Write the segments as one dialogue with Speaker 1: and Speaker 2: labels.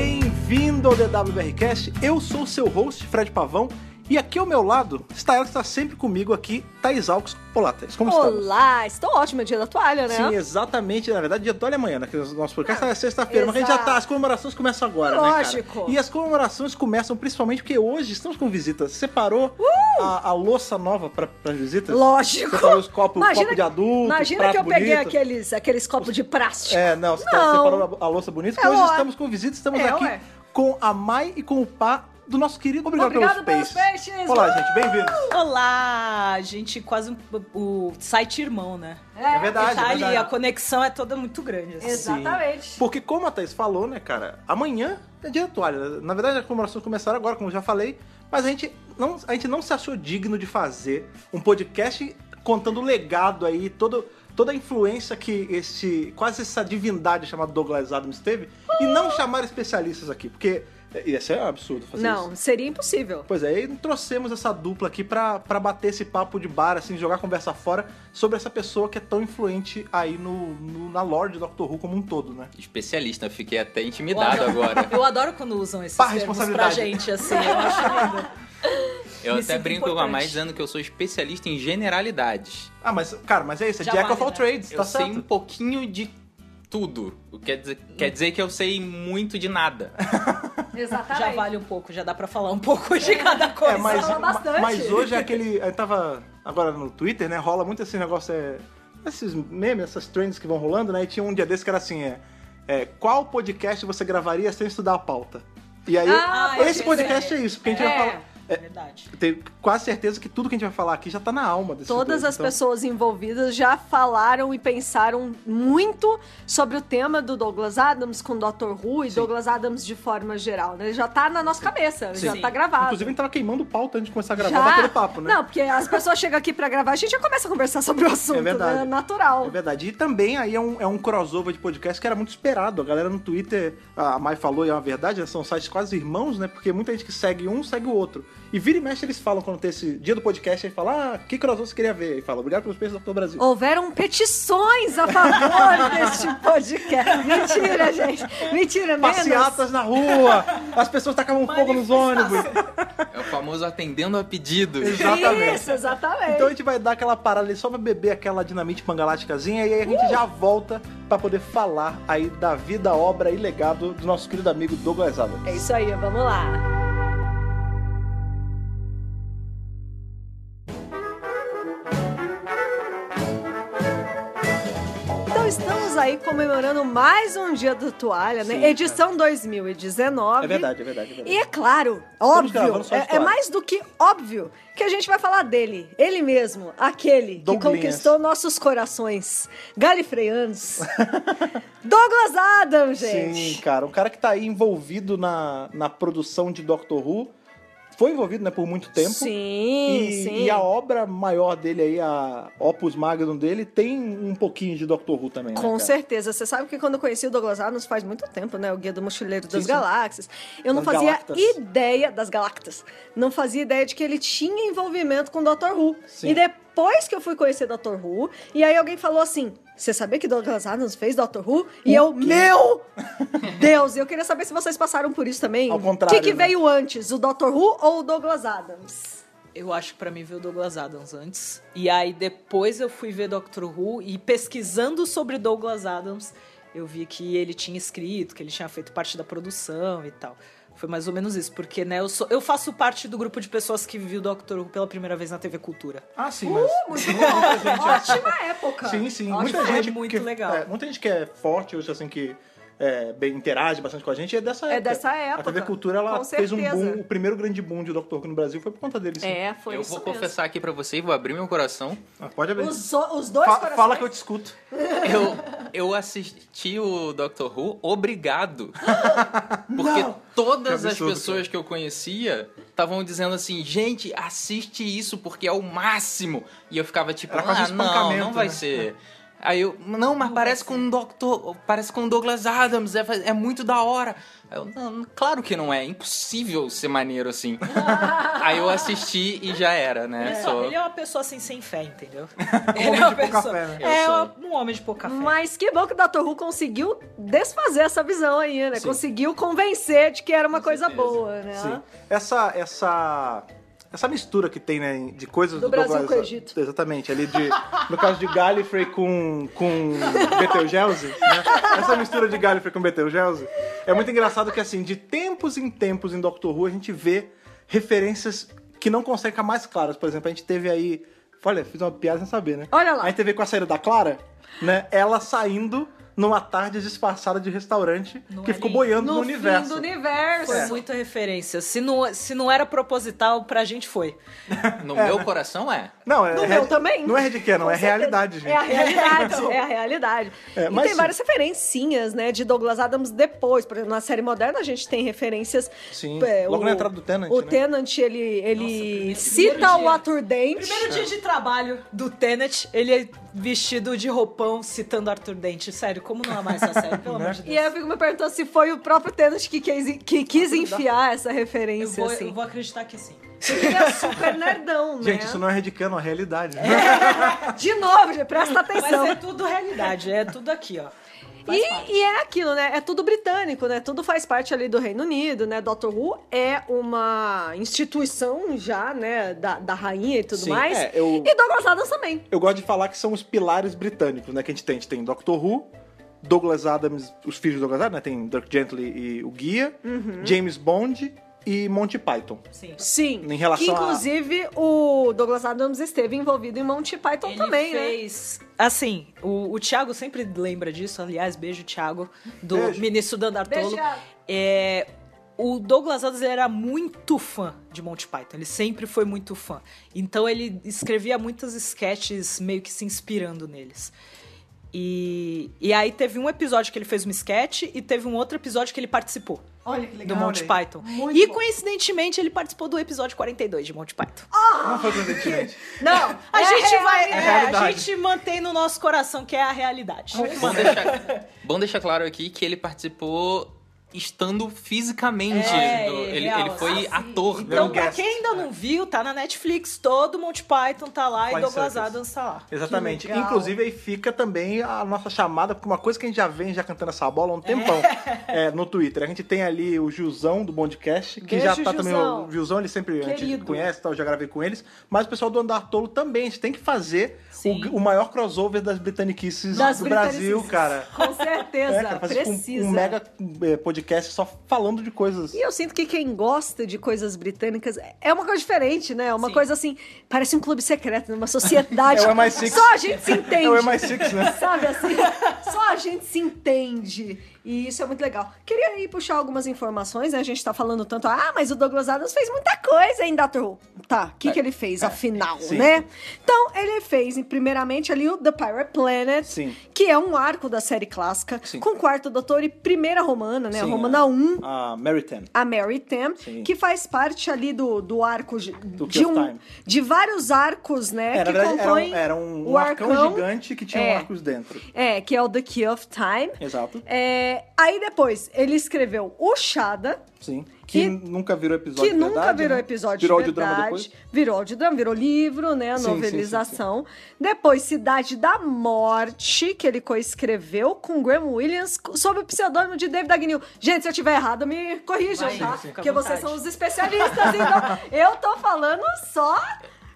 Speaker 1: bem-vindo ao DWBRCast. Eu sou o seu host, Fred Pavão, e aqui ao meu lado está ela que está sempre comigo aqui, Thais Alves. Olá, Thais, como está?
Speaker 2: Olá, estou ótima, dia da toalha, né?
Speaker 1: Sim, exatamente. Na verdade, dia do olha amanhã, né? Que o nosso podcast é sexta-feira, mas a gente já
Speaker 2: Exato.
Speaker 1: tá. As comemorações começam agora, né?
Speaker 2: Lógico.
Speaker 1: Cara? E as comemorações começam principalmente porque hoje estamos com visitas. Separou a, a louça nova para as visitas?
Speaker 2: Uh! Lógico.
Speaker 1: Separou os copos,
Speaker 2: Imagina-
Speaker 1: copo de adulto,
Speaker 2: Imagina
Speaker 1: prato
Speaker 2: que eu peguei
Speaker 1: bonito.
Speaker 2: aqueles, aqueles copos de plástico.
Speaker 1: É, não, você tá-
Speaker 2: Não.
Speaker 1: separou a, a louça bonita, porque
Speaker 2: É,
Speaker 1: hoje
Speaker 2: ué.
Speaker 1: estamos com visita, estamos
Speaker 2: É,
Speaker 1: aqui
Speaker 2: ué.
Speaker 1: com a Mai e com o Pá do nosso querido Obrigado,
Speaker 2: Obrigado
Speaker 1: pelos
Speaker 2: pelos
Speaker 1: Peixes.
Speaker 2: peixes.
Speaker 1: Olá,
Speaker 2: Uh!
Speaker 1: gente, bem-vindos.
Speaker 3: Olá, gente, quase um, o site irmão, né?
Speaker 1: É verdade, é
Speaker 3: Tá ali, a
Speaker 1: verdade.
Speaker 3: conexão é toda muito grande. assim.
Speaker 2: Exatamente.
Speaker 1: Porque como a Thaís falou, né, cara, amanhã é dia da toalha. Na verdade, as comemorações começaram agora, como eu já falei, mas a gente não, a gente não se achou digno de fazer um podcast contando o legado aí, todo, toda a influência que esse quase essa divindade chamada Douglas Adams teve, e
Speaker 2: Uh!
Speaker 1: não chamar especialistas aqui, porque ia ser um absurdo fazer isso.
Speaker 2: Não, seria impossível.
Speaker 1: Pois é, e trouxemos essa dupla aqui pra, pra bater esse papo de bar, assim, jogar a conversa fora sobre essa pessoa que é tão influente aí no, no- na lore de Doctor Who como um todo, né?
Speaker 4: Especialista, fiquei até
Speaker 3: Eu
Speaker 4: intimidado
Speaker 3: adoro,
Speaker 4: agora.
Speaker 3: eu adoro quando usam esses
Speaker 1: Pá,
Speaker 3: termos pra
Speaker 1: responsabilidade.
Speaker 3: gente, assim. Eu acho lindo.
Speaker 4: Eu
Speaker 3: Me
Speaker 4: até
Speaker 3: sinto
Speaker 4: brinco com a
Speaker 3: importante.
Speaker 4: mais dizendo que eu sou especialista em generalidades.
Speaker 1: Ah, mas, cara, mas é isso, é
Speaker 3: Já
Speaker 1: Jack
Speaker 3: vale,
Speaker 1: of all
Speaker 3: né?
Speaker 1: trades,
Speaker 4: Eu
Speaker 1: tá
Speaker 4: sei
Speaker 1: certo?
Speaker 4: um pouquinho de tudo. O que Quer dizer, quer dizer que eu sei muito de nada.
Speaker 2: Exatamente.
Speaker 3: Já vale um pouco, já dá pra falar um pouco de cada coisa.
Speaker 1: É, mas,
Speaker 2: fala
Speaker 1: ma-
Speaker 2: bastante.
Speaker 1: mas hoje é aquele. Eu tava agora no Twitter, né? Rola muito esse negócio, é. Esses memes, essas trends que vão rolando, né? E tinha um dia desse que era assim, é. é, qual podcast você gravaria sem estudar a pauta? E aí,
Speaker 2: Ah,
Speaker 3: eu
Speaker 1: esse
Speaker 3: sei.
Speaker 1: podcast é isso, porque a gente vai
Speaker 2: É.
Speaker 1: falar.
Speaker 3: É verdade.
Speaker 1: Tenho quase certeza que tudo que a gente vai falar aqui já tá na alma desse
Speaker 2: Todas
Speaker 1: dois,
Speaker 2: as
Speaker 1: então-
Speaker 2: pessoas envolvidas já falaram e pensaram muito sobre o tema do Douglas Adams com Dr. Who e Douglas Adams de forma geral, né? Já tá na nossa cabeça, já
Speaker 3: Sim.
Speaker 2: tá gravado.
Speaker 1: Inclusive, a gente tava queimando pauta antes de começar a
Speaker 2: Já?
Speaker 1: gravar daquele papo, né?
Speaker 2: Não, porque as pessoas chegam aqui pra gravar, a gente já começa a conversar sobre o assunto,
Speaker 1: É verdade.
Speaker 2: né? Natural.
Speaker 1: É verdade. E também aí é um, é um crossover de podcast que era muito esperado. A galera no Twitter, a Mai falou, e é uma verdade, né, são sites quase irmãos, né? Porque muita gente que segue um, segue o outro. E vira e mexe eles falam quando tem esse dia do podcast, aí fala, ah, que crossover você queria ver? E fala, obrigado pelos preços do Brasil.
Speaker 2: Houveram petições a favor deste podcast. Mentira, gente. Mentira, menos.
Speaker 1: Passeatas na rua, as pessoas tacavam fogo nos ônibus.
Speaker 4: É o famoso atendendo a pedido.
Speaker 1: Exatamente.
Speaker 2: Isso, exatamente.
Speaker 1: Então a gente vai dar aquela parada ali só pra beber aquela dinamite pangaláticazinha e aí a
Speaker 2: Uh!
Speaker 1: gente já volta pra poder falar aí da vida, obra e legado do nosso querido amigo Douglas Adams.
Speaker 2: É isso aí, vamos lá. Então Estamos aí comemorando mais um dia do Toalha, né?
Speaker 1: Sim, cara.
Speaker 2: Edição 2019.
Speaker 1: É verdade, é verdade, é verdade.
Speaker 2: E é claro,
Speaker 1: gravando
Speaker 2: óbvio,
Speaker 1: só de
Speaker 2: é, é
Speaker 1: toalha.
Speaker 2: mais do que óbvio que a gente vai falar dele, ele mesmo, aquele
Speaker 1: Douglinhas.
Speaker 2: que conquistou nossos corações galifreanos. Douglas Adams, É, gente.
Speaker 1: Sim, cara. Um cara que tá aí envolvido na, na produção de Doctor Who. Foi envolvido, né, por muito tempo.
Speaker 2: Sim,
Speaker 1: E,
Speaker 2: sim.
Speaker 1: e a obra maior dele aí, a Opus Magnum dele, tem um pouquinho de Doctor Who também, né,
Speaker 2: Com
Speaker 1: cara?
Speaker 2: certeza. Você sabe que quando eu conheci o Douglas Adams faz muito tempo, né? O Guia do Mochileiro
Speaker 1: Sim,
Speaker 2: das
Speaker 1: sim.
Speaker 2: Galáxias. Eu não
Speaker 1: Das
Speaker 2: fazia
Speaker 1: Galactas.
Speaker 2: ideia das Galactas. Não fazia ideia de que ele tinha envolvimento com o Dr. Who.
Speaker 1: Sim.
Speaker 2: E depois que eu fui conhecer Dr. Who, e aí alguém falou assim: você sabia que Douglas Adams fez Dr. Who? E eu, meu Deus! E eu queria saber se vocês passaram por isso também.
Speaker 1: Ao contrário,
Speaker 2: O que, que
Speaker 1: né?
Speaker 2: veio antes, o Dr. Who ou o Douglas Adams?
Speaker 3: Eu acho que pra mim veio o Douglas Adams antes. E aí depois eu fui ver Doctor Who e pesquisando sobre Douglas Adams, eu vi que ele tinha escrito, que ele tinha feito parte da produção e tal. Foi mais ou menos isso, porque né, eu, sou, eu faço parte do grupo de pessoas que viu Doctor Who pela primeira vez na TV Cultura.
Speaker 1: Ah,
Speaker 2: Uh!
Speaker 1: sim, mas...
Speaker 2: Muito bom. Ótima época.
Speaker 1: Sim, sim.
Speaker 2: Ótima
Speaker 1: Muita
Speaker 2: época.
Speaker 1: gente
Speaker 3: é muito
Speaker 1: que,
Speaker 3: legal.
Speaker 1: é, muita gente que é forte hoje, assim, que é, bem, interage bastante com a gente, é dessa
Speaker 2: É
Speaker 1: época.
Speaker 2: dessa época,
Speaker 1: A TV Cultura, ela
Speaker 2: com
Speaker 1: fez um
Speaker 2: certeza.
Speaker 1: boom, o primeiro grande boom de Doctor Who no Brasil foi por conta dele, sim.
Speaker 2: É, foi
Speaker 4: eu
Speaker 2: isso
Speaker 4: vou
Speaker 2: mesmo.
Speaker 4: confessar aqui pra você e vou abrir meu coração.
Speaker 1: Ah, pode abrir.
Speaker 2: Os, o- os dois
Speaker 1: Fa-
Speaker 2: corações.
Speaker 1: fala que eu te escuto.
Speaker 4: Eu, eu assisti o Doctor Who, obrigado. Porque
Speaker 1: Não!
Speaker 4: todas
Speaker 1: Que
Speaker 4: as
Speaker 1: absurdo,
Speaker 4: pessoas que eu conhecia estavam dizendo assim, gente, assiste isso porque é o máximo. E eu ficava tipo,
Speaker 1: Era quase um
Speaker 4: ah, não,
Speaker 1: espancamento,
Speaker 4: não vai
Speaker 1: né?
Speaker 4: ser. Aí eu, não, mas parece com um Dr. Parece com o Douglas Adams, é, é muito da hora. Aí eu, não, claro que não é, é impossível ser maneiro assim. Aí eu assisti e já era, né?
Speaker 3: Ele, só-
Speaker 4: Sou-
Speaker 3: ele é uma pessoa assim, sem fé, entendeu?
Speaker 1: Um homem
Speaker 3: ele é uma
Speaker 1: de pouca
Speaker 3: pessoa.
Speaker 1: fé, né?
Speaker 4: Eu
Speaker 3: É
Speaker 4: sou.
Speaker 3: um homem de pouca fé.
Speaker 2: Mas que bom que o Dr. Who conseguiu desfazer essa visão aí, né?
Speaker 4: Sim.
Speaker 2: Conseguiu convencer de que era uma
Speaker 4: Com
Speaker 2: coisa
Speaker 4: certeza.
Speaker 2: boa, né?
Speaker 1: Sim. Essa, essa, essa mistura que tem, né, de coisas
Speaker 2: Do Brasil
Speaker 1: Douglas-
Speaker 2: com o Egito.
Speaker 1: Exatamente, ali de, no caso de Gallifrey com, com Betelgeuse, né? Essa mistura de Gallifrey com Betelgeuse. É muito engraçado que, assim, de tempos em tempos em Doctor Who a gente vê referências que não conseguem ficar mais claras. Por exemplo, a gente teve aí... Olha, fiz uma piada sem saber, né?
Speaker 2: Olha lá.
Speaker 1: A gente teve com a saída da Clara, né? Ela saindo numa tarde disfarçada de restaurante
Speaker 3: No
Speaker 1: que ficou
Speaker 3: ali-
Speaker 1: boiando no,
Speaker 2: No, fim
Speaker 1: universo.
Speaker 2: do universo.
Speaker 3: é Foi muita referência. Se não, se não era proposital, pra gente foi. um
Speaker 4: No meu coração é.
Speaker 1: Não, é
Speaker 2: No
Speaker 1: head-
Speaker 2: meu também.
Speaker 1: Não é headcanon, não é realidade, gente.
Speaker 2: É a realidade, é a realidade.
Speaker 1: É,
Speaker 2: e
Speaker 1: mas
Speaker 2: tem
Speaker 1: sim.
Speaker 2: várias referencinhas, né, de Douglas Adams depois. Por exemplo, na série moderna a gente tem referências.
Speaker 1: Sim, logo na entrada do Tenant,
Speaker 2: É, O
Speaker 1: né?
Speaker 2: Tenant, ele,
Speaker 3: Nossa,
Speaker 2: ele
Speaker 3: primeiro-
Speaker 2: cita
Speaker 3: primeiro
Speaker 2: o
Speaker 3: dia.
Speaker 2: Aturdente.
Speaker 3: Primeiro dia de trabalho do Tenet, ele é vestido de roupão citando Arthur Dente. Sério, como não amar essa série? Pelo amor de Deus.
Speaker 2: E é aí eu fico me perguntando se foi o próprio Tenant que quis, que quis enfiar essa
Speaker 3: eu,
Speaker 2: referência,
Speaker 3: vou, eu
Speaker 2: assim.
Speaker 3: vou acreditar que sim.
Speaker 2: Porque ele é super nerdão, né?
Speaker 1: Gente, isso não é headcanon, é realidade.
Speaker 2: De novo, gente, presta
Speaker 3: Mas
Speaker 2: atenção.
Speaker 3: é tudo realidade, é tudo aqui, ó. Faz parte.
Speaker 2: E, e é aquilo, né? É tudo britânico, né? Tudo faz parte ali do Reino Unido, né? Doctor Who é uma instituição já, né? Da, da rainha e tudo
Speaker 1: Sim,
Speaker 2: mais.
Speaker 1: é, eu-
Speaker 2: E Douglas Adams também.
Speaker 1: Eu gosto de falar que são os pilares britânicos, né? Que a gente tem. A gente tem Doctor Who, Douglas Adams, os filhos de Douglas Adams, né? Tem Dirk Gently e o Guia,
Speaker 2: Uhum.
Speaker 1: James Bond e Monty Python.
Speaker 3: Sim.
Speaker 2: Sim.
Speaker 1: Em relação
Speaker 2: que,
Speaker 1: a-
Speaker 2: inclusive, o Douglas Adams esteve envolvido em Monty Python
Speaker 3: Ele
Speaker 2: também, né?
Speaker 3: fez, Assim, o, o Thiago sempre lembra disso, aliás, beijo, Thiago, do
Speaker 1: Beijo.
Speaker 3: ministro Dan
Speaker 2: Beijo,
Speaker 3: Dartolo.
Speaker 2: Thiago.
Speaker 3: É, o Douglas Adams ele era muito fã de Monty Python, ele sempre foi muito fã. Então ele escrevia muitos sketches meio que se inspirando neles. E, e aí teve um episódio que ele fez um sketch e teve um outro episódio que ele participou
Speaker 1: Olha que
Speaker 3: do Monty Python.
Speaker 2: Muito
Speaker 3: e
Speaker 2: bom.
Speaker 3: coincidentemente ele participou do episódio 42 de Monty Python.
Speaker 1: Não foi coincidente.
Speaker 2: Não,
Speaker 3: A
Speaker 2: é
Speaker 3: gente vai.
Speaker 2: realidade.
Speaker 3: é, a
Speaker 1: realidade.
Speaker 3: gente mantém no nosso coração que é a realidade.
Speaker 4: Bom deixar, bom deixar claro aqui que ele participou estando fisicamente.
Speaker 3: É,
Speaker 4: no- ele,
Speaker 3: real,
Speaker 4: ele foi
Speaker 3: assim.
Speaker 4: ator.
Speaker 1: Então,
Speaker 4: do-
Speaker 3: Então, pra
Speaker 1: guest.
Speaker 3: quem ainda não viu, tá na Netflix, todo Monty Python tá lá
Speaker 1: Flying
Speaker 3: e Douglas
Speaker 1: Circus.
Speaker 3: Adams tá lá.
Speaker 1: Exatamente.
Speaker 2: Que legal.
Speaker 1: Inclusive, aí fica também a nossa chamada, porque uma coisa que a gente já vem já cantando essa bola há um tempão é, no Twitter. A gente tem ali o Gilzão do Bondcast, que
Speaker 2: Beijo,
Speaker 1: já tá também.
Speaker 2: Gilzão.
Speaker 1: O Gilzão, ele sempre a gente
Speaker 2: Querido.
Speaker 1: conhece, tal, já gravei com eles. Mas o pessoal do Andar Tolo também, a gente tem que fazer
Speaker 3: Sim.
Speaker 1: o, o maior crossover das britaniquices
Speaker 2: Das
Speaker 1: do Brasil,
Speaker 2: britaniquices.
Speaker 1: cara.
Speaker 2: Com certeza,
Speaker 1: É, cara, fazer tipo,
Speaker 2: precisa.
Speaker 1: um, um mega eh, podcast só falando de coisas.
Speaker 2: E eu sinto que quem gosta de coisas britânicas é uma coisa diferente, né? É Uma
Speaker 3: Sim.
Speaker 2: coisa assim, parece um clube secreto, né? uma sociedade.
Speaker 1: É o MI6.
Speaker 2: Só a gente se entende.
Speaker 1: É o MI6, né?
Speaker 2: Sabe assim? Só a gente se entende. E isso é muito legal. Queria aí puxar algumas informações, né? A gente tá falando tanto, ah, mas o Douglas Adams fez muita coisa em Doctor Who. Tá, o que, que ele fez, afinal,
Speaker 1: É. sim.
Speaker 2: né? Então, ele fez, primeiramente, ali o The Pirate Planet,
Speaker 1: Sim.
Speaker 2: que é um arco da série clássica,
Speaker 1: Sim.
Speaker 2: com o quarto doutor e primeira romana, né? a
Speaker 1: Sim,
Speaker 2: romana 1
Speaker 1: A Mary Tan.
Speaker 2: a Mary Tam,
Speaker 1: Sim.
Speaker 2: que faz parte ali do, do arco de,
Speaker 1: Key
Speaker 2: de,
Speaker 1: of
Speaker 2: um,
Speaker 1: Time.
Speaker 2: de vários arcos, né?
Speaker 1: É, na
Speaker 2: que
Speaker 1: verdade, era
Speaker 2: compõem
Speaker 1: um, era um-
Speaker 2: o
Speaker 1: um arcão,
Speaker 2: arcão.
Speaker 1: gigante que tinha um
Speaker 2: É.
Speaker 1: arcos dentro.
Speaker 2: É, que é o The Key of Time.
Speaker 1: Exato.
Speaker 2: É, aí depois, ele escreveu o Shada,
Speaker 1: Sim. Que
Speaker 2: E-
Speaker 1: nunca virou episódio
Speaker 2: que
Speaker 1: de
Speaker 2: nunca
Speaker 1: verdade,
Speaker 2: virou
Speaker 1: né?
Speaker 2: episódio
Speaker 1: virou
Speaker 2: de
Speaker 1: drama
Speaker 2: verdade.
Speaker 1: depois.
Speaker 2: Virou de drama, virou livro, né? A
Speaker 1: Sim, sim, sim,
Speaker 2: novelização. Depois, Cidade da Morte, que ele coescreveu com Graham Williams, co- sob o pseudônimo de David Agnew. Gente, se eu tiver errado, me corrijam,
Speaker 3: Vai,
Speaker 2: tá?
Speaker 3: fica à
Speaker 2: Porque vocês
Speaker 3: vontade.
Speaker 2: são os especialistas, então eu tô falando só...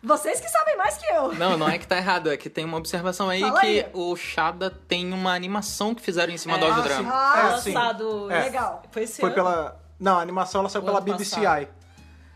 Speaker 2: Vocês que sabem mais que eu.
Speaker 4: Não, não é que tá errado, é que tem uma observação aí
Speaker 2: Fala
Speaker 4: que
Speaker 2: aí.
Speaker 4: o Shada tem uma animação que fizeram em cima do
Speaker 3: É,
Speaker 4: audio
Speaker 1: ah,
Speaker 4: drama.
Speaker 1: É,
Speaker 2: Ah,
Speaker 1: sim.
Speaker 3: lançado.
Speaker 1: É.
Speaker 2: Legal.
Speaker 3: Foi esse
Speaker 1: Foi
Speaker 3: ano.
Speaker 1: pela. Não, a animação ela saiu
Speaker 3: O
Speaker 1: pela
Speaker 3: ano
Speaker 1: BBCI.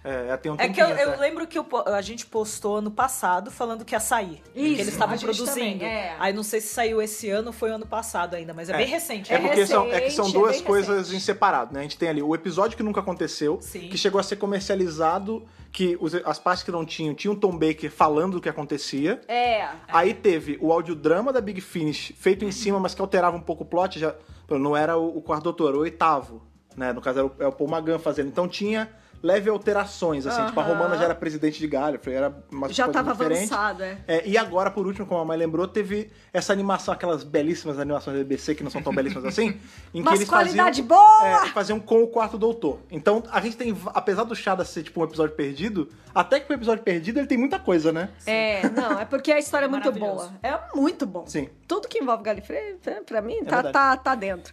Speaker 1: É, já tem um
Speaker 3: É
Speaker 1: tempinho
Speaker 3: que eu,
Speaker 1: até.
Speaker 3: eu lembro que eu po- a gente postou ano passado falando que ia sair. que
Speaker 2: Isso,
Speaker 3: eles
Speaker 2: a
Speaker 3: estavam
Speaker 2: gente
Speaker 3: produzindo.
Speaker 2: também, é.
Speaker 3: Aí não sei se saiu esse ano ou foi ano passado ainda, mas é,
Speaker 1: É.
Speaker 3: bem recente.
Speaker 1: É
Speaker 2: É
Speaker 1: porque são, é que são
Speaker 2: recente, é
Speaker 1: duas
Speaker 2: bem
Speaker 1: coisas
Speaker 2: recente.
Speaker 1: em separado, né? A gente tem ali o episódio que nunca aconteceu,
Speaker 3: Sim.
Speaker 1: que chegou a ser comercializado, que os- as partes que não tinham, tinha o Tom Baker falando do que acontecia.
Speaker 2: É. Uhum.
Speaker 1: Aí teve o audiodrama da Big Finish, feito em cima, mas que alterava um pouco o plot. Já, não era o, o quarto doutor, era o oitavo. Né? No caso, era o, é o Paul Magan fazendo. Então tinha leve alterações, assim. Tipo, a
Speaker 2: Aham.
Speaker 1: Romana já era presidente de Gallifrey, era uma
Speaker 2: Já
Speaker 1: coisa
Speaker 2: tava
Speaker 1: diferente.
Speaker 2: avançada. é.
Speaker 1: É, e agora, por último, como a mãe lembrou, teve essa animação, aquelas belíssimas animações da BBC, que não são tão belíssimas assim, em que
Speaker 2: Mas
Speaker 1: eles
Speaker 2: qualidade
Speaker 1: faziam,
Speaker 2: boa!
Speaker 1: É, faziam com o quarto doutor. Então, a gente tem, apesar do Shada ser tipo um episódio perdido, até que o episódio perdido ele tem muita coisa, né?
Speaker 2: É, não, é porque a história é muito
Speaker 3: Maravilhoso.
Speaker 2: boa. É muito bom.
Speaker 1: Sim.
Speaker 2: Tudo que envolve Galifrey, pra- pra mim, tá,
Speaker 1: É verdade.
Speaker 2: tá, tá dentro.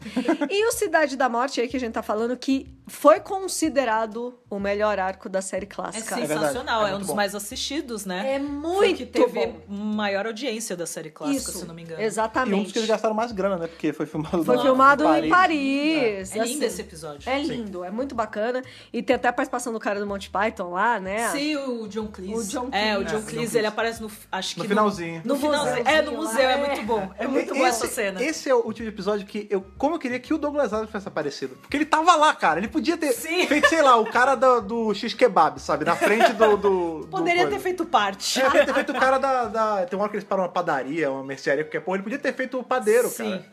Speaker 2: e o Cidade da Morte aí que a gente tá falando, que foi considerado o melhor arco da série
Speaker 3: É
Speaker 2: clássica.
Speaker 1: sim.
Speaker 3: sensacional,
Speaker 1: É
Speaker 3: é, um
Speaker 1: muito
Speaker 3: dos
Speaker 1: bom.
Speaker 3: mais assistidos, né?
Speaker 2: É
Speaker 3: Foi que
Speaker 2: muito
Speaker 3: teve
Speaker 2: bom.
Speaker 3: maior audiência da série clássica,
Speaker 2: Isso,
Speaker 3: se não me engano.
Speaker 1: É E um dos
Speaker 2: Exatamente.
Speaker 1: que eles gastaram mais grana, né? Porque foi filmado
Speaker 2: Foi
Speaker 1: na-
Speaker 2: filmado em
Speaker 1: É.
Speaker 2: Paris.
Speaker 3: É lindo
Speaker 2: assim.
Speaker 3: esse episódio.
Speaker 2: É lindo, é muito bacana. E tem até a participação do cara do Monty Python lá, né?
Speaker 3: Sim, É. o John Cleese.
Speaker 2: O John
Speaker 3: É,
Speaker 1: Cleese.
Speaker 3: o John
Speaker 1: É, o John
Speaker 3: Cleese,
Speaker 1: Cleese.
Speaker 3: ele aparece no... Acho que
Speaker 1: No finalzinho.
Speaker 3: No,
Speaker 2: No
Speaker 3: finalzinho. É, no
Speaker 2: museuzinho
Speaker 3: museu,
Speaker 2: lá,
Speaker 3: é
Speaker 2: é.
Speaker 3: muito bom. É muito boa essa
Speaker 1: Esse-
Speaker 3: cena.
Speaker 1: Esse é o tipo de episódio que eu. Como eu queria que o Douglas Adams tivesse aparecido. Porque ele tava lá, cara. Ele podia ter
Speaker 3: Sim.
Speaker 1: feito, sei lá, o cara da- do, X Kebab, sabe? Na frente do. do- do
Speaker 3: Poderia
Speaker 1: coisa.
Speaker 3: ter feito parte.
Speaker 1: É, podia ter feito o cara da, da- Tem uma hora que eles param uma padaria, uma mercearia, qualquer porra. Ele podia ter feito o padeiro, cara.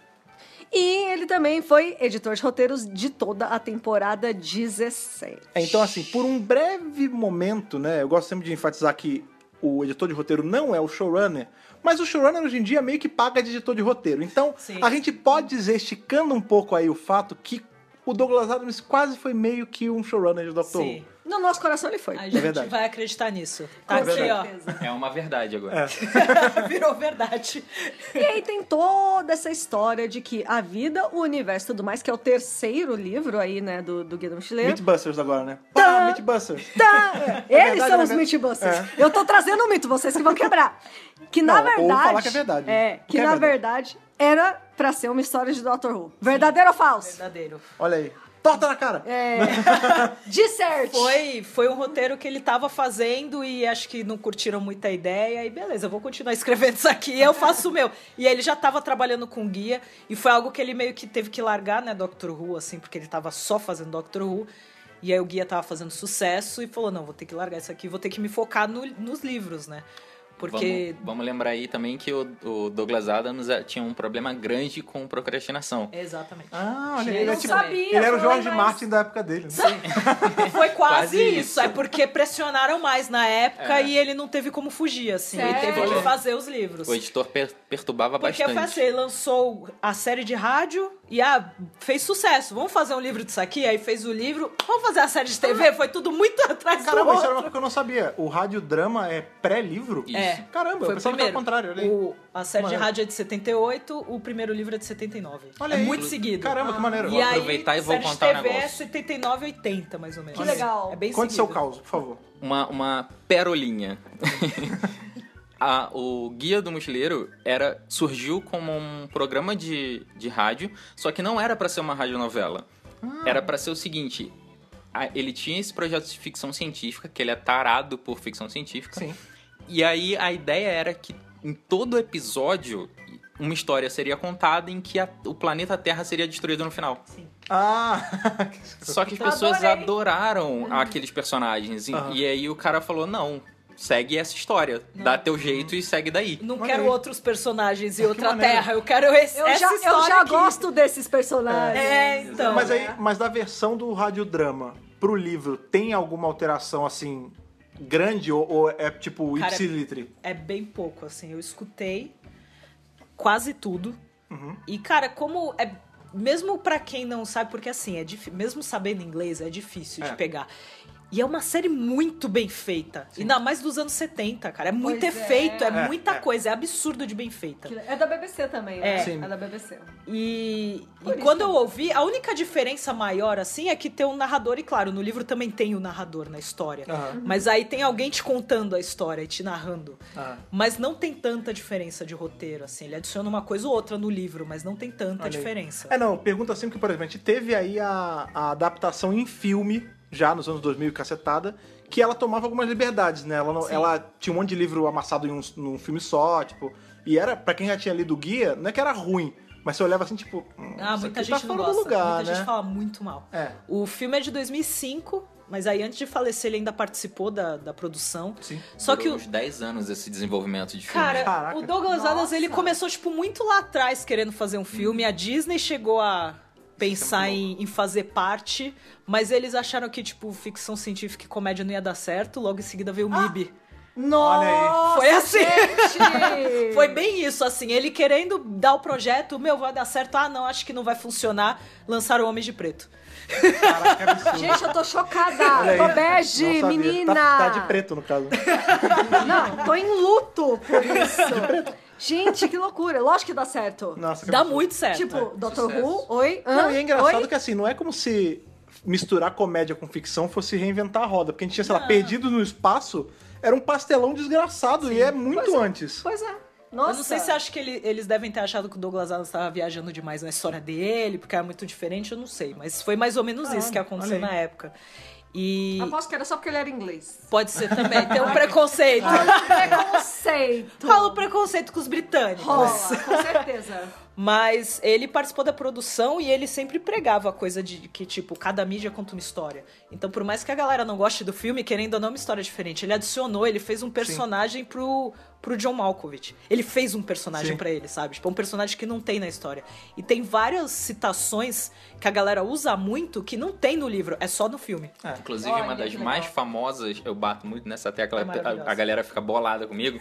Speaker 2: E ele também foi editor de roteiros de toda a temporada 17.
Speaker 1: É, então, assim, por um breve momento, né? Eu gosto sempre de enfatizar que o editor de roteiro não é o showrunner, mas o showrunner hoje em dia meio que paga de editor de roteiro. Então,
Speaker 3: Sim.
Speaker 1: a gente pode dizer, esticando um pouco aí o fato, que o Douglas Adams quase foi meio que um showrunner de Doctor Who.
Speaker 3: Sim.
Speaker 2: No nosso coração ele foi.
Speaker 3: A gente
Speaker 1: É verdade.
Speaker 3: vai acreditar nisso. Tá
Speaker 1: Com
Speaker 3: aqui,
Speaker 2: certeza.
Speaker 4: É uma verdade agora.
Speaker 3: ó. Virou verdade.
Speaker 2: E aí tem toda essa história de que a vida, o universo e tudo mais, que é o terceiro livro aí, né, do, do Guia do Mochileiro.
Speaker 1: Meatbusters agora, né?
Speaker 2: Tá.
Speaker 1: Pá, Meatbusters!
Speaker 2: Tá, é,
Speaker 1: É
Speaker 2: Eles
Speaker 1: verdade,
Speaker 2: são
Speaker 1: é
Speaker 2: os
Speaker 1: verdade.
Speaker 2: Mythbusters. Eu tô trazendo um mito, vocês que vão quebrar. Que
Speaker 1: Não,
Speaker 2: na
Speaker 1: ou
Speaker 2: verdade.
Speaker 1: falar que é verdade.
Speaker 2: É, que
Speaker 1: Que é
Speaker 2: na
Speaker 1: verdade.
Speaker 2: verdade era pra ser uma história de Doctor Who. Verdadeiro ou falso?
Speaker 3: Verdadeiro.
Speaker 1: Olha aí. Torta na cara!
Speaker 2: É. Dissert.
Speaker 3: Foi, foi um roteiro que ele tava fazendo e acho que não curtiram muita ideia. E beleza, eu vou continuar escrevendo isso aqui e eu faço o meu. E ele já tava trabalhando com guia e foi algo que ele meio que teve que largar, né, Doctor Who, assim, porque ele tava só fazendo Doctor Who. E aí o guia tava fazendo sucesso e falou: não, vou ter que largar isso aqui, vou ter que me focar no- nos livros, né? Porque.
Speaker 4: Vamos, vamos lembrar aí também que o, o Douglas Adams eh, tinha um problema grande com procrastinação.
Speaker 3: Exatamente.
Speaker 1: Ah, olha aí.
Speaker 3: Eu
Speaker 1: Ele, é
Speaker 3: não
Speaker 1: tipo-
Speaker 2: sabia,
Speaker 1: ele era o
Speaker 2: foi,
Speaker 1: George
Speaker 2: mas-
Speaker 1: Martin da época dele. Né?
Speaker 3: Foi quase,
Speaker 4: Quase
Speaker 3: isso.
Speaker 4: isso.
Speaker 3: É porque pressionaram mais na época
Speaker 4: É.
Speaker 3: e ele não teve como fugir, assim. Ele
Speaker 2: Sério?
Speaker 3: teve que fazer os livros.
Speaker 4: O editor per- perturbava
Speaker 3: Porque eu
Speaker 4: bastante.
Speaker 3: assim, ele lançou a série de rádio e ah, fez sucesso. Vamos fazer um livro disso aqui? Aí fez o livro. Vamos fazer a série de TV? Foi tudo muito atrás
Speaker 1: Caramba,
Speaker 3: do
Speaker 1: isso era uma
Speaker 3: outro.
Speaker 1: coisa que eu não sabia. O radiodrama é pré-livro?
Speaker 4: Isso.
Speaker 3: É.
Speaker 1: Caramba,
Speaker 3: Foi
Speaker 1: eu
Speaker 3: o
Speaker 1: pensava que era o
Speaker 3: primeiro.
Speaker 1: contrário. Olha aí.
Speaker 3: O- a série de
Speaker 1: Maneiro.
Speaker 3: rádio é de 78, o primeiro livro é de 79.
Speaker 1: Olha
Speaker 3: é
Speaker 1: aí.
Speaker 3: muito seguido.
Speaker 1: Caramba, que maneiro.
Speaker 3: E
Speaker 4: Vou
Speaker 3: aí,
Speaker 4: aproveitar e vou
Speaker 3: série
Speaker 4: contar um
Speaker 3: de TV é
Speaker 4: negócio.
Speaker 3: 79, 80, mais ou menos.
Speaker 2: Que legal.
Speaker 3: É bem
Speaker 1: Conte seu
Speaker 3: seguido.
Speaker 1: caos, por favor.
Speaker 4: uma, uma perolinha. A- o Guia do Mochileiro era, surgiu como um programa de, de rádio, só que não era pra ser uma radionovela. Era pra ser o seguinte: a- ele tinha esse projeto de ficção científica, que ele é tarado por ficção científica.
Speaker 1: Sim.
Speaker 4: E aí a ideia era que em todo episódio uma história seria contada em que a- o planeta Terra seria destruído no final.
Speaker 1: Ah!
Speaker 4: Só que as pessoas
Speaker 2: Adorei.
Speaker 4: adoraram aqueles personagens. E,
Speaker 1: Aham.
Speaker 4: e aí o cara falou: não, segue essa história. Dá teu jeito e segue daí.
Speaker 3: Não
Speaker 1: Maneiro.
Speaker 3: quero outros personagens e outra
Speaker 1: Ah, maneiro.
Speaker 3: terra. Eu quero esse,
Speaker 2: Eu
Speaker 3: essa
Speaker 2: já,
Speaker 3: história
Speaker 2: eu já
Speaker 3: aqui.
Speaker 2: gosto desses personagens.
Speaker 3: É, então.
Speaker 1: mas aí,
Speaker 2: né?
Speaker 1: mas da versão do radiodrama pro livro, tem alguma alteração assim grande ou, ou é tipo
Speaker 3: Cara,
Speaker 1: ipsilitre?
Speaker 3: é bem pouco, assim. Eu escutei quase tudo.
Speaker 1: Uhum.
Speaker 3: E, cara, como é. Mesmo pra quem não sabe, porque assim, é difí- mesmo sabendo inglês, é difícil
Speaker 1: É.
Speaker 3: de pegar. E é uma série muito bem feita. E ainda mais dos anos 70, cara. É muito
Speaker 2: Pois é.
Speaker 3: efeito, é,
Speaker 1: É,
Speaker 3: muita
Speaker 1: é.
Speaker 3: coisa, é absurdo de bem feita.
Speaker 2: É da BBC também,
Speaker 3: né? É.
Speaker 1: Sim. É
Speaker 2: da BBC.
Speaker 3: E,
Speaker 2: Por
Speaker 3: e
Speaker 2: isso.
Speaker 3: quando eu ouvi, a única diferença maior, assim, é que tem um narrador, e claro, no livro também tem o narrador na história.
Speaker 1: Aham.
Speaker 3: Mas aí tem alguém te contando a história e te narrando.
Speaker 1: Aham.
Speaker 3: Mas não tem tanta diferença de roteiro, assim. Ele adiciona uma coisa ou outra no livro, mas não tem tanta
Speaker 1: Olha aí.
Speaker 3: diferença.
Speaker 1: É, não, pergunta sempre que, por exemplo, a gente teve aí a, a adaptação em filme, já nos anos 2000 e cacetada, que ela tomava algumas liberdades, né? Ela, não-
Speaker 3: Sim.
Speaker 1: ela tinha um monte de livro amassado em um, num filme só, tipo. E era, pra quem já tinha lido o guia, não é que era ruim, mas você olhava assim, tipo. hum,
Speaker 3: Ah,
Speaker 1: isso
Speaker 3: muita
Speaker 1: aqui
Speaker 3: gente
Speaker 1: tá fora
Speaker 3: não gosta.
Speaker 1: do lugar,
Speaker 3: muita
Speaker 1: né?
Speaker 3: gente fala muito mal.
Speaker 1: É.
Speaker 3: O filme é de 2005, mas aí antes de falecer ele ainda participou da, da produção.
Speaker 1: Sim.
Speaker 3: Só
Speaker 4: Durou
Speaker 3: que o,
Speaker 4: uns 10 anos esse desenvolvimento de filme.
Speaker 3: Cara,
Speaker 1: Caraca.
Speaker 3: o Douglas Adams, ele
Speaker 2: Nossa.
Speaker 3: começou, tipo, muito lá atrás querendo fazer um filme. A Disney chegou a pensar
Speaker 1: é
Speaker 3: em, em fazer parte, mas eles acharam que, tipo, ficção científica e comédia não ia dar certo, logo em seguida veio o
Speaker 1: Ah,
Speaker 3: MIB.
Speaker 1: Olha aí.
Speaker 2: Nossa,
Speaker 3: Foi assim.
Speaker 2: gente!
Speaker 3: Foi bem isso, assim, ele querendo dar o projeto, meu, vai dar certo, ah, não, acho que não vai funcionar, lançaram o Homem de Preto.
Speaker 1: Caraca, que absurdo.
Speaker 2: Gente, eu tô chocada.
Speaker 1: Olha aí.
Speaker 2: Tô
Speaker 1: Não
Speaker 2: bege,
Speaker 1: sabia.
Speaker 2: menina.
Speaker 1: Tá, tá de preto, no caso.
Speaker 2: Não, tô em luto por isso. Gente, que loucura. Lógico que dá certo.
Speaker 1: Nossa, que
Speaker 3: Dá
Speaker 1: absurdo.
Speaker 3: muito certo.
Speaker 2: Tipo, Dr.
Speaker 4: sucesso.
Speaker 2: Who, oi? hã?
Speaker 1: Não, e é engraçado
Speaker 2: Oi?
Speaker 1: que assim, não é como se misturar comédia com ficção fosse reinventar a roda, porque a gente tinha, sei lá, perdido no espaço, era um pastelão desgraçado e é muito
Speaker 2: Pois é.
Speaker 1: antes.
Speaker 2: Pois é. Nossa.
Speaker 3: Eu não sei se acho que ele- eles devem ter achado que o Douglas Adams estava viajando demais na história dele, porque era muito diferente, eu não sei. Mas foi mais ou menos
Speaker 2: Ah,
Speaker 3: isso que aconteceu
Speaker 1: olha aí.
Speaker 3: na época. E
Speaker 2: Aposto que era só porque ele era inglês.
Speaker 3: pode ser também, tem um preconceito.
Speaker 2: Ah, Preconceito.
Speaker 3: Fala o preconceito com os britânicos.
Speaker 2: Rola, com certeza.
Speaker 3: Mas ele participou da produção e ele sempre pregava a coisa de que, tipo, cada mídia conta uma história. Então, por mais que a galera não goste do filme, querendo ou não, é uma história diferente. Ele adicionou, ele fez um personagem pro, pro John Malkovich. Ele fez um personagem
Speaker 1: Sim.
Speaker 3: pra ele, sabe? Tipo, é um personagem que não tem na história. E tem várias citações que a galera usa muito que não tem no livro, é só no filme.
Speaker 4: Inclusive,
Speaker 2: Olha,
Speaker 4: uma das
Speaker 2: que legal.
Speaker 4: mais famosas, eu bato muito nessa tecla,
Speaker 3: É maravilhosa.
Speaker 4: a, a galera fica bolada comigo.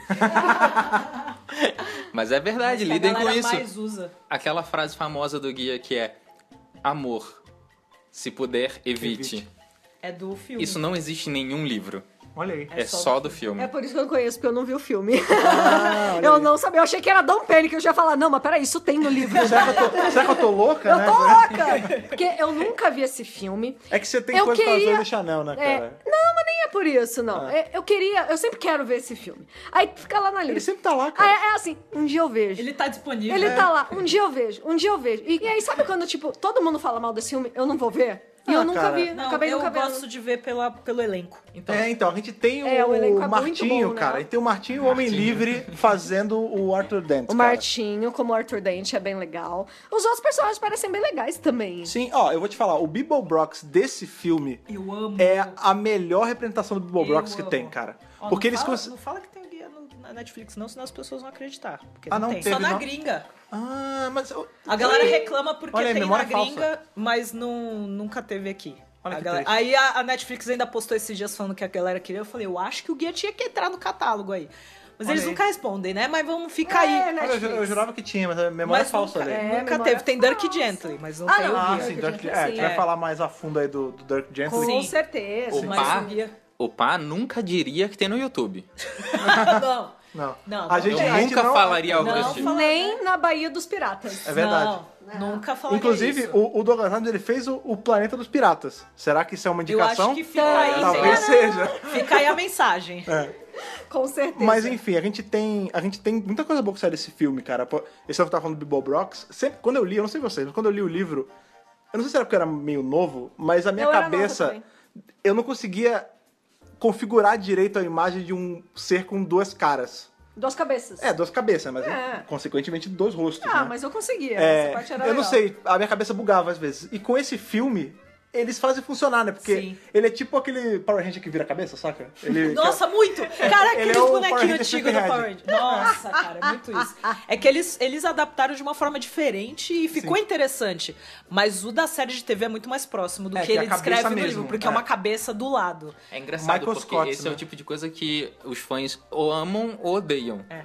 Speaker 4: Mas é verdade,
Speaker 3: Que
Speaker 4: lidem
Speaker 3: a
Speaker 4: com
Speaker 3: galera
Speaker 4: isso.
Speaker 3: mais usa.
Speaker 4: Aquela frase famosa do guia que é: amor, se puder, evite.
Speaker 1: Evite.
Speaker 3: É do filme.
Speaker 4: Isso não existe em nenhum livro.
Speaker 1: Olha aí.
Speaker 4: É, só do filme.
Speaker 2: É por isso que eu não conheço, porque eu não vi o filme.
Speaker 1: Ah, olha
Speaker 2: eu
Speaker 1: aí.
Speaker 2: não sabia, eu achei que era Dom Penny, que eu já ia falar, não, mas peraí, isso tem no livro.
Speaker 1: Será que eu tô, será que eu tô louca,
Speaker 2: Eu
Speaker 1: né?
Speaker 2: tô louca! Porque eu nunca vi esse filme.
Speaker 1: É que você tem
Speaker 2: Eu
Speaker 1: coisa pra
Speaker 2: queria-
Speaker 1: fazer do Chanel, né,
Speaker 2: É,
Speaker 1: cara?
Speaker 2: não, mas nem é por isso, não.
Speaker 1: Ah.
Speaker 2: É, eu queria, eu sempre quero ver esse filme. Aí fica lá na
Speaker 1: Ele
Speaker 2: lista.
Speaker 1: sempre tá né? lá,
Speaker 2: Aí
Speaker 1: cara.
Speaker 2: é assim, um dia eu vejo.
Speaker 3: Ele tá disponível.
Speaker 2: Ele tá lá, um dia eu vejo, um dia eu vejo. E, e aí, sabe quando, tipo, todo mundo fala mal desse filme, eu não vou ver? E
Speaker 1: Ah,
Speaker 2: eu nunca
Speaker 1: cara.
Speaker 2: vi,
Speaker 3: Não,
Speaker 2: acabei
Speaker 3: eu
Speaker 2: nunca vendo.
Speaker 3: gosto de ver pela, pelo elenco. Então,
Speaker 1: É, então, a gente tem o,
Speaker 2: É, o elenco é muito
Speaker 1: Martinho,
Speaker 2: bom, né?
Speaker 1: cara. A gente tem o Martinho, o Homem Livre, fazendo o Arthur Dent.
Speaker 2: O Martinho, como Arthur Dente, é bem legal. Os outros personagens parecem bem legais também.
Speaker 1: Sim, ó, eu vou te falar, o Bebo Brox desse filme
Speaker 3: eu amo.
Speaker 1: é a melhor representação do Bebo
Speaker 3: Eu
Speaker 1: Brox que
Speaker 3: amo.
Speaker 1: tem, cara.
Speaker 3: Ó,
Speaker 1: Porque
Speaker 3: não
Speaker 1: eles
Speaker 3: fala,
Speaker 1: cons-
Speaker 3: não fala que tem guia no- na Netflix, não, senão as pessoas vão acreditar. Porque
Speaker 1: Ah,
Speaker 3: não,
Speaker 1: não
Speaker 3: tem.
Speaker 1: teve,
Speaker 3: Só na
Speaker 1: não?
Speaker 3: gringa.
Speaker 1: Ah, mas. eu-
Speaker 3: A galera reclama porque
Speaker 1: Olha aí,
Speaker 3: tem na
Speaker 1: memória falsa.
Speaker 3: gringa, mas não, nunca teve aqui.
Speaker 1: Olha
Speaker 3: A
Speaker 1: que
Speaker 3: galera-
Speaker 1: triste.
Speaker 3: Aí a, a Netflix ainda postou esses dias falando que a galera queria. Eu falei, eu acho que o guia tinha que entrar no catálogo aí. Mas
Speaker 1: Olha
Speaker 3: eles
Speaker 1: aí. Tipo,
Speaker 3: nunca respondem, né? Mas vamos ficar
Speaker 2: É,
Speaker 3: aí.
Speaker 2: né?
Speaker 1: Olha, eu, ju- eu jurava que tinha, mas a memória
Speaker 3: Mas
Speaker 1: é falsa
Speaker 3: nunca,
Speaker 1: ali.
Speaker 2: é.
Speaker 3: nunca
Speaker 2: memória
Speaker 3: teve. Tem Dirk
Speaker 2: falsa.
Speaker 3: Gently, mas não
Speaker 2: Ah,
Speaker 3: tem
Speaker 2: não.
Speaker 3: o
Speaker 1: Ah,
Speaker 3: guia.
Speaker 1: sim,
Speaker 2: que
Speaker 1: Dirk,
Speaker 2: tinha
Speaker 1: é, a gente vai
Speaker 3: É.
Speaker 1: falar mais a fundo aí do, do Dirk
Speaker 2: Com
Speaker 1: Gently.
Speaker 3: Sim.
Speaker 2: certeza.
Speaker 4: O
Speaker 3: mas
Speaker 4: pá,
Speaker 3: o guia.
Speaker 4: o pá nunca diria que tem no YouTube.
Speaker 3: não.
Speaker 1: Não.
Speaker 3: Não,
Speaker 1: a
Speaker 3: não
Speaker 1: gente,
Speaker 4: Eu
Speaker 3: tem.
Speaker 1: a gente
Speaker 4: nunca
Speaker 1: não-
Speaker 4: falaria algo
Speaker 3: Não,
Speaker 1: tipo.
Speaker 4: assim.
Speaker 3: fala-
Speaker 2: Nem na Bahia dos Piratas.
Speaker 1: É verdade.
Speaker 3: Não, nunca falaria
Speaker 1: Inclusive,
Speaker 3: isso.
Speaker 1: o, o Douglas Adams ele fez o, o Planeta dos Piratas. Será que isso é uma
Speaker 3: Eu
Speaker 1: indicação?
Speaker 3: acho que fica aí,
Speaker 1: Talvez
Speaker 3: fica-
Speaker 1: seja. É.
Speaker 3: fica aí a mensagem.
Speaker 2: Com certeza.
Speaker 1: Mas enfim, a gente tem. A gente tem muita coisa boa que sai desse filme, cara. Pô, Esse eu tava falando do Bibo Brox. Sempre, quando eu li, eu não sei vocês, mas quando eu li o livro, eu não sei se era porque eu era meio novo, mas a minha
Speaker 2: Eu era nova
Speaker 1: cabeça.
Speaker 2: também.
Speaker 1: Eu não conseguia configurar direito a imagem de um ser com duas caras.
Speaker 2: Duas cabeças.
Speaker 1: É, duas cabeças, mas
Speaker 2: É.
Speaker 1: consequentemente dois rostos.
Speaker 2: Ah,
Speaker 1: né?
Speaker 2: mas eu conseguia.
Speaker 1: É,
Speaker 2: Essa parte era
Speaker 1: eu não
Speaker 2: legal.
Speaker 1: sei, a minha cabeça bugava às vezes. E com esse filme, eles fazem funcionar, né? Porque
Speaker 3: Sim.
Speaker 1: ele é tipo aquele Power Ranger que vira a cabeça, saca? Ele,
Speaker 3: Nossa, muito! Cara,
Speaker 1: Ele
Speaker 3: aquele
Speaker 1: é o Power
Speaker 3: bonequinho
Speaker 1: Ranger
Speaker 3: antigo do
Speaker 1: Flipped
Speaker 3: Power Ranger. Nossa, cara, é muito isso. É que eles, eles adaptaram de uma forma diferente e ficou interessante. Mas o da série de TV é muito mais próximo do
Speaker 1: É,
Speaker 3: que,
Speaker 1: que é a
Speaker 3: ele descreve
Speaker 1: cabeça
Speaker 3: no
Speaker 1: mesmo,
Speaker 3: livro,
Speaker 1: é.
Speaker 3: porque é uma cabeça do lado.
Speaker 4: É engraçado
Speaker 1: Michael
Speaker 4: porque
Speaker 1: Scott,
Speaker 4: esse é
Speaker 1: né?
Speaker 4: o tipo de coisa que os fãs ou amam ou odeiam.
Speaker 3: É.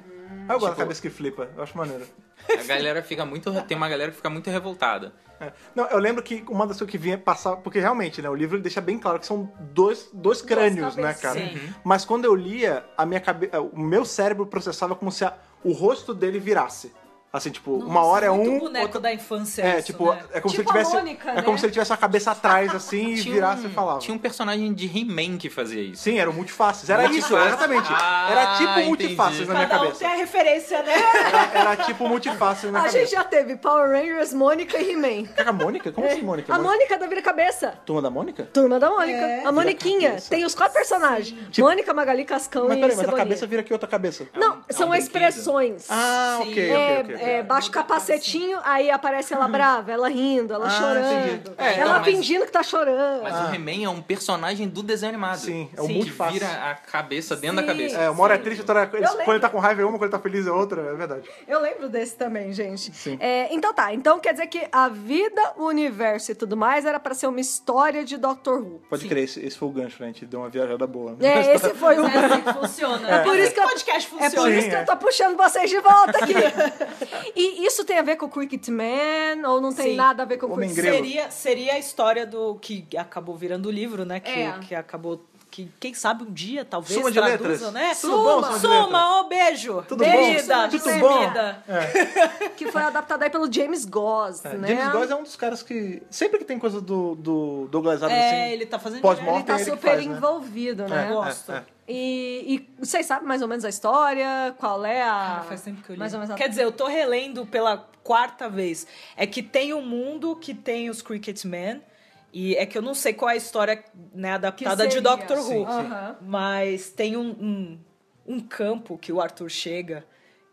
Speaker 1: Ah, eu gosto da
Speaker 4: Tipo-
Speaker 1: cabeça que flipa, eu acho maneiro.
Speaker 4: A galera fica muito. Tem uma galera que fica muito revoltada.
Speaker 1: É. Não, eu lembro que uma das coisas que vinha passar, porque realmente, né, o livro ele deixa bem claro que são dois, dois crânios, né,
Speaker 2: cabeças,
Speaker 1: cara?
Speaker 3: sim.
Speaker 4: Uhum.
Speaker 1: Mas quando eu lia, a minha cabe... é, o meu cérebro processava como se a- o rosto dele virasse. Assim, tipo, uma hora é
Speaker 3: Muito
Speaker 1: um,
Speaker 3: boneco
Speaker 1: outra-
Speaker 3: da infância.
Speaker 1: É,
Speaker 3: isso,
Speaker 1: tipo,
Speaker 3: né?
Speaker 1: é como se
Speaker 2: Tipo
Speaker 1: ele tivesse.
Speaker 2: a Mônica,
Speaker 1: é
Speaker 2: né?
Speaker 1: como se ele tivesse a cabeça atrás, assim, e virasse
Speaker 4: um,
Speaker 1: e falava.
Speaker 4: Tinha um personagem de He-Man que fazia isso.
Speaker 1: Sim, eram multifaces. Era isso,
Speaker 4: Multifaces.
Speaker 1: exatamente.
Speaker 4: Ah,
Speaker 1: era tipo
Speaker 4: entendi.
Speaker 1: multifaces na minha
Speaker 3: Cada um tem
Speaker 1: cabeça.
Speaker 3: a referência, né?
Speaker 1: Era, era tipo multifaces na
Speaker 2: A
Speaker 1: minha
Speaker 2: gente
Speaker 1: cabeça.
Speaker 2: já teve Power Rangers, Mônica e He-Man.
Speaker 1: Caraca, a Mônica? Como assim, Mônica?
Speaker 2: A Mônica da Vira Cabeça.
Speaker 1: Turma da Mônica?
Speaker 2: Turma da Mônica. A Moniquinha.
Speaker 1: cabeça.
Speaker 2: Tem os quatro personagens.
Speaker 1: Tipo-
Speaker 2: Mônica, Magali, Cascão
Speaker 1: Mas
Speaker 2: e
Speaker 1: peraí, mas a
Speaker 2: Cebolinha.
Speaker 1: cabeça vira aqui outra cabeça.
Speaker 2: Não,
Speaker 4: é um
Speaker 2: são
Speaker 4: brinquedo.
Speaker 2: expressões.
Speaker 1: Ah,
Speaker 3: Sim.
Speaker 1: ok,
Speaker 2: É,
Speaker 1: ok, ok.
Speaker 2: É, baixa o capacetinho, aí aparece ela brava, ela rindo, ela
Speaker 1: Ah,
Speaker 2: chorando.
Speaker 1: entendi.
Speaker 2: ela
Speaker 4: É, então, mas-
Speaker 2: fingindo que tá chorando.
Speaker 4: Mas o He-Man é um personagem do desenho animado.
Speaker 1: Ah. Sim, é o
Speaker 4: que
Speaker 1: multiface.
Speaker 4: vira a cabeça dentro
Speaker 3: Sim.
Speaker 4: da cabeça.
Speaker 1: É, uma hora é triste, outra hora é- ele-
Speaker 2: lembro.
Speaker 1: quando ele tá com raiva é uma, quando ele tá feliz é outra, é verdade.
Speaker 2: Eu lembro desse também, gente. É, então tá, então quer dizer que a vida, o universo e tudo mais era pra ser uma história de Doctor Who.
Speaker 1: Pode crer, esse, esse foi o gancho, né? A gente deu uma viajada boa.
Speaker 2: É, esse foi o.
Speaker 3: É assim que funciona. É
Speaker 2: por isso que eu-
Speaker 3: o podcast
Speaker 2: É
Speaker 3: funciona.
Speaker 2: por isso
Speaker 1: Sim,
Speaker 2: que
Speaker 1: é.
Speaker 2: eu tô puxando vocês de volta aqui. e isso tem a ver com o Cricket Man ou não tem
Speaker 3: Sim.
Speaker 2: nada a ver com o
Speaker 1: Homem
Speaker 2: Cricket
Speaker 1: grego.
Speaker 3: Seria, seria a história do que acabou virando o livro, né? Que,
Speaker 2: É.
Speaker 3: que acabou. Que, quem sabe um dia, talvez,
Speaker 1: Suma de
Speaker 3: traduzam,
Speaker 1: letras.
Speaker 3: né?
Speaker 1: Tudo bom,
Speaker 3: suma,
Speaker 1: suma de letras.
Speaker 3: suma, ó, beijo.
Speaker 1: Tudo
Speaker 3: Querida,
Speaker 1: bom? Tudo bom?
Speaker 3: querida.
Speaker 2: que foi adaptada aí pelo James Goss,
Speaker 1: É,
Speaker 2: né?
Speaker 1: James Goss é um dos caras que. Sempre que tem coisa do, do Douglas Adams
Speaker 3: É,
Speaker 1: assim.
Speaker 3: ele tá fazendo
Speaker 1: Pós-mortem,
Speaker 2: Ele tá
Speaker 1: ele que
Speaker 2: super
Speaker 1: faz, né?
Speaker 2: envolvido, né?
Speaker 1: É,
Speaker 3: Gosto.
Speaker 1: é, é.
Speaker 2: E, e vocês sabem mais ou menos a história? Qual é a.
Speaker 3: Ah, faz tempo que eu li.
Speaker 2: Mais ou menos a...
Speaker 3: Quer dizer, eu tô relendo pela quarta vez. É que tem um mundo que tem os Cricket Men. E é que eu não sei qual é a história né, adaptada de
Speaker 2: seria.
Speaker 3: Doctor Who.
Speaker 1: Sim, sim.
Speaker 2: Aham.
Speaker 3: Mas tem um, um, um campo que o Arthur chega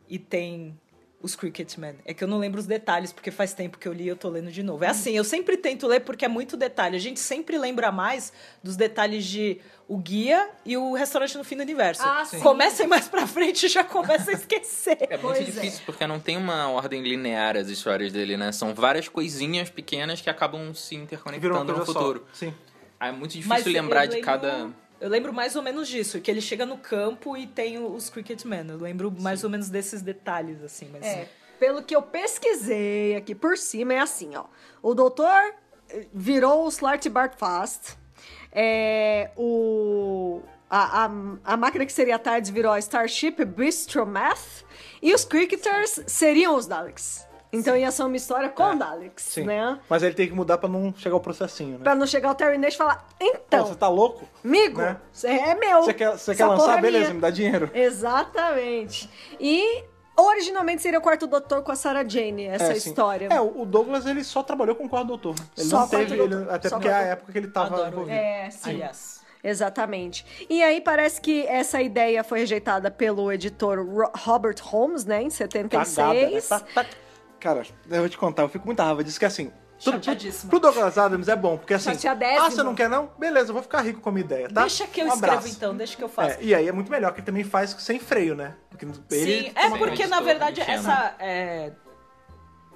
Speaker 3: e tem os Cricket Men. É que eu não lembro os detalhes, porque faz tempo que eu li e eu tô lendo de novo. É assim, eu sempre tento ler porque é muito detalhe. A gente sempre lembra mais dos detalhes de o guia e o restaurante no fim do universo.
Speaker 2: Ah, sim.
Speaker 3: Comecem mais pra frente e já começa a esquecer.
Speaker 4: É muito
Speaker 2: Pois é.
Speaker 4: difícil, porque não tem uma ordem linear as histórias dele, né? São várias coisinhas pequenas que acabam se
Speaker 1: Virou uma
Speaker 4: interconectando
Speaker 1: coisa
Speaker 4: no futuro.
Speaker 1: só. Sim.
Speaker 4: Ah, é muito difícil
Speaker 3: Mas eu
Speaker 4: lembrar de
Speaker 3: lembro-
Speaker 4: cada.
Speaker 3: Eu lembro mais ou menos disso, que ele chega no campo e tem os Cricket Men. Eu lembro mais ou menos desses detalhes, assim. Mas...
Speaker 2: É, pelo que eu pesquisei aqui por cima, é assim, ó. O doutor eh, virou o Slart Bartfast. É, o, a, a, a máquina que seria a tarde virou a Starship Bistromath. E os Cricketers seriam os Daleks. Então ia ser uma história com Daleks,
Speaker 1: É, Sim.
Speaker 2: né?
Speaker 1: Mas ele tem que mudar pra não chegar ao processinho, né?
Speaker 2: Pra não chegar o Terry Nash e falar,
Speaker 1: Pô,
Speaker 2: então,
Speaker 1: você tá louco?
Speaker 2: amigo,
Speaker 1: né?
Speaker 2: cê é meu.
Speaker 1: Você quer, você
Speaker 2: essa
Speaker 1: quer lançar?
Speaker 2: porra é
Speaker 1: Beleza,
Speaker 2: minha."
Speaker 1: me dá dinheiro.
Speaker 2: Exatamente. E originalmente seria o quarto doutor com a Sarah Jane, essa
Speaker 1: assim,
Speaker 2: história.
Speaker 1: É, o o Douglas ele só trabalhou com o Quarto Doutor. Ele
Speaker 2: Só
Speaker 1: não
Speaker 2: com o
Speaker 1: teve.
Speaker 2: Doutor.
Speaker 1: ele- até
Speaker 2: Só
Speaker 1: porque
Speaker 2: com
Speaker 1: é a
Speaker 2: o Doutor.
Speaker 1: época que ele tava
Speaker 3: Adoro
Speaker 1: envolvido.
Speaker 2: É, sim.
Speaker 3: Aliás.
Speaker 2: Exatamente. E aí parece que essa ideia foi rejeitada pelo editor Ro- Robert Holmes, né, em 76.
Speaker 1: Cagada, né? Tá- tá- Cara, eu vou te contar, eu fico muito raiva disso, que assim. Tudo,
Speaker 3: Chateadíssima.
Speaker 1: pro Douglas Adams é bom, porque assim.
Speaker 2: Chateadésimo.
Speaker 1: Ah, você não quer não? Beleza, eu vou ficar rico com a minha ideia, tá?
Speaker 3: Deixa que eu
Speaker 1: Um
Speaker 3: escrevo
Speaker 1: abraço.
Speaker 3: então, deixa que eu faço.
Speaker 1: É, e aí é muito melhor que ele também faz sem freio, né? Porque ele
Speaker 3: Sim, é
Speaker 4: Sim,
Speaker 3: porque
Speaker 4: eu
Speaker 3: na
Speaker 4: estou
Speaker 3: verdade
Speaker 4: mexendo.
Speaker 1: né?
Speaker 3: essa. é,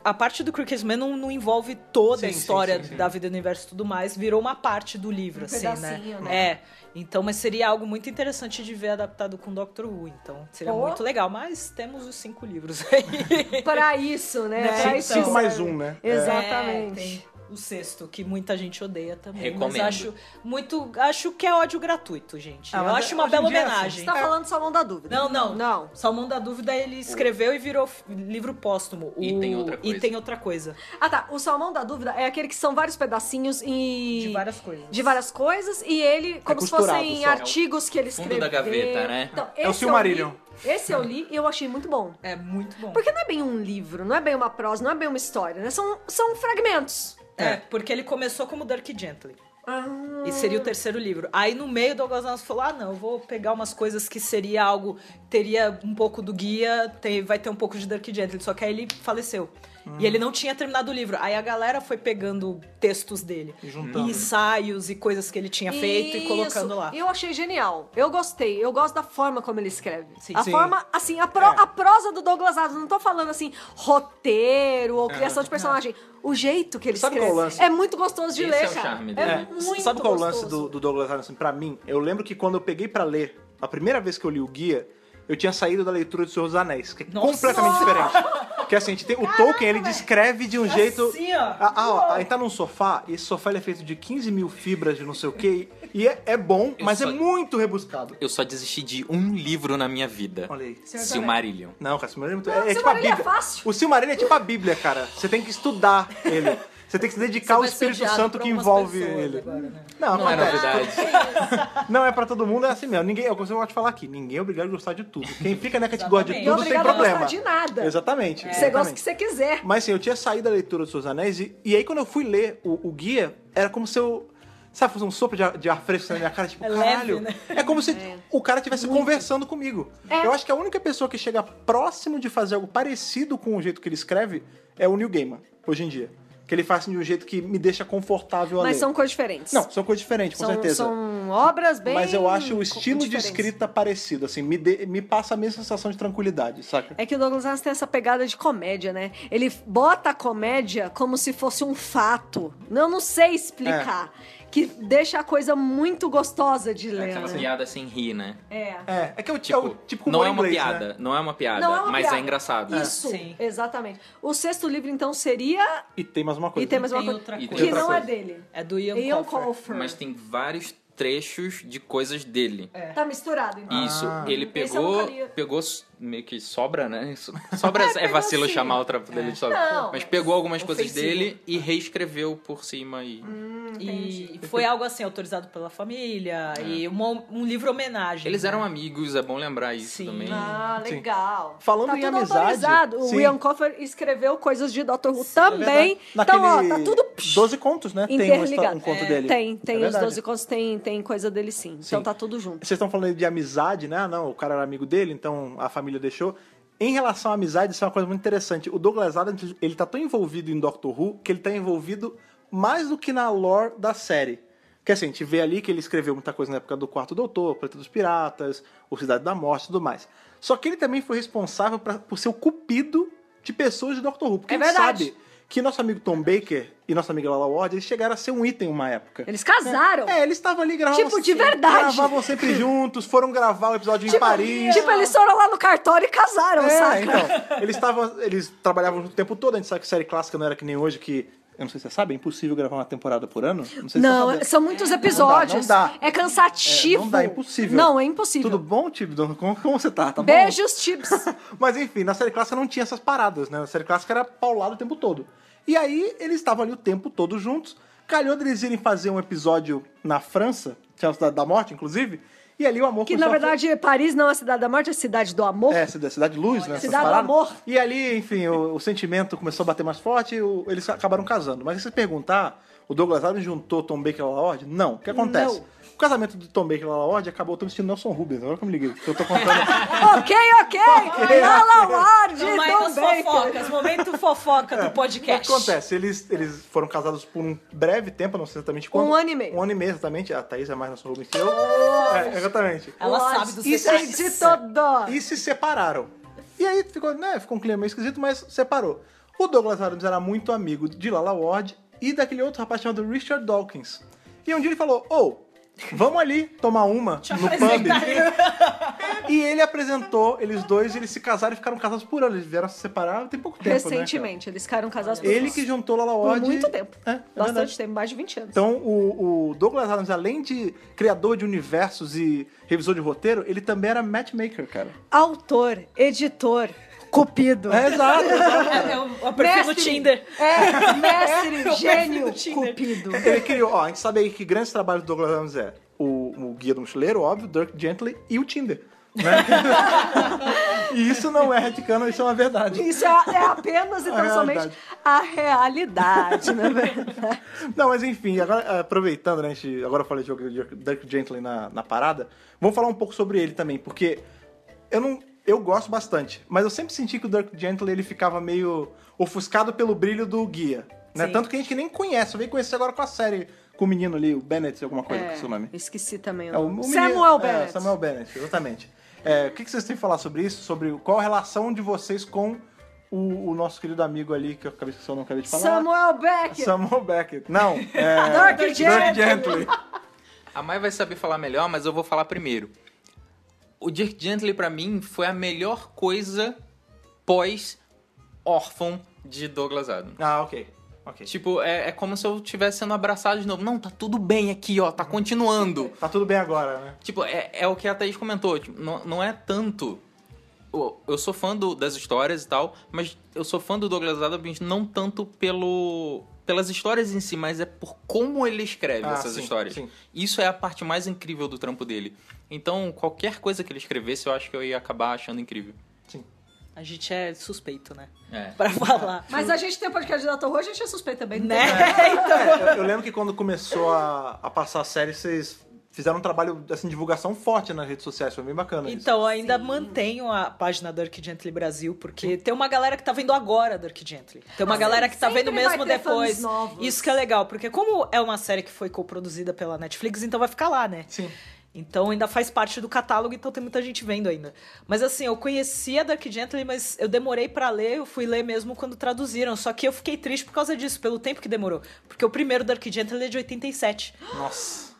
Speaker 3: a parte do Crooked Man não, não envolve toda a
Speaker 1: Sim, sim,
Speaker 3: história
Speaker 1: sim, sim.
Speaker 3: da vida do universo e tudo mais, virou uma parte do livro,
Speaker 2: Um
Speaker 3: assim,
Speaker 2: pedacinho,
Speaker 3: né?
Speaker 2: né?
Speaker 3: É. Então, mas seria algo muito interessante de ver adaptado com Doctor Who, então seria
Speaker 2: Pô.
Speaker 3: muito legal. Mas temos os cinco livros aí.
Speaker 2: Pra isso, né?
Speaker 3: Né?
Speaker 2: Pra
Speaker 1: Cinco,
Speaker 2: isso
Speaker 1: cinco mais
Speaker 2: serve.
Speaker 1: um, né? É.
Speaker 2: Exatamente.
Speaker 3: É, tem o sexto, que muita gente odeia também. Mas
Speaker 4: Recomendo.
Speaker 3: acho muito. Acho que é ódio gratuito, gente.
Speaker 1: Ah,
Speaker 3: Eu
Speaker 1: mas
Speaker 3: acho uma
Speaker 1: hoje em
Speaker 3: bela
Speaker 1: dia é assim.
Speaker 3: homenagem.
Speaker 2: Você tá falando só mão da dúvida.
Speaker 3: Não, não.
Speaker 2: Não.
Speaker 3: Salmão da Dúvida ele escreveu e virou f- livro póstumo.
Speaker 4: E
Speaker 3: O-
Speaker 4: tem outra coisa.
Speaker 3: E tem outra coisa.
Speaker 2: Ah, tá. O salmão da dúvida é aquele que são vários pedacinhos e...
Speaker 3: De várias coisas.
Speaker 2: de várias coisas e ele, como se
Speaker 1: É costurado
Speaker 2: fossem
Speaker 1: só.
Speaker 2: artigos que ele
Speaker 4: Fundo
Speaker 2: escreveu.
Speaker 4: da gaveta, né?
Speaker 2: Então,
Speaker 1: É o
Speaker 2: esse eu
Speaker 1: Silmarillion.
Speaker 2: li- Esse eu li e eu achei muito bom.
Speaker 3: É muito bom.
Speaker 2: Porque não é bem um livro, não é bem uma prosa, não é bem uma história, né? São, são fragmentos.
Speaker 3: É, porque ele começou como Dirk Gently.
Speaker 2: Ah,
Speaker 3: E seria o terceiro livro. Aí no meio Douglas Adams falou: ah, não, eu vou pegar umas coisas que seria algo. Teria um pouco do guia, tem- vai ter um pouco de Dirk Gently. Só que aí ele faleceu. E ele não tinha terminado o livro. Aí a galera foi pegando textos dele.
Speaker 1: E juntando.
Speaker 3: Ensaios e coisas que ele tinha feito e colocando lá.
Speaker 2: Eu achei genial. Eu gostei. Eu gosto da forma como ele escreve.
Speaker 3: Sim.
Speaker 2: a
Speaker 1: Sim.
Speaker 2: forma, assim, a, pro-
Speaker 1: É.
Speaker 2: a prosa do Douglas Adams. Não tô falando assim, roteiro
Speaker 4: É.
Speaker 2: ou criação de personagem. O jeito que ele
Speaker 1: Sabe qual
Speaker 2: escreve.
Speaker 1: o lance?
Speaker 2: É muito gostoso de
Speaker 4: Esse
Speaker 2: ler,
Speaker 4: é o
Speaker 2: cara.
Speaker 4: charme
Speaker 2: é
Speaker 4: dele. É.
Speaker 2: muito
Speaker 1: Sabe qual é o
Speaker 2: gostoso.
Speaker 1: lance do, do Douglas Adams assim, pra mim? Eu lembro que quando eu peguei pra ler, a primeira vez que eu li o guia, eu tinha saído da leitura do Senhor dos Anéis, que é
Speaker 3: Nossa.
Speaker 1: completamente diferente. Porque assim, a gente tem, o Tolkien, ele descreve de um jeito...
Speaker 3: Assim, ó.
Speaker 1: Ah, ah, ó, aí tá num sofá, e esse sofá ele é feito de 15 mil fibras de não sei o que, e é, é bom,
Speaker 4: Eu
Speaker 1: mas é
Speaker 4: só-
Speaker 1: muito rebuscado.
Speaker 4: Eu só desisti de um livro na minha vida.
Speaker 1: Olha aí.
Speaker 4: Silmarillion.
Speaker 1: Não, cara, Silmarillion é, muito- é
Speaker 2: Não,
Speaker 1: tipo a
Speaker 2: Silmarillion é
Speaker 1: Bíblia.
Speaker 2: fácil.
Speaker 1: O Silmarillion é tipo a Bíblia, cara. Você tem que estudar ele. Você tem que se dedicar ao
Speaker 3: vai ser
Speaker 1: Espírito
Speaker 3: odiado
Speaker 1: Santo
Speaker 3: por
Speaker 1: que
Speaker 3: algumas
Speaker 1: envolve
Speaker 3: pessoas
Speaker 1: ele.
Speaker 3: agora, né?
Speaker 1: Não,
Speaker 4: Não é
Speaker 1: acontece.
Speaker 4: novidade.
Speaker 1: Não, é pra todo mundo, é assim mesmo. Ninguém, é o que eu vou te falar aqui, ninguém é obrigado a gostar de tudo. Quem fica na categoria de
Speaker 3: Exatamente.
Speaker 1: tudo
Speaker 2: Ninguém
Speaker 1: tem
Speaker 2: é obrigado a
Speaker 1: problema.
Speaker 2: gostar de nada. É.
Speaker 1: Exatamente.
Speaker 2: Você gosta
Speaker 1: É, exatamente.
Speaker 2: o que você quiser.
Speaker 1: Mas sim, eu tinha saído da leitura dos seus anéis e, e aí quando eu fui ler o, o guia, era como se eu Sabe, fazer um sopro de ar, de ar fresco na minha cara, tipo,
Speaker 3: É leve,
Speaker 1: caralho.
Speaker 3: né?
Speaker 1: É como se o cara estivesse conversando comigo.
Speaker 2: É.
Speaker 1: Eu acho que a única pessoa que chega próximo de fazer algo parecido com o jeito que ele escreve é o Neil Gaiman, hoje em dia. Que ele faz assim, de um jeito que me deixa confortável a
Speaker 2: Mas
Speaker 1: ler.
Speaker 2: são coisas diferentes.
Speaker 1: Não, são coisas diferentes, com
Speaker 2: são,
Speaker 1: certeza.
Speaker 2: são obras bem.
Speaker 1: Mas eu acho o
Speaker 2: co-
Speaker 1: estilo
Speaker 2: diferentes.
Speaker 1: de escrita parecido, assim, me, dê- me passa a mesma sensação de tranquilidade, saca?
Speaker 2: É que o Douglas Adams tem essa pegada de comédia, né? Ele bota a comédia como se fosse um fato. Eu não sei explicar.
Speaker 1: É.
Speaker 2: Que deixa a coisa muito gostosa de ler.
Speaker 4: É Aquela
Speaker 2: né?
Speaker 4: piada sem rir, né?
Speaker 2: É.
Speaker 1: É, é que é o tipo, é
Speaker 4: Tipo,
Speaker 1: o típico
Speaker 4: não
Speaker 1: humor
Speaker 4: é uma
Speaker 1: inglês,
Speaker 4: piada,
Speaker 1: né?
Speaker 4: não é uma piada,
Speaker 2: Não é uma
Speaker 4: mas
Speaker 2: piada.
Speaker 4: é engraçado.
Speaker 2: Isso,
Speaker 3: Sim.
Speaker 2: exatamente. O sexto livro, então, seria.
Speaker 1: E tem mais uma coisa.
Speaker 2: e tem mais
Speaker 3: Tem
Speaker 2: uma coisa.
Speaker 3: outra
Speaker 4: E tem
Speaker 2: Que
Speaker 4: outra
Speaker 2: não é
Speaker 4: coisa.
Speaker 2: dele.
Speaker 3: É do Ian,
Speaker 2: Ian
Speaker 3: Colfer.
Speaker 2: Colfer.
Speaker 4: Mas tem vários trechos de coisas dele.
Speaker 2: Tá misturado, então.
Speaker 4: Isso,
Speaker 1: Ah.
Speaker 4: ele
Speaker 2: Esse um eu
Speaker 4: pegou,
Speaker 2: nunca li.
Speaker 4: pegou s- meio que sobra, né? Isso- Sobra é,
Speaker 2: pegou
Speaker 4: vacilo
Speaker 2: sim. É.
Speaker 4: chamar outra dele de sobra.
Speaker 2: Não,
Speaker 4: mas
Speaker 2: mas
Speaker 4: pegou algumas coisas
Speaker 3: ofensivo.
Speaker 4: dele e reescreveu por cima e
Speaker 2: Hum.
Speaker 3: E foi algo assim, autorizado pela família.
Speaker 1: É.
Speaker 3: E uma- um livro homenagem.
Speaker 4: eles
Speaker 3: né?
Speaker 4: eram amigos, é bom lembrar isso
Speaker 3: Sim.
Speaker 4: também.
Speaker 2: Ah,
Speaker 1: Sim.
Speaker 2: legal.
Speaker 1: Falando
Speaker 2: tá
Speaker 1: em
Speaker 2: tudo
Speaker 1: amizade,
Speaker 2: autorizado. O
Speaker 1: sim.
Speaker 2: Ian Coffer escreveu coisas de Dr. Who
Speaker 1: É
Speaker 2: também.
Speaker 1: verdade.
Speaker 2: então, ó,
Speaker 1: Naquele
Speaker 2: tá tudo psh,
Speaker 1: 12 contos, né? Tem uma histó-
Speaker 2: interligado.
Speaker 1: um conto
Speaker 3: É.
Speaker 1: dele.
Speaker 2: Tem, tem
Speaker 1: É
Speaker 2: os
Speaker 1: verdade.
Speaker 2: 12 contos, tem, tem coisa dele sim. Então
Speaker 1: Sim.
Speaker 2: tá tudo junto.
Speaker 1: Vocês estão falando de amizade, né? Ah, não, o cara era amigo dele, então a família deixou. Em relação à amizade, isso é uma coisa muito interessante. O Douglas Adams, ele tá tão envolvido em Doctor Who que ele tá envolvido mais do que na lore da série. Porque assim, a gente vê ali que ele escreveu muita coisa na época do Quarto Doutor, Planeta dos Piratas, O Cidade da Morte e tudo mais. Só que ele também foi responsável pra- por ser o cupido de pessoas de Doctor Who. Porque
Speaker 2: É
Speaker 1: ele
Speaker 2: verdade.
Speaker 1: sabe que nosso amigo Tom Baker e nossa amiga Lala Ward, eles chegaram a ser um item uma época.
Speaker 2: Eles casaram.
Speaker 1: É, eles estavam ali gravando.
Speaker 2: Tipo, de verdade.
Speaker 1: Gravavam sempre juntos, foram gravar o episódio em Paris.
Speaker 2: Tipo, um eles foram lá no cartório e casaram,
Speaker 1: é,
Speaker 2: saca?
Speaker 1: então. Eles estavam. Eles trabalhavam o tempo todo, a gente sabe que série clássica não era que nem hoje, que. Eu não sei se você sabe, é impossível gravar uma temporada por ano. Não sei se você
Speaker 2: Não, é
Speaker 1: sabe.
Speaker 2: são muitos
Speaker 1: não
Speaker 2: episódios.
Speaker 1: dá.
Speaker 2: É cansativo.
Speaker 1: É, não dá, é impossível.
Speaker 2: Não, é impossível.
Speaker 1: Tudo bom, Tibidon? Como, como você tá? Tá bom?
Speaker 2: Beijos, chips.
Speaker 1: Mas enfim, na série clássica não tinha essas paradas, né? Na série clássica era paulado o tempo todo. E aí eles estavam ali o tempo todo juntos. Calhou deles irem fazer um episódio na França, tinha a Cidade da Morte, inclusive. E ali o amor
Speaker 2: que
Speaker 1: começou
Speaker 2: na
Speaker 1: a fl-
Speaker 2: verdade Paris não é a cidade da morte, é a cidade do amor.
Speaker 1: É, Cida- Cidade Luz, né? essas
Speaker 2: Cidade do
Speaker 1: paradas.
Speaker 2: Amor.
Speaker 1: E ali, enfim, o, o sentimento começou a bater mais forte e o- eles acabaram casando. Mas se você perguntar, o Douglas Adams juntou Tom Baker e Lala Ward? Não. O que acontece?
Speaker 2: Não.
Speaker 1: O casamento do Tom Baker e Lala Ward acabou, eu tô me sentindo Nelson Rubens, agora que eu me liguei. porque Eu tô contando...
Speaker 2: ok, ok. Lala Ward,
Speaker 3: Mas é
Speaker 2: Tom
Speaker 3: as
Speaker 2: Baker.
Speaker 3: fofocas, momento fofoca do
Speaker 1: É. o que
Speaker 3: podcast.
Speaker 1: acontece? Eles, eles foram casados por um breve tempo, não sei exatamente quando.
Speaker 2: Um ano e meio.
Speaker 1: Um ano e meio, exatamente. A Thaís é mais Nelson Rubens que eu. É, exatamente.
Speaker 3: Ela
Speaker 2: Lodge.
Speaker 3: sabe dos
Speaker 1: Isso
Speaker 3: detalhes.
Speaker 2: Gente, todo.
Speaker 1: e se separaram. E aí ficou, né, ficou um clima meio esquisito, mas separou. O Douglas Adams era muito amigo de Lala Ward e daquele outro rapaz chamado Richard Dawkins. E um dia ele falou, ô, vamos ali tomar uma
Speaker 3: Deixa eu
Speaker 1: no
Speaker 3: apresentar
Speaker 1: pub. E ele apresentou eles dois, eles se casaram e ficaram casados por anos. Eles vieram se separar tem pouco tempo, né, cara?
Speaker 2: Recentemente, eles ficaram casados por
Speaker 1: Ele
Speaker 2: nós.
Speaker 1: que juntou Lala
Speaker 2: por
Speaker 1: Ward...
Speaker 2: muito tempo.
Speaker 1: É, é
Speaker 2: Bastante
Speaker 1: verdade.
Speaker 2: tempo, mais de 20 anos.
Speaker 1: Então, o, o Douglas Adams, além de criador de universos e revisor de roteiro, ele também era matchmaker, cara.
Speaker 2: Autor, editor, cupido.
Speaker 1: É, exato, exato.
Speaker 3: É, é o perfil do
Speaker 2: Mestre.
Speaker 3: Tinder.
Speaker 2: É, mestre,
Speaker 3: perfil
Speaker 2: gênio,
Speaker 3: do Tinder.
Speaker 2: cupido.
Speaker 1: Então, Ele criou, ó, a gente sabe aí que grandes trabalhos do Douglas Adams é o, o Guia do Mochileiro, óbvio, Dirk Gently e o Tinder. né? e isso não é reticano, isso é uma verdade.
Speaker 2: Isso é, é apenas e
Speaker 1: A
Speaker 2: tão somente
Speaker 1: realidade.
Speaker 2: a realidade, né, na verdade.
Speaker 1: Não, mas enfim, agora aproveitando, né, a gente, agora eu falei de Dirk Gently na, na parada, vamos falar um pouco sobre ele também, porque eu não... Eu gosto bastante, mas eu sempre senti que o Dirk Gently ele ficava meio ofuscado pelo brilho do guia. Né?
Speaker 3: Sim.
Speaker 1: Tanto que a gente que nem conhece, eu vim conhecer agora com a série, com o menino ali, o Bennett, alguma coisa, que é o seu nome.
Speaker 2: esqueci também o
Speaker 1: É o, o
Speaker 2: nome.
Speaker 1: menino-
Speaker 2: Samuel
Speaker 1: é,
Speaker 2: Bennett.
Speaker 1: Samuel Bennett, exatamente. É, o que, que vocês têm que falar sobre isso? Sobre qual a relação de vocês com o, o nosso querido amigo ali, que eu acabei esquecendo, não acabei de falar.
Speaker 2: Samuel Beck.
Speaker 1: Samuel Beckett. Não, é...
Speaker 2: Dirk
Speaker 1: Dirk
Speaker 2: Gently.
Speaker 1: Gently.
Speaker 4: A Mai vai saber falar melhor, mas eu vou falar primeiro. O Dirk Gently pra mim foi a melhor coisa pós órfão de Douglas Adams.
Speaker 1: Ah, ok. ok.
Speaker 4: Tipo, é, é como se eu estivesse sendo abraçado de novo. Não, tá tudo bem aqui, ó, tá continuando.
Speaker 1: Tá tudo bem agora, né?
Speaker 4: Tipo, é, é o que a Thaís comentou. tipo, não, não é tanto. Eu, eu sou fã do- das histórias e tal, mas eu sou fã do Douglas Adams não tanto pelo pelas histórias em si, mas é por como ele escreve
Speaker 1: Ah,
Speaker 4: essas
Speaker 1: sim,
Speaker 4: histórias.
Speaker 1: sim.
Speaker 4: Isso é a parte mais incrível do trampo dele. Então, qualquer coisa que ele escrevesse, eu acho que eu ia acabar achando incrível.
Speaker 1: Sim.
Speaker 3: A gente é suspeito, né?
Speaker 4: É.
Speaker 3: Pra falar.
Speaker 2: Mas a gente tem o podcast de Dr. Who, a gente é suspeito também, não
Speaker 3: Né?
Speaker 2: tem
Speaker 1: É,
Speaker 3: Então,
Speaker 1: Eu, eu lembro que quando começou a, a passar a série, vocês fizeram um trabalho assim, de divulgação forte nas redes sociais, foi bem bacana isso.
Speaker 3: então ainda mantenho a página do Dirk Gently Brasil, porque tem uma galera que tá vendo agora Dirk Gently. Tem uma
Speaker 2: Ah,
Speaker 3: galera que tá
Speaker 2: sempre
Speaker 3: vendo
Speaker 2: vai
Speaker 3: mesmo
Speaker 2: ter
Speaker 3: depois.
Speaker 2: fãs novos.
Speaker 3: Isso que é legal, porque como é uma série que foi coproduzida pela Netflix, então vai ficar lá, né?
Speaker 1: Sim.
Speaker 3: Então ainda faz parte do catálogo, então tem muita gente vendo ainda. Mas assim, eu conhecia Dark Gently, mas eu demorei pra ler, eu fui ler mesmo quando traduziram. Só que eu fiquei triste por causa disso, pelo tempo que demorou. Porque o primeiro Dark Gently é de 87.
Speaker 1: Nossa.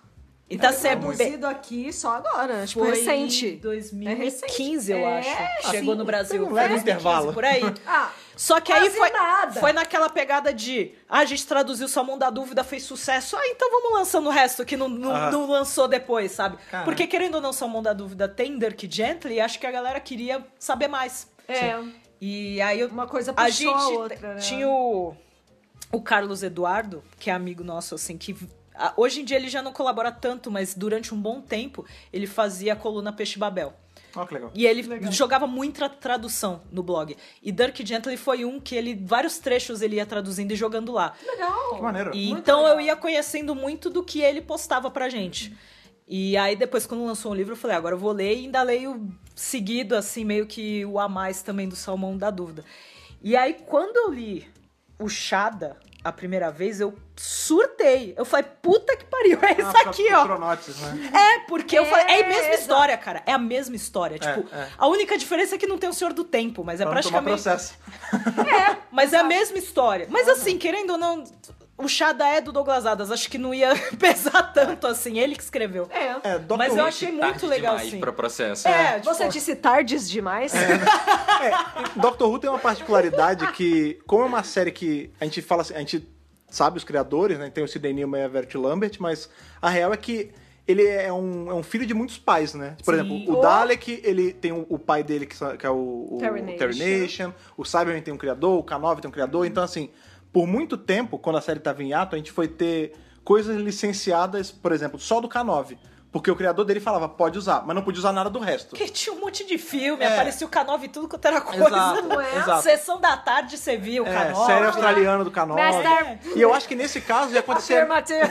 Speaker 3: Então
Speaker 2: Foi
Speaker 3: assim, é bem...
Speaker 2: traduzido aqui só agora, tipo,
Speaker 3: Foi
Speaker 2: recente.
Speaker 3: em
Speaker 2: É
Speaker 3: 2015,
Speaker 2: recente.
Speaker 3: eu
Speaker 2: É,
Speaker 3: acho. que Chegou
Speaker 2: sim. um
Speaker 3: no Brasil.
Speaker 1: Então, é no
Speaker 3: 2015,
Speaker 1: intervalo.
Speaker 3: Por aí.
Speaker 2: Ah,
Speaker 3: Só que aí
Speaker 2: Quase
Speaker 3: foi,
Speaker 2: nada.
Speaker 3: foi naquela pegada de ah, a gente traduziu Salmão da Dúvida, fez sucesso, ah, então vamos lançando o resto que não, não-
Speaker 1: Ah.
Speaker 3: não lançou depois, sabe?
Speaker 1: Caramba.
Speaker 3: Porque querendo ou não, Salmão da Dúvida tem Dirk Gently, e acho que a galera queria saber mais.
Speaker 2: é,
Speaker 3: E aí eu,
Speaker 2: uma coisa puxou
Speaker 3: a
Speaker 2: a,
Speaker 3: gente
Speaker 2: outra, né?
Speaker 3: tinha o, o Carlos Eduardo, que é amigo nosso, assim, que ah, hoje em dia ele já não colabora tanto, mas durante um bom tempo ele fazia a coluna Peixe Babel.
Speaker 1: Olha que legal.
Speaker 3: E ele jogava muita tradução no blog. E Dirk Gently foi um que ele vários trechos ele ia traduzindo e jogando lá.
Speaker 2: Legal.
Speaker 1: Que maneiro.
Speaker 3: E
Speaker 2: Muito
Speaker 3: então
Speaker 2: legal.
Speaker 3: eu ia conhecendo muito do que ele postava pra gente. E aí depois quando lançou o livro eu falei, "Ah, agora eu vou ler e ainda leio seguido assim meio que o a mais também do Salmão da Dúvida. E aí quando eu li o Chada a primeira vez eu surtei. Eu falei, puta que pariu, é isso
Speaker 1: Ah,
Speaker 3: aqui, ó.
Speaker 1: Patronautas, né?
Speaker 3: É, porque eu
Speaker 2: É,
Speaker 3: falei, é a mesma
Speaker 2: exato.
Speaker 3: história, cara. É a mesma história. Tipo,
Speaker 1: é.
Speaker 3: a única diferença é que não tem o Senhor do Tempo, mas é
Speaker 1: Pra não tomar
Speaker 3: praticamente.
Speaker 1: processo.
Speaker 3: Mas é a mesma história. Mas assim, querendo ou não, o Chada é do Douglas Adams. Acho que não ia pesar tanto assim. Ele que escreveu.
Speaker 2: É.
Speaker 1: É, Dr.
Speaker 3: Mas um
Speaker 1: Who.
Speaker 3: eu achei muito
Speaker 4: Tarde
Speaker 3: legal,
Speaker 4: demais
Speaker 3: sim.
Speaker 4: pra processo.
Speaker 3: É, tipo,
Speaker 2: Você disse tardes demais?
Speaker 1: É, Doctor Who tem uma particularidade que, como é uma série que a gente fala assim, a gente sabe os criadores, né? Tem o Sidney Newman e a Vert Lambert, mas a real é que ele é um, é um filho de muitos pais, né? Por
Speaker 3: Sim.
Speaker 1: exemplo, o
Speaker 2: Oh.
Speaker 1: Dalek, ele tem o, o pai dele, que, sa- que é o, o
Speaker 2: Terry Nation.
Speaker 1: Nation, o Cyberman tem um criador, o K9 tem um criador, então assim, por muito tempo, quando a série tava em ato, a gente foi ter coisas licenciadas, por exemplo, só do K9. Porque o criador dele falava, pode usar, mas não podia usar nada do resto.
Speaker 3: Porque tinha um monte de filme,
Speaker 1: É.
Speaker 3: aparecia o K9 e tudo quanto era coisa.
Speaker 1: Exato,
Speaker 2: é?
Speaker 1: exato.
Speaker 3: Sessão da tarde você via o
Speaker 1: É,
Speaker 3: K9.
Speaker 1: série australiana do canal.
Speaker 2: Master.
Speaker 1: E eu acho que nesse caso ia acontecer.
Speaker 2: Afirmativo.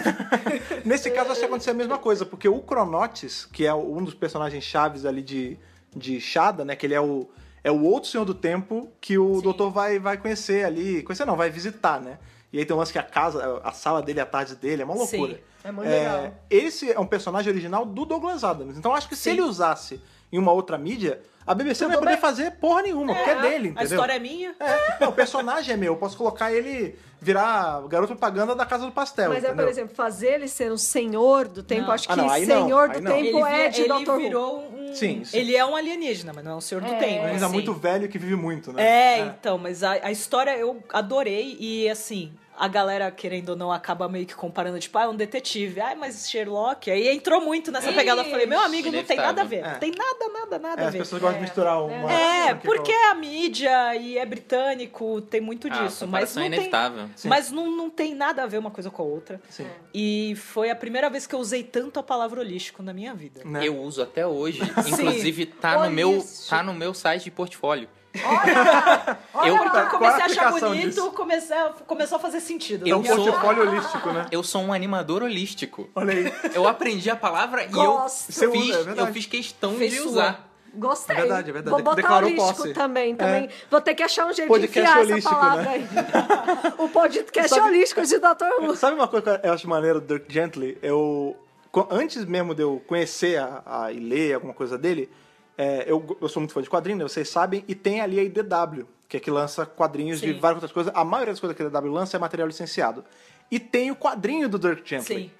Speaker 1: nesse caso acho que ia acontecer a mesma coisa, porque o Cronotes, que é um dos personagens chaves ali de, de Shada, né? Que ele é o. É o outro Senhor do Tempo que o doutor vai, vai conhecer ali. Conhecer não, vai visitar, né? E aí tem um lance que a casa, a sala dele, a tarde dele, é uma
Speaker 3: Sim.
Speaker 1: loucura.
Speaker 2: É muito legal.
Speaker 1: Esse é um personagem original do Douglas Adams. Então acho que se
Speaker 3: Sim.
Speaker 1: ele usasse em uma outra mídia, a BBC não ia
Speaker 3: Tudo
Speaker 1: poder
Speaker 3: bem.
Speaker 1: fazer porra nenhuma, porque é dele, entendeu?
Speaker 3: A história é minha.
Speaker 1: É, o personagem é meu, eu posso colocar ele virar garoto propaganda da Casa do Pastel,
Speaker 2: Mas é,
Speaker 1: entendeu?
Speaker 2: por exemplo, fazer ele ser um senhor do tempo,
Speaker 3: Não.
Speaker 2: acho que
Speaker 1: Ah, não, aí não,
Speaker 2: senhor
Speaker 1: aí
Speaker 2: do
Speaker 1: não.
Speaker 2: tempo é de
Speaker 3: ele
Speaker 2: Dr. Who.
Speaker 3: virou um.
Speaker 1: Sim, sim.
Speaker 3: Ele é um alienígena, mas não é um senhor do
Speaker 2: É.
Speaker 3: tempo.
Speaker 1: Ainda
Speaker 3: assim.
Speaker 1: muito velho que vive muito, né?
Speaker 3: É, então, mas a, a história eu adorei e assim. A galera, querendo ou não, acaba meio que comparando, tipo, ah, é um detetive. Ah, mas Sherlock. Aí entrou muito nessa pegada. Eu falei, meu amigo, não tem nada a ver.
Speaker 1: É.
Speaker 3: Não tem nada, nada, nada
Speaker 1: É,
Speaker 3: a
Speaker 1: as
Speaker 3: ver.
Speaker 1: pessoas gostam de misturar uma.
Speaker 3: É,
Speaker 1: uma que
Speaker 3: porque
Speaker 1: com
Speaker 3: é a mídia e é britânico, tem muito
Speaker 4: Ah,
Speaker 3: disso.
Speaker 4: a
Speaker 3: Mas
Speaker 4: comparação
Speaker 3: não
Speaker 4: é
Speaker 3: tem,
Speaker 4: inevitável.
Speaker 3: mas não, não tem nada a ver uma coisa com a outra.
Speaker 1: a outra. Sim.
Speaker 3: E foi a primeira vez que eu usei tanto a palavra holístico na minha vida.
Speaker 1: Né?
Speaker 4: Eu uso até hoje. Inclusive, tá no,
Speaker 2: Olha
Speaker 4: meu,
Speaker 2: isso.
Speaker 4: tá no meu site de portfólio.
Speaker 3: Olha,
Speaker 4: Eu-
Speaker 3: porque eu
Speaker 1: Qual a
Speaker 3: comecei a achar
Speaker 1: aplicação
Speaker 3: bonito,
Speaker 1: disso?
Speaker 3: comecei a- começou a fazer sentido.
Speaker 1: É
Speaker 4: Eu
Speaker 1: um
Speaker 3: na minha
Speaker 4: sou-
Speaker 3: vida.
Speaker 1: portfólio holístico, né?
Speaker 4: Eu sou um animador holístico.
Speaker 1: Olha aí.
Speaker 4: Eu aprendi a palavra e eu
Speaker 2: Gosto.
Speaker 1: Você usa,
Speaker 4: fiz,
Speaker 1: é verdade.
Speaker 4: eu fiz questão
Speaker 3: Fez
Speaker 4: de
Speaker 3: sua.
Speaker 4: usar.
Speaker 2: Gostei.
Speaker 1: É verdade, é verdade.
Speaker 2: Vou botar
Speaker 1: Declarou
Speaker 2: holístico
Speaker 1: posse.
Speaker 2: também, também.
Speaker 1: É.
Speaker 2: Vou ter que achar um jeito
Speaker 1: Podcast
Speaker 2: de enfiar essa
Speaker 1: holístico,
Speaker 2: palavra
Speaker 1: né?
Speaker 2: aí. o podcast holístico de Dr. Who.
Speaker 1: Sabe uma coisa que eu acho maneiro do Dirk Gently? Eu, co- antes mesmo de eu conhecer a, a- e ler alguma coisa dele, é, eu, go- eu sou muito fã de quadrinhos, né? vocês sabem, e tem ali a IDW, que é que lança quadrinhos de
Speaker 3: Sim.
Speaker 1: várias outras coisas. A maioria das coisas que a IDW lança é material licenciado. E tem o quadrinho do Dirk Gently.
Speaker 3: Sim.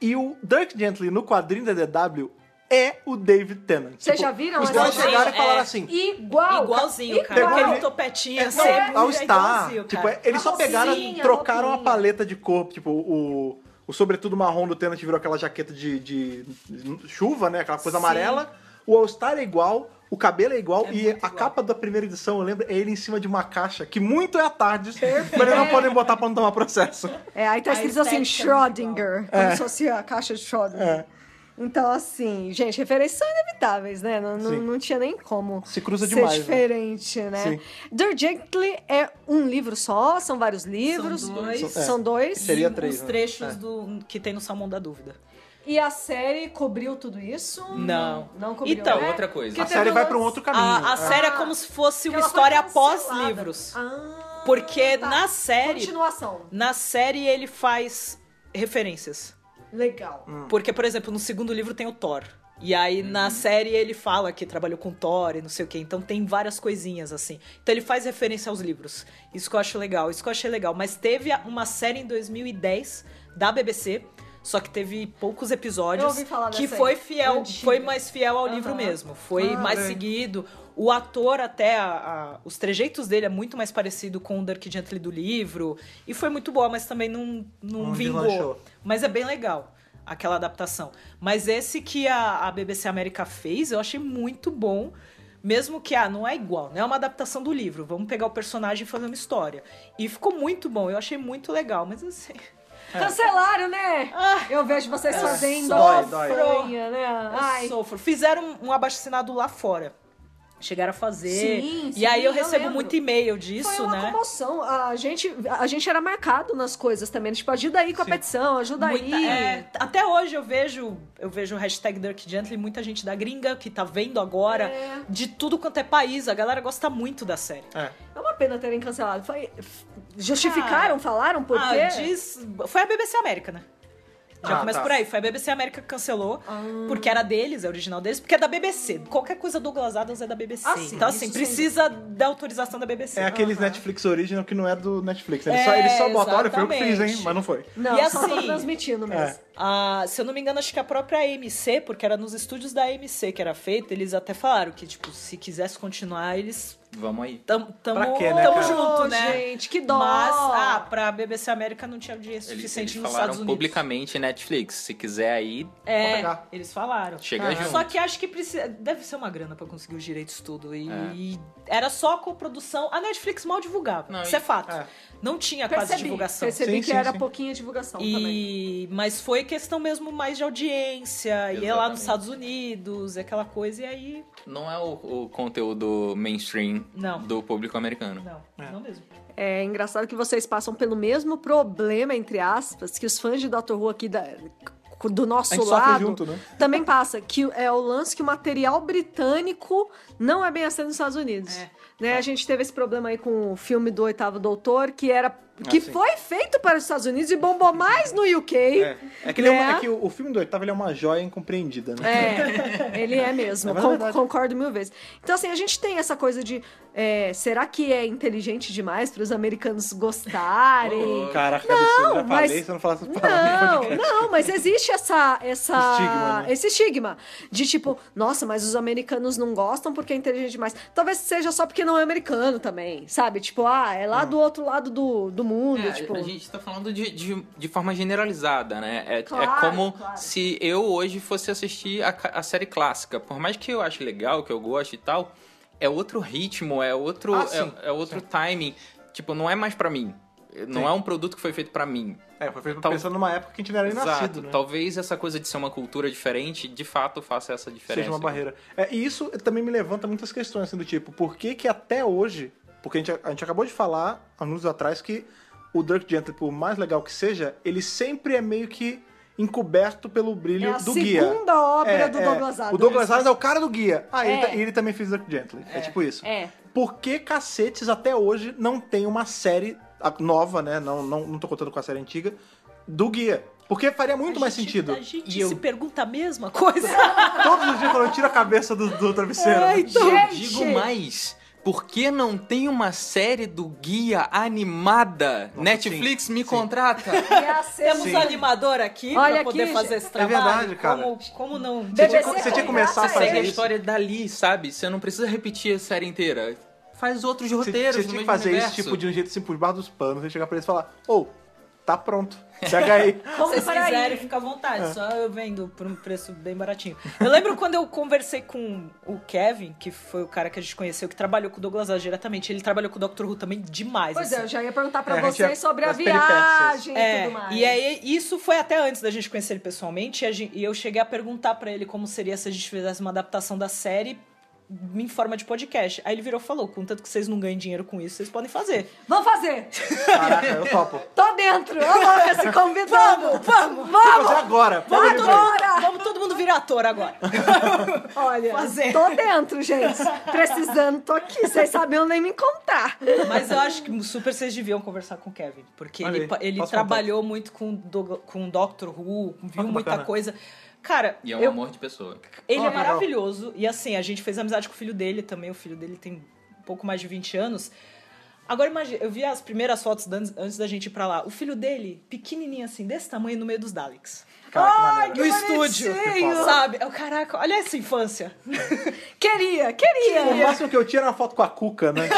Speaker 1: E o Dirk Gently no quadrinho da IDW é o David Tennant. Tipo,
Speaker 2: Vocês já viram
Speaker 1: Os
Speaker 2: essa
Speaker 1: caras
Speaker 3: foto?
Speaker 1: chegaram e falaram
Speaker 3: É.
Speaker 1: assim...
Speaker 2: Igual.
Speaker 3: Igualzinho, cara.
Speaker 1: Igual.
Speaker 3: Aquele topetinho,
Speaker 1: É,
Speaker 3: assim.
Speaker 1: não,
Speaker 3: é
Speaker 1: All Star.
Speaker 3: igualzinho,
Speaker 1: Tipo,
Speaker 3: cara.
Speaker 1: é, eles
Speaker 2: A
Speaker 1: só pegaram,
Speaker 2: roupinha,
Speaker 1: trocaram
Speaker 2: roupinha.
Speaker 1: a paleta de cor. Tipo, o, o sobretudo marrom do Tenant virou aquela jaqueta de, de chuva, né? Aquela coisa
Speaker 3: Sim.
Speaker 1: amarela. O All Star é igual, o cabelo é igual.
Speaker 3: É
Speaker 1: e a
Speaker 3: muito igual.
Speaker 1: capa da primeira edição, eu lembro, é ele em cima de uma caixa, que muito é a tarde, mas eles não podem botar pra não tomar processo.
Speaker 2: É, aí tá
Speaker 3: A
Speaker 2: escrito assim,
Speaker 3: estética é muito
Speaker 1: É.
Speaker 2: Schrödinger. Como se fosse a caixa de Schrödinger. Então, assim, gente, referência são inevitáveis. conectáveis, né? Não, não,
Speaker 1: Sim.
Speaker 2: não tinha nem como
Speaker 1: Se cruza
Speaker 2: ser
Speaker 1: demais, né?
Speaker 2: diferente, né?
Speaker 1: Sim.
Speaker 2: Dirk Gently é um livro só, são vários livros.
Speaker 3: dois.
Speaker 1: É.
Speaker 2: São, dois.
Speaker 1: Seria três,
Speaker 3: Os
Speaker 1: né?
Speaker 3: trechos
Speaker 1: É.
Speaker 3: do, que tem no Salmão da Dúvida.
Speaker 2: E a série cobriu tudo isso?
Speaker 3: Não.
Speaker 2: Não cobriu.
Speaker 3: Então,
Speaker 2: né?
Speaker 4: É outra coisa.
Speaker 2: Porque
Speaker 1: A
Speaker 2: teve
Speaker 1: série
Speaker 2: o
Speaker 1: vai
Speaker 2: lance-
Speaker 1: pra um outro caminho.
Speaker 3: A, a
Speaker 1: É.
Speaker 3: série é como se
Speaker 2: que
Speaker 3: fosse uma
Speaker 2: ela foi
Speaker 3: história após
Speaker 2: cancelada.
Speaker 3: livros.
Speaker 2: Ah,
Speaker 3: Porque
Speaker 2: tá.
Speaker 3: na série,
Speaker 2: Continuação.
Speaker 3: na série ele faz referências.
Speaker 2: Legal.
Speaker 1: Hum.
Speaker 3: Porque, por exemplo, no segundo livro tem o Thor. E aí, na série, ele fala que trabalhou com Thor e não sei o quê. Então, tem várias coisinhas, assim. Então, ele faz referência aos livros. Isso que eu acho legal. Isso que eu achei legal. Mas teve uma série em 2010 da BBC, só que teve poucos episódios.
Speaker 2: Eu ouvi falar
Speaker 3: Que
Speaker 2: dessa
Speaker 3: foi
Speaker 2: aí.
Speaker 3: fiel,
Speaker 2: Antiga.
Speaker 3: foi mais fiel ao
Speaker 2: Aham. é.
Speaker 3: livro mesmo. Foi
Speaker 1: Ah,
Speaker 3: mais
Speaker 1: olha aí.
Speaker 3: seguido. O ator, até, a- a- os trejeitos dele é muito mais parecido com o Dirk Gently do livro. E foi muito boa, mas também não,
Speaker 1: Não
Speaker 3: não Um vingou.
Speaker 1: deslanchou.
Speaker 3: Mas é bem legal aquela adaptação. Mas esse que a, a BBC América fez, eu achei muito bom. Mesmo que, ah, não é igual, né? É uma adaptação do livro. Vamos pegar o personagem e fazer uma história. E ficou muito bom, eu achei muito legal, mas assim.
Speaker 2: Cancelaram, né?
Speaker 3: Ah,
Speaker 2: Eu vejo vocês
Speaker 3: Eu
Speaker 2: fazendo
Speaker 1: sofro.
Speaker 2: a franha, né?
Speaker 3: eu
Speaker 2: Ai.
Speaker 3: sofro. Fizeram um abaixo-assinado lá fora. Chegaram a fazer.
Speaker 2: Sim,
Speaker 3: e
Speaker 2: sim,
Speaker 3: aí eu
Speaker 2: eu
Speaker 3: recebo
Speaker 2: lembro.
Speaker 3: muito e-mail disso,
Speaker 2: Foi uma
Speaker 3: né?
Speaker 2: comoção. A gente, a gente era marcado nas coisas também. Tipo, ajuda aí com a
Speaker 1: Sim.
Speaker 2: petição, ajuda
Speaker 3: Muita-
Speaker 2: aí.
Speaker 3: é, até hoje eu vejo, eu vejo o hashtag Dirk Gently, muita gente da gringa que tá vendo agora,
Speaker 2: É.
Speaker 3: de tudo quanto é país. A galera gosta muito da série.
Speaker 1: É.
Speaker 2: É uma pena terem cancelado. Foi- Justificaram, falaram por
Speaker 3: Ah,
Speaker 2: quê?
Speaker 3: diz- Foi a BBC América, né? Já
Speaker 1: Ah,
Speaker 3: começa
Speaker 1: tá.
Speaker 3: por aí. Foi a BBC América que cancelou,
Speaker 2: Ah.
Speaker 3: porque era deles, é original deles, porque é da BBC. Qualquer coisa Douglas Adams é da BBC.
Speaker 2: Ah, sim,
Speaker 3: então,
Speaker 2: isso
Speaker 3: assim,
Speaker 2: sem
Speaker 3: precisa da autorização da BBC.
Speaker 1: É aqueles
Speaker 2: Aham.
Speaker 1: Netflix original que não é do Netflix. Eles
Speaker 3: É,
Speaker 1: só, eles só botam, olha, foi eu que
Speaker 3: exatamente.
Speaker 1: fiz, hein? Mas não foi.
Speaker 2: Não,
Speaker 3: E
Speaker 2: só
Speaker 3: assim-
Speaker 2: tão transmitindo mesmo.
Speaker 3: Ah, se eu não me engano, acho que a própria AMC, porque era nos estúdios da AMC que era feita, eles até falaram que, tipo, se quisesse continuar, eles
Speaker 4: Vamos aí.
Speaker 3: tam, tamo,
Speaker 1: Pra quê, né,
Speaker 3: tamo
Speaker 1: cara?
Speaker 3: junto,
Speaker 2: Oh,
Speaker 3: é, né?
Speaker 2: Gente, que dó.
Speaker 3: Mas, ah, pra BBC América não tinha dinheiro
Speaker 4: Eles,
Speaker 3: suficiente
Speaker 4: eles
Speaker 3: nos
Speaker 4: falaram
Speaker 3: Estados Unidos.
Speaker 4: publicamente Netflix. Se quiser aí,
Speaker 1: Vou
Speaker 3: É,
Speaker 1: pegar.
Speaker 3: eles falaram. Ah,
Speaker 4: chega
Speaker 1: Caralho.
Speaker 4: junto.
Speaker 3: Só que acho que precisa, deve ser uma grana pra conseguir os direitos tudo. E, e era só com produção. A Netflix mal divulgava.
Speaker 4: É. Não,
Speaker 3: isso
Speaker 4: e-
Speaker 3: é fato.
Speaker 1: é.
Speaker 3: Não tinha quase
Speaker 2: percebi,
Speaker 3: divulgação.
Speaker 2: percebi
Speaker 1: Sim,
Speaker 2: que
Speaker 1: sim,
Speaker 2: era
Speaker 1: sim.
Speaker 2: pouquinha divulgação também.
Speaker 3: E mas foi questão mesmo mais de audiência, e é lá nos
Speaker 4: Exatamente.
Speaker 3: Estados Unidos, e aquela coisa e aí
Speaker 4: Não é o, o conteúdo mainstream
Speaker 3: Não.
Speaker 4: do público americano.
Speaker 3: não,
Speaker 1: É.
Speaker 3: não mesmo.
Speaker 2: É engraçado que vocês passam pelo mesmo problema, entre aspas, que os fãs de Dr. Who aqui da- do nosso
Speaker 1: A gente sofre
Speaker 2: lado
Speaker 1: junto, né?
Speaker 2: também passa, que é o lance que o material britânico não é bem aceito nos Estados Unidos.
Speaker 3: É.
Speaker 2: Né? A gente teve esse problema aí com o filme do Oitavo Doutor, que era que
Speaker 1: Ah, sim.
Speaker 2: foi feito para os Estados Unidos e bombou mais no UK.
Speaker 1: É, é que, ele é uma-
Speaker 2: Né?
Speaker 1: é que o, o filme do oitavo ele é uma joia incompreendida, né?
Speaker 2: É, ele é mesmo.
Speaker 1: É
Speaker 2: con-
Speaker 1: verdade.
Speaker 2: concordo mil vezes. Então, assim, a gente tem essa coisa de. é, será que é inteligente demais para os americanos gostarem?
Speaker 1: Caraca, que absurdo. Já
Speaker 2: É. mas-
Speaker 1: falei, se eu não falasse essas paradas no
Speaker 2: Não,
Speaker 1: podcast.
Speaker 2: não, mas existe essa, essa
Speaker 1: Estigma, né?
Speaker 2: esse estigma de tipo, nossa, mas os americanos não gostam porque é inteligente demais. Talvez seja só porque não é americano também, sabe? Tipo, ah, é lá do outro lado do, do mundo,
Speaker 4: É,
Speaker 2: tipo.
Speaker 4: A gente tá falando de, de, de forma generalizada, né? É,
Speaker 2: Claro,
Speaker 4: é como
Speaker 2: claro.
Speaker 4: se eu hoje fosse assistir a, ca- a série clássica. Por mais que eu ache legal, que eu goste e tal, é outro ritmo, é outro,
Speaker 1: Ah, sim.
Speaker 4: é, é outro timing. Tipo, não é mais pra mim. Não
Speaker 1: Sim.
Speaker 4: é um produto que foi feito pra mim.
Speaker 1: É, foi feito
Speaker 4: Tal-
Speaker 1: pensando numa época que a gente não era nem nascido, né?
Speaker 4: Talvez essa coisa de ser uma cultura diferente, de fato, faça essa diferença.
Speaker 1: Seja uma barreira. É, e isso também me levanta muitas questões, assim, do tipo, por que que até hoje, porque a gente, a gente acabou de falar, há anos atrás, que o Dirk Gently, por mais legal que seja, ele sempre é meio que encoberto pelo
Speaker 2: É
Speaker 1: brilho
Speaker 2: a
Speaker 1: do guia.
Speaker 2: segunda obra
Speaker 1: É,
Speaker 2: do
Speaker 1: é.
Speaker 2: Douglas Adams.
Speaker 1: O Douglas Adams é o cara do guia. Ah, ele,
Speaker 2: É.
Speaker 1: ta- ele também fez Dirk Gently. É. tipo isso.
Speaker 2: É.
Speaker 1: Por que cacetes até hoje não tem uma série a- nova, né? Não, não, não tô contando com a série antiga, do guia. Porque faria muito
Speaker 3: A
Speaker 1: mais
Speaker 3: gente-
Speaker 1: sentido.
Speaker 3: A gente
Speaker 4: E eu-
Speaker 3: se pergunta a mesma coisa.
Speaker 1: Todos os dias falando, tira a cabeça do, do travesseiro.
Speaker 3: É,
Speaker 1: né?
Speaker 3: então.
Speaker 4: Eu
Speaker 2: Gente!
Speaker 4: digo mais. Por que não tem uma série do Guia animada?
Speaker 1: Nossa,
Speaker 4: Netflix me contrata.
Speaker 3: Temos
Speaker 1: Sim. É
Speaker 3: um animador aqui
Speaker 2: Olha
Speaker 3: pra poder
Speaker 2: aqui,
Speaker 3: fazer
Speaker 2: gente.
Speaker 3: esse trabalho.
Speaker 1: verdade, cara.
Speaker 3: Como, como não?
Speaker 1: Você tinha,
Speaker 2: BBC
Speaker 3: é
Speaker 1: você tinha que começar a
Speaker 2: contrata
Speaker 1: fazer
Speaker 4: Segue a
Speaker 1: isso.
Speaker 4: história dali, sabe? Você não precisa repetir a série inteira. Faz outros
Speaker 1: Você,
Speaker 4: roteiros
Speaker 1: você
Speaker 4: no
Speaker 1: tinha que
Speaker 4: mesmo
Speaker 1: fazer tipo
Speaker 4: universo.
Speaker 1: isso tipo de um jeito assim por baixo dos panos, você chegar pra eles e falar: Ô, Tá pronto. Pega aí.
Speaker 3: Como vocês
Speaker 2: Peraí.
Speaker 3: quiserem, fica à vontade.
Speaker 1: É.
Speaker 3: Só eu vendo por um preço bem baratinho. Eu lembro quando eu conversei com o Kevin, que foi o cara que a gente conheceu, que trabalhou com o Douglas Adams diretamente. Ele trabalhou com o Dr. Who também demais.
Speaker 2: Pois é,
Speaker 3: assim.
Speaker 2: eu já ia perguntar pra
Speaker 1: É, a gente
Speaker 2: vocês
Speaker 1: ia-
Speaker 2: sobre a
Speaker 1: as peripécias.
Speaker 2: viagem e
Speaker 3: É,
Speaker 2: tudo mais.
Speaker 3: e aí isso foi até antes da gente conhecer ele pessoalmente, e, a gen- e eu cheguei a perguntar pra ele como seria se a gente fizesse uma adaptação da série em forma de podcast. Aí ele virou e falou, contanto que vocês não ganhem dinheiro com isso, vocês podem fazer.
Speaker 2: Vamos fazer!
Speaker 1: Caraca, eu topo.
Speaker 2: Tô dentro! Ô, louca, se convidando! Vamos!
Speaker 1: Vamos fazer
Speaker 2: Vamos!
Speaker 1: agora. Pega
Speaker 2: Vamos
Speaker 1: ele
Speaker 2: todo-
Speaker 1: pra ele.
Speaker 2: Bora!
Speaker 3: Vamos todo mundo virar ator agora.
Speaker 2: Olha,
Speaker 3: Fazer.
Speaker 2: tô dentro, gente. Precisando, tô aqui. Vocês sabiam nem me contar.
Speaker 3: Mas eu acho que super vocês deviam conversar com o Kevin, porque
Speaker 1: Olha
Speaker 3: ele,
Speaker 1: aí,
Speaker 3: pa- ele
Speaker 1: posso Ah,
Speaker 3: trabalhou muito com, Doug- com o Doctor Who, viu
Speaker 1: que
Speaker 3: muita
Speaker 1: bacana.
Speaker 3: coisa. Cara,
Speaker 4: E é um
Speaker 3: eu-
Speaker 4: amor de pessoa.
Speaker 3: Ele
Speaker 1: Ah,
Speaker 3: é
Speaker 1: legal.
Speaker 3: maravilhoso. E assim, a gente fez amizade com o filho dele também. O filho dele tem um pouco mais de 20 anos. Agora imagina, eu vi as primeiras fotos dan- antes da gente ir pra lá. O filho dele, pequenininho assim, desse tamanho, no meio dos Daleks.
Speaker 1: Caraca, que maneiro.
Speaker 3: no estúdio,
Speaker 1: bonitinho!
Speaker 3: sabe? Eu, caraca, olha essa infância.
Speaker 2: Queria, queria.
Speaker 1: O máximo que eu tinha era uma foto com a Cuca, né?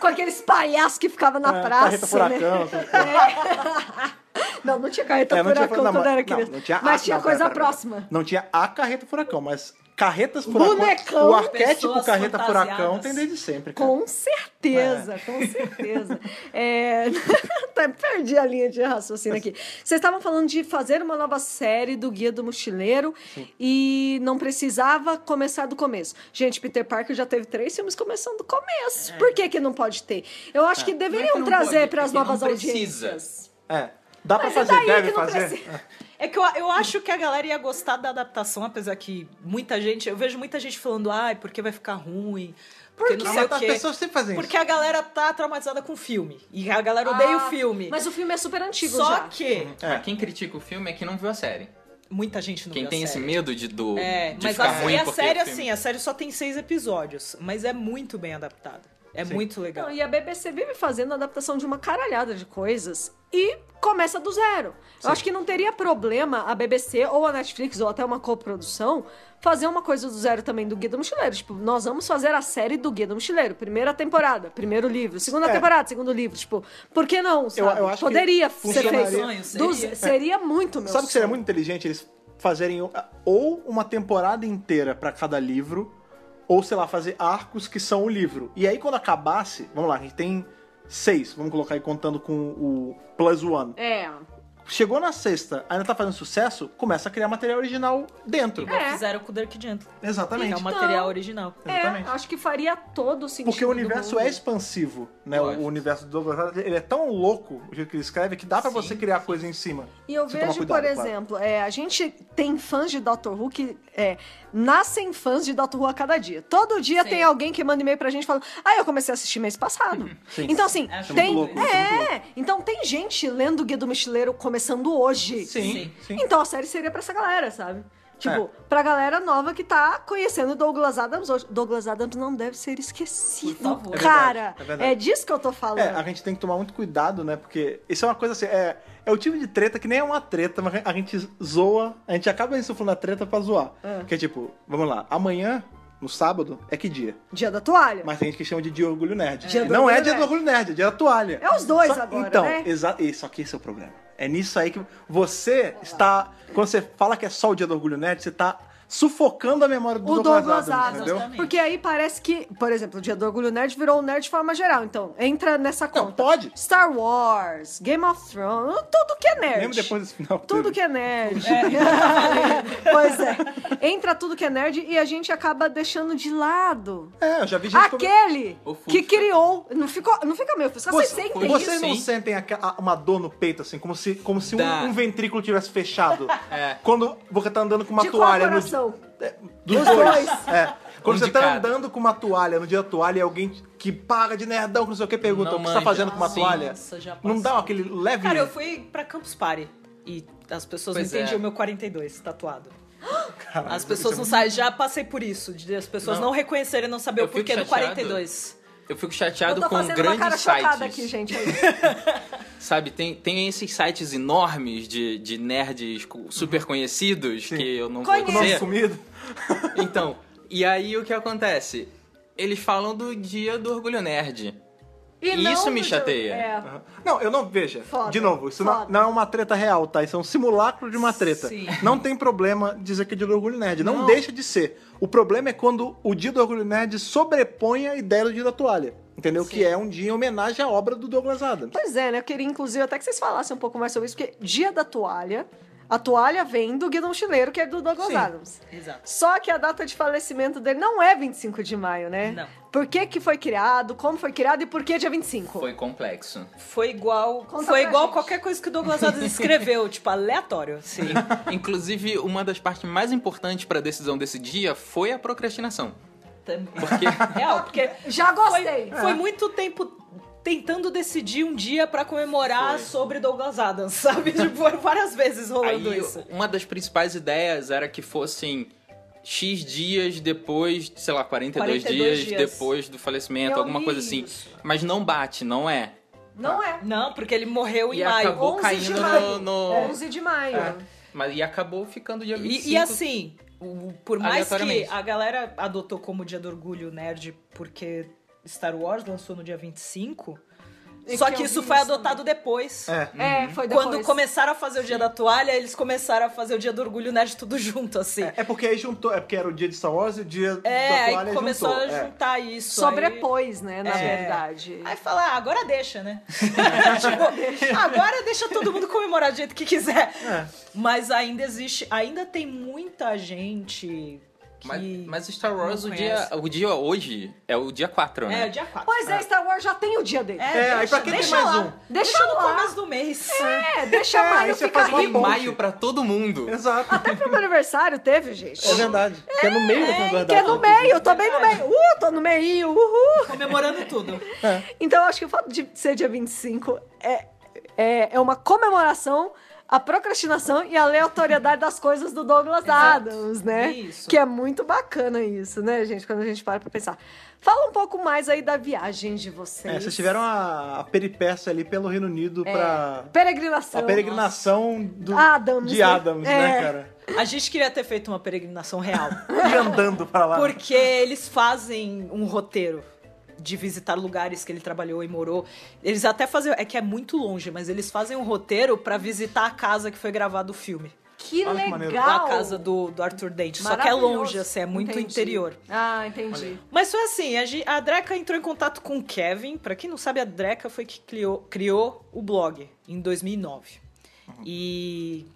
Speaker 2: Com aqueles palhaços que ficava na
Speaker 1: É, Carreta
Speaker 2: praça,
Speaker 1: furacão, assim.
Speaker 2: né?
Speaker 1: essas
Speaker 2: Não, não tinha carreta
Speaker 1: É, não tinha-
Speaker 2: furacão
Speaker 1: não,
Speaker 2: quando
Speaker 1: mas-
Speaker 2: era
Speaker 1: não,
Speaker 2: criança.
Speaker 1: não tinha a-
Speaker 2: mas tinha
Speaker 1: não,
Speaker 2: coisa
Speaker 1: pera, pera, pera.
Speaker 2: próxima.
Speaker 1: Não tinha a carreta furacão, mas carretas furacão.
Speaker 2: Bonecão,
Speaker 1: o arquétipo
Speaker 3: pessoas
Speaker 1: carreta
Speaker 3: fantasiadas.
Speaker 1: furacão tem desde sempre, cara.
Speaker 4: É.
Speaker 2: Com certeza, com certeza. É... Até perdi a linha de raciocínio aqui. Vocês estavam falando de fazer uma nova série do Guia do Mochileiro e não precisava começar do começo. Gente, Peter Parker já teve três filmes começando do começo. Por que, que não pode ter? Eu acho que deveriam
Speaker 4: É. não
Speaker 2: trazer
Speaker 4: pode,
Speaker 2: para as
Speaker 4: é que não
Speaker 2: novas
Speaker 4: precisa.
Speaker 2: audiências.
Speaker 1: É. Dá pra
Speaker 2: Mas é
Speaker 1: fazer,
Speaker 2: daí
Speaker 1: deve
Speaker 2: que não
Speaker 1: fazer.
Speaker 2: precisa.
Speaker 3: É que eu, eu acho que a galera ia gostar da adaptação, apesar que muita gente. Eu vejo muita gente falando, ai, porque vai ficar ruim. Porque
Speaker 1: Não,
Speaker 3: não sei
Speaker 1: mas
Speaker 3: o
Speaker 1: as
Speaker 2: é?
Speaker 3: quê.
Speaker 1: pessoas sempre fazem
Speaker 3: Porque a galera tá traumatizada com o filme. E a galera odeia
Speaker 2: Ah,
Speaker 3: o filme.
Speaker 2: Mas o filme é super antigo
Speaker 3: Só
Speaker 2: já.
Speaker 3: que
Speaker 1: É.
Speaker 4: Mas quem critica o filme é que não viu a série.
Speaker 3: muita gente não
Speaker 4: quem
Speaker 3: viu a
Speaker 4: tem esse
Speaker 3: série.
Speaker 4: medo de do
Speaker 3: É,
Speaker 4: de
Speaker 3: mas
Speaker 4: ficar
Speaker 3: a,
Speaker 4: ruim
Speaker 3: e a
Speaker 4: porque
Speaker 3: série,
Speaker 4: o filme-
Speaker 3: assim, a série só tem seis episódios, mas é muito bem adaptada. É
Speaker 1: Sim.
Speaker 3: muito legal.
Speaker 2: Então, e a BBC vive fazendo adaptação de uma caralhada de coisas e começa do zero. Eu acho que não teria problema a BBC ou a Netflix ou até uma coprodução fazer uma coisa do zero também do Guia do Mochileiro. Tipo, nós vamos fazer a série do Guia do Mochileiro. Primeira temporada, primeiro livro. Segunda
Speaker 1: É.
Speaker 2: temporada, segundo livro. Tipo, por que não? sabe?
Speaker 1: eu acho que
Speaker 2: Poderia ser
Speaker 1: funcionaria.
Speaker 2: feito.
Speaker 3: Sonho,
Speaker 2: Do-
Speaker 3: seria.
Speaker 2: seria muito meu
Speaker 1: Sabe que seria
Speaker 2: sonho.
Speaker 1: muito inteligente eles fazerem ou uma temporada inteira pra cada livro, ou sei lá, fazer arcos que são o livro. E aí quando acabasse, vamos lá, a gente tem seis, vamos colocar aí contando com o Plus One.
Speaker 2: É.
Speaker 1: Chegou na sexta, ainda tá fazendo sucesso, começa a criar material original dentro.
Speaker 3: Igual
Speaker 2: É.
Speaker 3: fizeram com o Dirk Gently, que
Speaker 1: Exatamente.
Speaker 3: é o material original.
Speaker 2: É,
Speaker 1: Exatamente.
Speaker 2: acho que faria todo o sentido.
Speaker 1: Porque o
Speaker 2: do
Speaker 1: universo
Speaker 2: mundo.
Speaker 1: é expansivo, né?
Speaker 4: Lógico.
Speaker 1: O universo do Douglas Adams, ele é tão louco, o jeito que ele escreve, que dá pra você criar coisa em cima.
Speaker 2: E eu
Speaker 1: Se tomar
Speaker 2: vejo,
Speaker 1: cuidado,
Speaker 2: por
Speaker 1: claro.
Speaker 2: exemplo, é, a gente tem fãs de Doctor Who que é, nascem fãs de Doctor Who a cada dia. Todo dia
Speaker 3: Sim.
Speaker 2: tem alguém que manda e-mail pra gente falando: Ah, eu comecei a assistir mês passado.
Speaker 1: Sim.
Speaker 2: Então, assim,
Speaker 3: Acho
Speaker 2: tem.
Speaker 1: muito louco, isso é muito
Speaker 2: é, então tem gente lendo o Guia do Mochileiro começando hoje.
Speaker 1: Sim, sim. É.
Speaker 2: Então a série seria pra essa galera, sabe? Tipo, pra galera nova que tá conhecendo Douglas Adams hoje. Douglas Adams não deve ser esquecido,
Speaker 3: Por favor. É
Speaker 2: cara.
Speaker 1: verdade, é verdade.
Speaker 2: disso que eu tô falando.
Speaker 1: É, a gente tem que tomar muito cuidado, né? Porque isso é uma coisa assim, é, é o tipo de treta que nem é uma treta, mas a gente zoa, a gente acaba insuflando a treta pra zoar.
Speaker 2: É.
Speaker 1: Que é tipo, vamos lá, amanhã, no sábado, é que dia?
Speaker 2: Dia da toalha.
Speaker 1: Mas tem gente que chama de dia do orgulho nerd.
Speaker 2: Dia do
Speaker 1: Não é dia
Speaker 2: Orgulho
Speaker 1: do
Speaker 2: Nerd.
Speaker 1: orgulho nerd, é dia da toalha.
Speaker 2: É os dois
Speaker 1: Só-
Speaker 2: agora,
Speaker 1: Então,
Speaker 2: né?
Speaker 1: exato. Só que esse é o problema. É nisso aí que você está. Quando você fala que é só o dia do orgulho nerd, você está sufocando a memória do
Speaker 2: O
Speaker 1: Douglas,
Speaker 2: Douglas
Speaker 1: Adams,
Speaker 2: Adams.
Speaker 1: entendeu?
Speaker 2: Porque aí parece que, por exemplo, o Dia do Orgulho Nerd virou o nerd de forma geral. Então, entra nessa conta.
Speaker 1: pode.
Speaker 2: Star Wars, Game of Thrones, tudo que é nerd.
Speaker 1: Mesmo depois desse final.
Speaker 2: Tudo
Speaker 1: Pedro.
Speaker 2: que é nerd. pois é. Entra tudo que é nerd e a gente acaba deixando de lado.
Speaker 1: É, eu já vi gente comentando-
Speaker 2: Aquele
Speaker 4: O Fusca.
Speaker 2: que criou. Não, ficou, não fica meio ofuscado. Vocês
Speaker 1: Você-
Speaker 2: sentem
Speaker 1: vocês
Speaker 2: isso?
Speaker 1: não
Speaker 4: Sim.
Speaker 1: sentem aque- a- uma dor no peito, assim, como se, como se um,
Speaker 4: Dá.
Speaker 1: um ventrículo tivesse fechado.
Speaker 4: É.
Speaker 1: Quando você tá andando com uma
Speaker 2: De qual
Speaker 1: toalha no
Speaker 2: coração?
Speaker 1: dos
Speaker 2: Dos
Speaker 1: dois.
Speaker 2: dois.
Speaker 1: É. Quando
Speaker 4: Um
Speaker 1: você
Speaker 4: de
Speaker 1: tá
Speaker 4: cada.
Speaker 1: andando com uma toalha no dia da toalha e alguém que paga de nerdão, que não sei o que, pergunta
Speaker 4: Não
Speaker 1: o que você tá
Speaker 4: manja.
Speaker 1: fazendo com uma
Speaker 4: Nossa,
Speaker 1: toalha.
Speaker 3: já
Speaker 1: não
Speaker 3: passou.
Speaker 1: dá aquele leve.
Speaker 3: Cara, eu fui pra Campus Party e as pessoas
Speaker 4: Pois
Speaker 3: não
Speaker 4: é.
Speaker 3: entendiam o meu 42 tatuado.
Speaker 1: Caralho,
Speaker 3: As pessoas não
Speaker 1: isso
Speaker 3: sabem, já passei por isso, de as pessoas
Speaker 4: Não.
Speaker 3: não, reconhecerem, não saber
Speaker 4: Eu
Speaker 3: o
Speaker 4: fico
Speaker 3: porquê do
Speaker 4: chateado.
Speaker 3: 42.
Speaker 4: Eu fico
Speaker 2: Eu
Speaker 4: chateado
Speaker 2: tô
Speaker 4: com
Speaker 2: fazendo uma cara
Speaker 4: grandes
Speaker 2: chocada
Speaker 4: sites.
Speaker 2: aqui, gente.
Speaker 4: Sabe, tem, tem esses sites enormes de, de nerds
Speaker 1: Uhum.
Speaker 4: co- super conhecidos que eu não
Speaker 2: Conheço.
Speaker 4: vou
Speaker 1: é
Speaker 4: dizer.
Speaker 1: muito sumido.
Speaker 4: Então, e aí o que acontece? Eles falam do dia do orgulho nerd.
Speaker 2: E
Speaker 4: E
Speaker 2: não
Speaker 4: isso me
Speaker 2: do-
Speaker 4: chateia.
Speaker 3: É.
Speaker 1: Aham. Não, eu não. Veja,
Speaker 2: Foda,
Speaker 1: de novo, isso não,
Speaker 2: foda.
Speaker 1: não é uma treta real, tá? Isso é um simulacro de uma treta.
Speaker 3: Sim.
Speaker 1: Não tem problema dizer que é dia do Orgulho Nerd. Não,
Speaker 4: Não.
Speaker 1: deixa de ser. O problema é quando o dia do Orgulho Nerd sobrepõe a ideia do dia da toalha. Entendeu? Que é um dia em homenagem à obra do Douglas Adams.
Speaker 2: Pois é, né? Eu queria, inclusive, até que vocês falassem um pouco mais sobre isso, porque Dia da Toalha, a toalha vem do Guidão Chileiro, que é do Douglas
Speaker 1: Sim.
Speaker 2: Adams.
Speaker 3: Exato.
Speaker 2: Só que a data de falecimento dele não é 25 de maio, né?
Speaker 3: Não.
Speaker 2: Por que, que foi criado, como foi criado e por que dia 25?
Speaker 4: Foi complexo.
Speaker 3: Foi igual,
Speaker 2: Conta
Speaker 3: foi
Speaker 2: pra
Speaker 3: igual
Speaker 2: gente.
Speaker 3: qualquer coisa que o Douglas Adams escreveu, tipo, aleatório. Sim.
Speaker 4: Inclusive, uma das partes mais importantes pra decisão desse dia foi a procrastinação. Porque
Speaker 3: Real, porque
Speaker 2: Já gostei! É.
Speaker 3: foi, foi muito tempo tentando decidir um dia pra comemorar sobre Douglas Adams, sabe? Tipo, foram várias vezes rolando
Speaker 4: aí
Speaker 3: isso.
Speaker 4: uma das principais ideias era que fossem X dias depois, sei lá, 42,
Speaker 3: 42
Speaker 4: dias,
Speaker 3: dias.
Speaker 4: depois do falecimento,
Speaker 2: Eu
Speaker 4: alguma
Speaker 2: li
Speaker 4: coisa assim.
Speaker 2: isso.
Speaker 4: Mas não bate, não é.
Speaker 2: Não é.
Speaker 3: Não, porque ele morreu em
Speaker 4: E
Speaker 3: maio.
Speaker 4: acabou
Speaker 2: 11 de
Speaker 4: caindo
Speaker 2: maio.
Speaker 4: no. no-
Speaker 2: 11 de maio.
Speaker 3: É.
Speaker 4: Mas, e acabou ficando dia 25.
Speaker 3: E, e assim, o- por mais que
Speaker 4: aleatoriamente.
Speaker 3: a galera adotou como dia do orgulho nerd porque Star Wars lançou no dia 25,
Speaker 2: E
Speaker 3: só
Speaker 2: É que
Speaker 3: que
Speaker 2: eu
Speaker 3: isso
Speaker 2: vi
Speaker 3: foi
Speaker 2: isso
Speaker 3: adotado depois.
Speaker 1: É.
Speaker 2: É, foi depois.
Speaker 3: Uhum. Quando começaram a fazer o dia da toalha, eles começaram a fazer o dia do orgulho nerd tudo junto, assim.
Speaker 1: É porque aí juntou. É porque era o dia de Star Wars e o dia
Speaker 3: É,
Speaker 1: da toalha
Speaker 3: aí começou
Speaker 1: juntou.
Speaker 3: a
Speaker 1: É.
Speaker 3: juntar isso. Aí...
Speaker 2: Sobrepôs, né, na
Speaker 3: É.
Speaker 2: verdade.
Speaker 3: Aí fala, ah, agora deixa, né? Tipo, agora deixa todo mundo comemorar do jeito que quiser.
Speaker 1: É.
Speaker 3: Mas ainda existe, ainda tem muita gente que.
Speaker 4: Mas, mas Star Wars,
Speaker 3: não
Speaker 4: o dia,
Speaker 3: conhece.
Speaker 4: o dia hoje é o dia 4, né?
Speaker 3: É, o dia 4.
Speaker 2: Pois é, Star Wars já tem o dia dele.
Speaker 3: É,
Speaker 1: É, aí pra quem tem mais
Speaker 3: lá.
Speaker 1: um?
Speaker 3: Deixa,
Speaker 2: Deixa
Speaker 3: no
Speaker 2: lá.
Speaker 3: começo do mês. né?
Speaker 2: É, deixa
Speaker 1: É,
Speaker 2: maio
Speaker 1: aí você
Speaker 2: ficar
Speaker 1: faz uma
Speaker 4: Tem
Speaker 2: rico.
Speaker 4: um maio pra todo mundo.
Speaker 1: Exato.
Speaker 2: Até pro meu aniversário teve, gente.
Speaker 1: É verdade. Que é no meio da verdade.
Speaker 2: Que é no meio, eu tô bem no meio. Uh, tô no meio, uhul.
Speaker 3: Comemorando tudo.
Speaker 2: Então, eu acho que o fato de ser dia 25 é, é, é uma comemoração à procrastinação e à aleatoriedade das coisas do Douglas
Speaker 3: Exato.
Speaker 2: Adams, né?
Speaker 3: Isso.
Speaker 2: Que é muito bacana isso, né, gente? Quando a gente para pra pensar. Fala um pouco mais aí da viagem de vocês.
Speaker 1: É, vocês tiveram a, a peripécia ali pelo Reino Unido pra.
Speaker 2: Peregrinação.
Speaker 1: A peregrinação do,
Speaker 2: Adams,
Speaker 1: de
Speaker 2: né?
Speaker 1: Adams, né,
Speaker 2: É.
Speaker 1: cara?
Speaker 3: A gente queria ter feito uma peregrinação real.
Speaker 1: E andando pra lá.
Speaker 3: Porque eles fazem um roteiro de visitar lugares que ele trabalhou e morou. Eles até fazem. É que é muito longe, mas eles fazem um roteiro pra visitar a casa que foi gravado o filme.
Speaker 2: Que
Speaker 1: Olha que maneiro.
Speaker 2: legal.
Speaker 3: A casa do, do Arthur Dente. Só que é longe, assim, é muito
Speaker 2: Entendi.
Speaker 3: interior.
Speaker 2: Ah, entendi.
Speaker 3: Mas foi assim, a, Gi- a Dreca entrou em contato com o Kevin. Pra quem não sabe, a Dreca foi que criou, criou o blog em 2009. E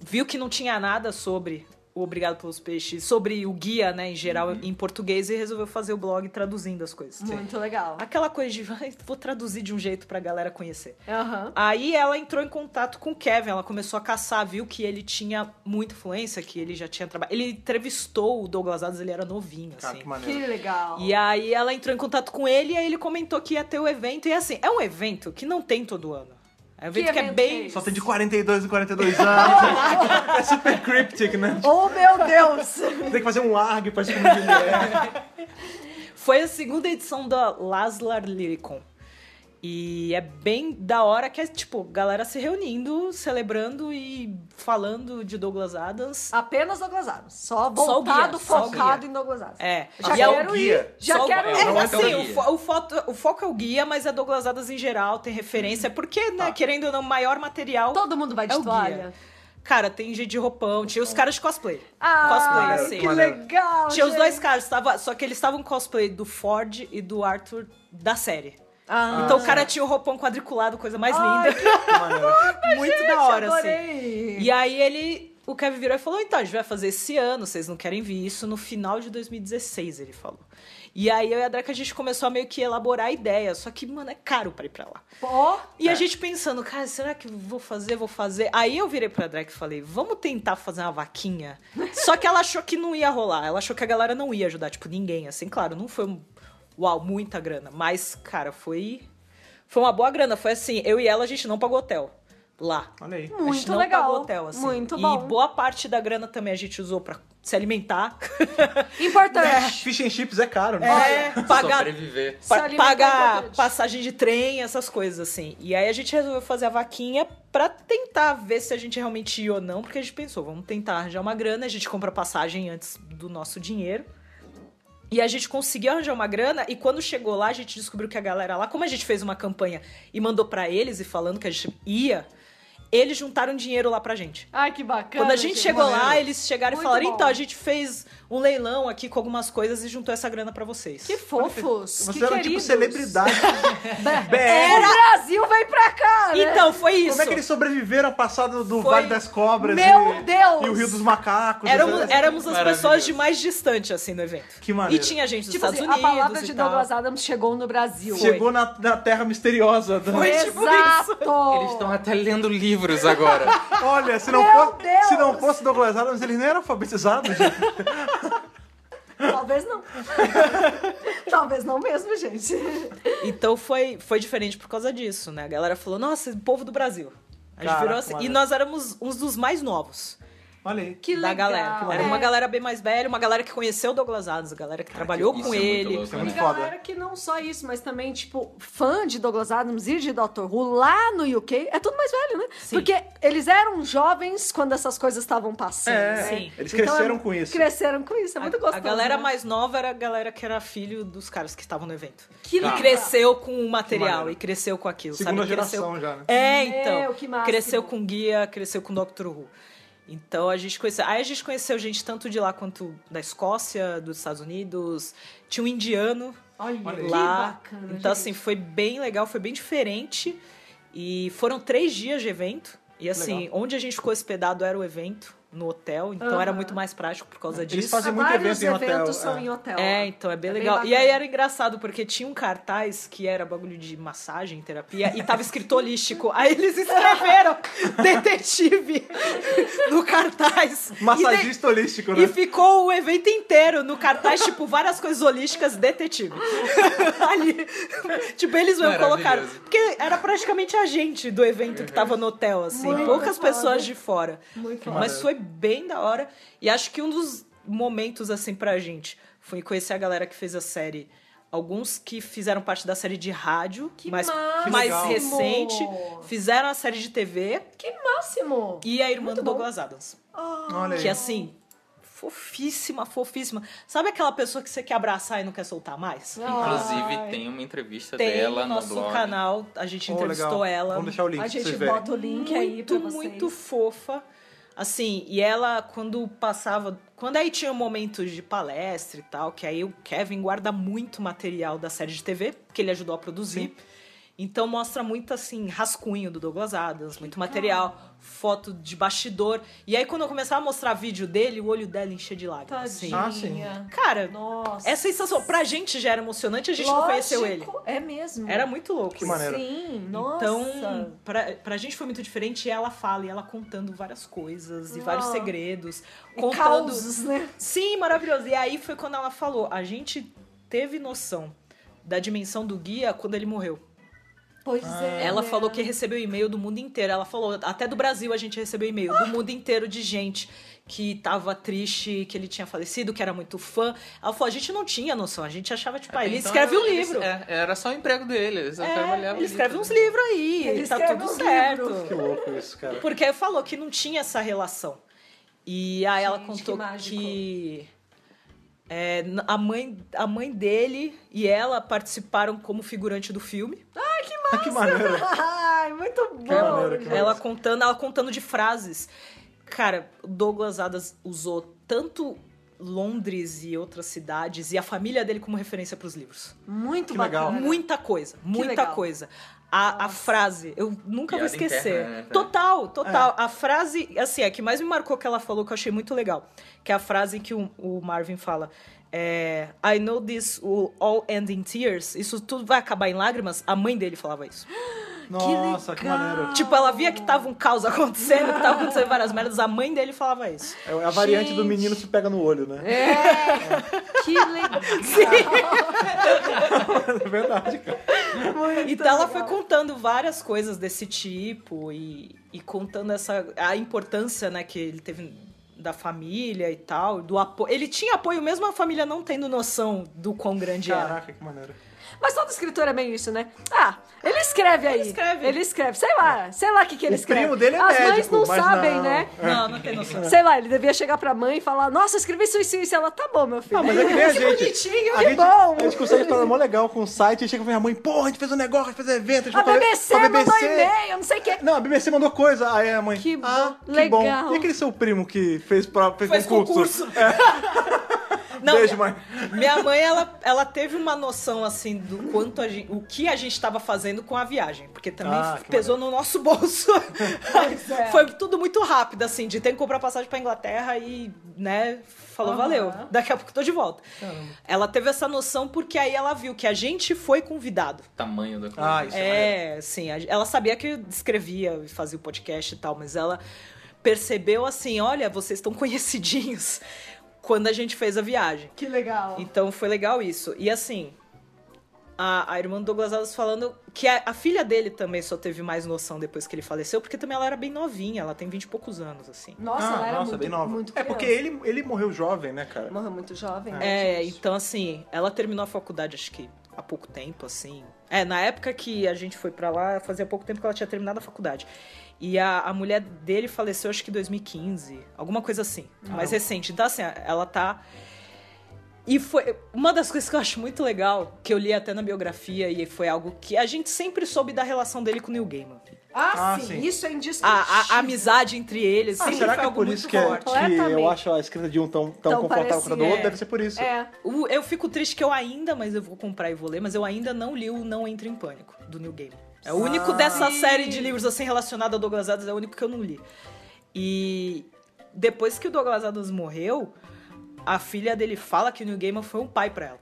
Speaker 3: viu que não tinha nada sobre o Obrigado pelos Peixes, sobre o guia, né, em geral,
Speaker 1: Uhum.
Speaker 3: em português, e resolveu fazer o blog traduzindo as coisas.
Speaker 2: Muito legal.
Speaker 3: Aquela coisa de, "Ai, vou traduzir de um jeito pra galera conhecer.
Speaker 2: Aham.
Speaker 3: Aí ela entrou em contato com o Kevin, ela começou a caçar, viu que ele tinha muita influência, que ele já tinha trabalhado. Ele entrevistou o Douglas Adams, ele era novinho,
Speaker 1: Cara,
Speaker 3: assim.
Speaker 1: que maneiro.
Speaker 2: Que legal.
Speaker 3: E é aí ela entrou em contato com ele e aí ele comentou que ia ter o evento. E assim, é um evento que não tem todo ano. É um evento que, é
Speaker 2: evento que é
Speaker 3: bem.
Speaker 2: esse?
Speaker 1: Só tem de 42 em 42 anos. é super cryptic, né?
Speaker 2: Oh, meu Deus!
Speaker 1: Tem que fazer um ARG pra descobrir onde ele é.
Speaker 3: Foi a segunda edição da Laslar Lyricon. E é bem da hora que é, tipo, galera se reunindo, celebrando e falando de Douglas Adams.
Speaker 2: Apenas Douglas Adams. Só
Speaker 3: guia,
Speaker 2: voltado,
Speaker 3: só o
Speaker 2: focado
Speaker 3: guia.
Speaker 2: em Douglas Adams.
Speaker 3: É.
Speaker 2: Já
Speaker 3: E é o
Speaker 2: quero
Speaker 1: guia.
Speaker 2: ir. Já
Speaker 3: Só o-
Speaker 2: quero
Speaker 3: é,
Speaker 4: não é
Speaker 2: ir.
Speaker 4: tão
Speaker 3: assim, o,
Speaker 4: guia.
Speaker 3: fo- o foto- o foco é o guia, mas é Douglas Adams em geral, tem referência.
Speaker 2: Uhum.
Speaker 3: Porque,
Speaker 2: Tá.
Speaker 3: né, querendo ou não, maior material.
Speaker 2: Todo mundo vai de
Speaker 3: É o
Speaker 2: toalha.
Speaker 3: guia. Cara, tem gente de roupão, tinha os caras de cosplay.
Speaker 2: Ah,
Speaker 3: cosplay, assim.
Speaker 2: que legal!
Speaker 3: Tinha os
Speaker 2: gente.
Speaker 3: dois caras, tava, só que eles estavam cosplay do Ford e do Arthur da série.
Speaker 2: Ah,
Speaker 3: então o cara tinha o roupão quadriculado, coisa mais
Speaker 2: Ai,
Speaker 3: linda.
Speaker 1: Que maneiro.
Speaker 3: é Muito da hora, assim.
Speaker 2: adorei.
Speaker 3: E aí ele. O Kevin virou e falou: então, a gente vai fazer esse ano, vocês não querem vir isso no final de 2016, ele falou. E aí eu e a Draca, a gente começou a meio que elaborar a ideia. Só que, mano, é caro pra ir pra lá.
Speaker 2: Ó,
Speaker 3: E a gente pensando, cara, será que eu vou fazer, vou fazer? Aí eu virei pra Drake e falei, vamos tentar fazer uma vaquinha. Só que ela achou que não ia rolar. Ela achou que a galera não ia ajudar, tipo, ninguém, assim. Claro, não foi, um, uau, muita grana. Mas, cara, foi... Foi uma boa grana. Foi assim, eu e ela, a gente não pagou hotel lá.
Speaker 1: Olha aí.
Speaker 3: A gente
Speaker 2: muito
Speaker 3: não
Speaker 2: legal.
Speaker 3: pagou hotel, assim.
Speaker 2: Muito
Speaker 3: e
Speaker 2: bom.
Speaker 3: boa parte da grana também a gente usou pra se alimentar.
Speaker 2: Importante.
Speaker 1: Fish and chips é caro, né?
Speaker 3: É, pagar
Speaker 4: Sobreviver.
Speaker 2: Se
Speaker 3: Pa-
Speaker 2: alimentar é
Speaker 3: pagar
Speaker 2: importante.
Speaker 3: passagem de trem, essas coisas, assim. E aí a gente resolveu fazer a vaquinha pra tentar ver se a gente realmente ia ou não, porque a gente pensou, vamos tentar arranjar uma grana, a gente compra passagem antes do nosso dinheiro. E a gente conseguiu arranjar uma grana e quando chegou lá, a gente descobriu que a galera lá, como a gente fez uma campanha e mandou pra eles e falando que a gente ia, eles juntaram dinheiro lá pra gente.
Speaker 5: Ai, que bacana.
Speaker 3: Quando a gente chegou lá,
Speaker 5: é maneiro.
Speaker 3: eles chegaram e
Speaker 5: Muito
Speaker 3: falaram:
Speaker 5: bom.
Speaker 3: então, a gente fez um leilão aqui com algumas coisas e juntou essa grana pra vocês.
Speaker 5: Que fofos.
Speaker 1: Vocês
Speaker 5: que
Speaker 1: eram tipo
Speaker 5: queridos.
Speaker 1: celebridade.
Speaker 5: O
Speaker 2: É.
Speaker 1: BR.
Speaker 5: Brasil vem pra cá, né?
Speaker 3: Então, foi isso.
Speaker 1: Como é que eles sobreviveram ao passado do
Speaker 3: Foi-
Speaker 1: Vale das Cobras
Speaker 5: Meu
Speaker 1: e,
Speaker 5: Deus!
Speaker 1: e o Rio dos Macacos?
Speaker 3: Éramos,
Speaker 5: assim.
Speaker 1: essas-
Speaker 3: éramos as
Speaker 4: Maravilhoso.
Speaker 3: pessoas de mais distante, assim, no evento.
Speaker 1: Que maneiro.
Speaker 3: E tinha gente dos
Speaker 5: tipo
Speaker 3: Estados
Speaker 5: assim, a
Speaker 3: Unidos.
Speaker 5: palavra
Speaker 3: e
Speaker 5: de
Speaker 3: tal.
Speaker 5: Douglas Adams chegou no Brasil.
Speaker 1: Chegou na, na terra misteriosa. né?
Speaker 3: Foi tipo
Speaker 5: Exato.
Speaker 4: Eles estão até lendo livros agora.
Speaker 1: Olha, se não,
Speaker 2: Meu
Speaker 1: fosse,
Speaker 2: Deus!
Speaker 1: se não fosse Douglas Adams, eles nem eram alfabetizados. gente.
Speaker 2: Talvez não. Talvez não mesmo, gente.
Speaker 3: Então foi, foi diferente por causa disso, né? A galera falou, nossa, povo do Brasil. A gente
Speaker 1: Caraca,
Speaker 3: virou assim. E
Speaker 1: maneiro.
Speaker 3: nós éramos uns dos mais novos
Speaker 1: Olha aí.
Speaker 5: Que
Speaker 3: da
Speaker 5: legal.
Speaker 3: galera. Era
Speaker 5: É.
Speaker 3: uma galera bem mais velha, uma galera que conheceu o Douglas Adams, a galera que trabalhou
Speaker 4: isso
Speaker 3: com
Speaker 4: é muito
Speaker 3: ele.
Speaker 4: louco,
Speaker 1: é
Speaker 4: né?
Speaker 1: muito
Speaker 2: E
Speaker 1: foda.
Speaker 2: galera que não só isso, mas também, tipo, fã de Douglas Adams e de Dr. Who lá no UK, é tudo mais velho, né?
Speaker 3: Sim.
Speaker 2: Porque eles eram jovens quando essas coisas estavam passando.
Speaker 1: É,
Speaker 2: né?
Speaker 3: sim.
Speaker 1: eles
Speaker 2: Então,
Speaker 1: cresceram
Speaker 2: é-
Speaker 1: com isso.
Speaker 2: Cresceram com isso, é
Speaker 3: A-
Speaker 2: muito
Speaker 3: a,
Speaker 2: gostoso.
Speaker 3: galera
Speaker 2: né?
Speaker 3: mais nova era a galera que era filho dos caras que estavam no evento.
Speaker 2: Que
Speaker 3: e
Speaker 2: legal.
Speaker 3: cresceu com o material,
Speaker 1: maneiro.
Speaker 3: e cresceu com aquilo,
Speaker 1: Segunda
Speaker 3: sabe? Cresceu
Speaker 1: geração já, né?
Speaker 3: É,
Speaker 2: Meu,
Speaker 3: então.
Speaker 2: que máximo.
Speaker 3: Cresceu com guia, cresceu com Dr. Who. Então a gente conheceu. Aí a gente conheceu gente tanto de lá quanto da Escócia, dos Estados Unidos. Tinha um indiano
Speaker 5: Olha, que
Speaker 3: lá.
Speaker 5: bacana.
Speaker 3: então,
Speaker 5: gente.
Speaker 3: assim, foi bem legal, foi bem diferente. E foram três dias de evento. E assim, onde a gente ficou hospedado era o evento, no hotel. Então era muito mais prático por causa
Speaker 1: Eles
Speaker 3: disso.
Speaker 1: fazem muito
Speaker 2: Vários
Speaker 1: evento em hotel,
Speaker 2: eventos são
Speaker 1: é.
Speaker 2: em hotel.
Speaker 3: É, então é bem
Speaker 2: É bem
Speaker 3: legal. e
Speaker 2: bacana.
Speaker 3: aí era engraçado, porque tinha um cartaz que era bagulho de massagem, terapia, e tava escrito holístico. Aí eles escreveram detetive no cartaz. E,
Speaker 1: Massagista holístico,
Speaker 3: de-
Speaker 1: né?
Speaker 3: e ficou o evento inteiro no cartaz, tipo, várias coisas holísticas, detetive. Ali. Tipo, eles mesmo
Speaker 4: Maravilhoso.
Speaker 3: colocaram. Porque era praticamente a gente do evento que tava no hotel, assim.
Speaker 2: Muito
Speaker 3: poucas
Speaker 2: foda.
Speaker 3: pessoas de fora.
Speaker 2: Muito
Speaker 1: Que
Speaker 2: bom.
Speaker 3: Mas foi bem da hora. E acho que um dos momentos, assim, pra gente foi conhecer a galera que fez a série. Alguns que fizeram parte da série de rádio,
Speaker 2: Que
Speaker 3: mais,
Speaker 2: máximo!
Speaker 3: mais recente. Fizeram a série de TV
Speaker 2: Que máximo!
Speaker 3: e a irmã
Speaker 2: Muito
Speaker 3: do
Speaker 2: bom.
Speaker 3: Douglas Adams.
Speaker 1: Olha aí.
Speaker 3: Que assim, fofíssima, fofíssima. Sabe aquela pessoa que você quer abraçar e não quer soltar mais?
Speaker 4: Inclusive, tem uma entrevista
Speaker 3: Tem
Speaker 4: dela
Speaker 3: no
Speaker 4: no
Speaker 3: nosso
Speaker 4: blog.
Speaker 3: canal, a gente
Speaker 1: Oh,
Speaker 3: entrevistou
Speaker 1: legal.
Speaker 3: ela.
Speaker 1: Vamos deixar o link
Speaker 2: A
Speaker 1: pra vocês
Speaker 2: gente
Speaker 1: verem.
Speaker 2: bota o link
Speaker 3: muito,
Speaker 2: aí pra vocês.
Speaker 3: muito fofa. Assim, e ela, quando passava. Quando aí tinha momentos de palestra e tal, que aí o Kevin guarda muito material da série de TV, que ele ajudou a produzir. Então mostra muito, assim, rascunho do Douglas Adams, muito material, foto de bastidor. E aí, quando eu começava a mostrar vídeo dele, o olho dela enchia de lágrimas. Assim.
Speaker 1: Ah, sim.
Speaker 5: Tadinha.
Speaker 3: Cara,
Speaker 2: Nossa.
Speaker 3: é sensação. Pra gente já era emocionante, a gente não conheceu ele.
Speaker 2: Lógico, É mesmo.
Speaker 3: Era muito louco.
Speaker 1: Que maneiro.
Speaker 2: Sim, nossa.
Speaker 3: Então, pra, pra gente foi muito diferente. E ela fala, e ela contando várias coisas, e vários
Speaker 2: Ah.
Speaker 3: segredos.
Speaker 2: E
Speaker 3: Contando.
Speaker 2: causos, né?
Speaker 3: Sim, maravilhoso. E aí foi quando ela falou: a gente teve noção da dimensão do guia quando ele morreu.
Speaker 2: Pois
Speaker 1: Ah.
Speaker 2: é.
Speaker 3: Ela
Speaker 2: né?
Speaker 3: falou que recebeu e-mail do mundo inteiro. Ela falou, até do Brasil a gente recebeu e-mail do mundo inteiro de gente que tava triste, que ele tinha falecido, que era muito fã. Ela falou, a gente não tinha noção, a gente achava,
Speaker 2: É,
Speaker 3: tipo, ah, ele
Speaker 4: Então,
Speaker 3: escreve um
Speaker 4: ele-
Speaker 3: livro.
Speaker 4: é, era só o emprego dele. Ele, só
Speaker 2: então
Speaker 3: É,
Speaker 4: trabalhava
Speaker 3: ele
Speaker 4: ali.
Speaker 3: escreve uns livros aí,
Speaker 2: Ele
Speaker 3: tá
Speaker 2: escreve um
Speaker 3: tudo
Speaker 2: uns
Speaker 3: certo.
Speaker 2: livros.
Speaker 1: Que louco isso, cara.
Speaker 3: Porque falou que não tinha essa relação. E aí ela
Speaker 2: Gente,
Speaker 3: contou
Speaker 2: que
Speaker 3: que,
Speaker 2: mágico.
Speaker 3: é, n- a, mãe, a mãe dele e ela participaram como figurante do filme.
Speaker 1: Ah, Que maneiro.
Speaker 2: Ai, muito bom.
Speaker 1: maneiro, que
Speaker 2: gente.
Speaker 1: maneiro.
Speaker 3: Ela contando, ela contando de frases. Cara, o Douglas Adams usou tanto Londres e outras cidades e a família dele como referência para os livros.
Speaker 2: Muito
Speaker 1: Que
Speaker 2: bacana.
Speaker 1: legal.
Speaker 3: Muita coisa, muita
Speaker 2: legal.
Speaker 3: coisa. A, a frase, eu nunca vou
Speaker 4: Piada interna,
Speaker 3: esquecer.
Speaker 4: né?
Speaker 3: Total, total. A frase, assim, a que mais me marcou que ela falou, que eu achei muito legal, que é a frase que o, o Marvin fala. é, I know this will all end in tears. Isso tudo vai acabar em lágrimas. A mãe dele falava isso.
Speaker 1: Nossa, que,
Speaker 2: legal.
Speaker 1: maneiro.
Speaker 3: Tipo, ela via que tava um caos acontecendo, que tava acontecendo várias merdas. A mãe dele falava isso.
Speaker 1: É a variante do
Speaker 2: Gente.
Speaker 1: menino se pega no olho, né?
Speaker 3: É.
Speaker 2: Que legal.
Speaker 1: É verdade, cara.
Speaker 3: Então ela foi contando várias coisas desse tipo e, e contando essa a importância, né, que ele teve da família e tal, do apoio. Ele tinha apoio mesmo a família não tendo noção do quão grande era.
Speaker 1: Caraca, que maneiro.
Speaker 2: Mas todo escritor é meio isso, né? Ah, ele escreve aí. Ele
Speaker 3: escreve.
Speaker 2: Ele escreve. Sei lá, sei lá o que, que ele
Speaker 1: O
Speaker 2: escreve.
Speaker 1: primo dele é
Speaker 2: As mães
Speaker 1: médico,
Speaker 2: não
Speaker 1: mas
Speaker 2: sabem,
Speaker 1: não.
Speaker 2: né?
Speaker 3: Não, não tem noção.
Speaker 2: Sei lá, ele devia chegar pra mãe e falar, nossa, eu escrevi isso, isso, isso. Ela, tá bom, meu filho.
Speaker 1: Ah, mas é que nem a gente.
Speaker 2: bonitinho,
Speaker 1: a
Speaker 2: que
Speaker 1: gente,
Speaker 2: bom.
Speaker 1: A gente consegue falar mó legal com o site e chega pra minha mãe, porra, a gente fez um negócio, a gente fez um evento, a gente
Speaker 2: A
Speaker 1: foi pra-
Speaker 2: BBC
Speaker 1: pra
Speaker 2: mandou
Speaker 1: BBC.
Speaker 2: e-mail, não sei o quê.
Speaker 1: Não, a BBC mandou coisa, aí a mãe.
Speaker 2: Que bom,
Speaker 1: ah, que
Speaker 2: legal.
Speaker 1: bom. E aquele seu primo que fez, pra, fez,
Speaker 3: Faz
Speaker 1: concurso? É,
Speaker 3: concurso. Não, é.
Speaker 1: Beijo, mãe.
Speaker 3: Minha mãe, ela, ela teve uma noção, assim, do quanto a gente, o que a gente estava fazendo com a viagem. Porque também
Speaker 1: Ah, que
Speaker 3: pesou no nosso bolso. Foi tudo muito rápido, assim, de ter que comprar passagem pra Inglaterra e, né, falou,
Speaker 2: Aham.
Speaker 3: valeu. Daqui a pouco tô de volta. Ela teve essa noção porque aí ela viu que a gente foi convidado.
Speaker 4: Tamanho da coisa.
Speaker 1: Ah, isso é.
Speaker 3: É, sim. a- Ela sabia que eu escrevia e fazia o podcast e tal, mas ela percebeu assim: olha, vocês estão conhecidinhos quando a gente fez a viagem.
Speaker 2: Que legal.
Speaker 3: Então foi legal isso. E assim, a, a irmã do Douglas Adams falando que a, a filha dele também só teve mais noção depois que ele faleceu, porque também ela era bem novinha, ela tem vinte e poucos anos, assim.
Speaker 2: Nossa,
Speaker 1: ah,
Speaker 2: ela era
Speaker 1: nossa,
Speaker 2: muito,
Speaker 1: bem nova.
Speaker 2: muito
Speaker 1: é
Speaker 2: criança.
Speaker 1: porque ele, ele morreu jovem, né, cara?
Speaker 2: Morreu muito jovem. né,
Speaker 3: É,
Speaker 2: gente?
Speaker 3: então assim, ela terminou a faculdade, acho que há pouco tempo, assim. É, na época que a gente foi pra lá, fazia pouco tempo que ela tinha terminado a faculdade. E a, a mulher dele faleceu, acho que em 2015, alguma coisa assim,
Speaker 1: Ah.
Speaker 3: mais recente. Então, assim, ela tá. E foi uma das coisas que eu acho muito legal, que eu li até na biografia, e foi algo que a gente sempre soube da relação dele com o Neil Gaiman.
Speaker 2: Ah,
Speaker 1: Ah,
Speaker 2: sim,
Speaker 1: sim.
Speaker 2: isso é
Speaker 3: A, a- a
Speaker 2: indiscutível.
Speaker 3: amizade entre eles
Speaker 1: Ah,
Speaker 3: sempre
Speaker 1: será
Speaker 3: foi
Speaker 1: que é
Speaker 3: algo
Speaker 1: por
Speaker 3: muito
Speaker 1: isso que, é-
Speaker 3: forte.
Speaker 1: que eu
Speaker 2: Completamente.
Speaker 1: acho a escrita de um tão, tão,
Speaker 2: Tão
Speaker 1: confortável quanto a do
Speaker 2: parecia,
Speaker 1: outro?
Speaker 2: é.
Speaker 1: Deve ser por isso.
Speaker 2: É.
Speaker 3: O- Eu fico triste que eu ainda, mas eu vou comprar e vou ler, mas eu ainda não li o Não Entra em Pânico, do New Game. É o único dessa série de livros assim relacionado a Douglas Adams, é o único que eu não li. E depois que o Douglas Adams morreu, a filha dele fala que o New Gaiman foi um pai pra ela.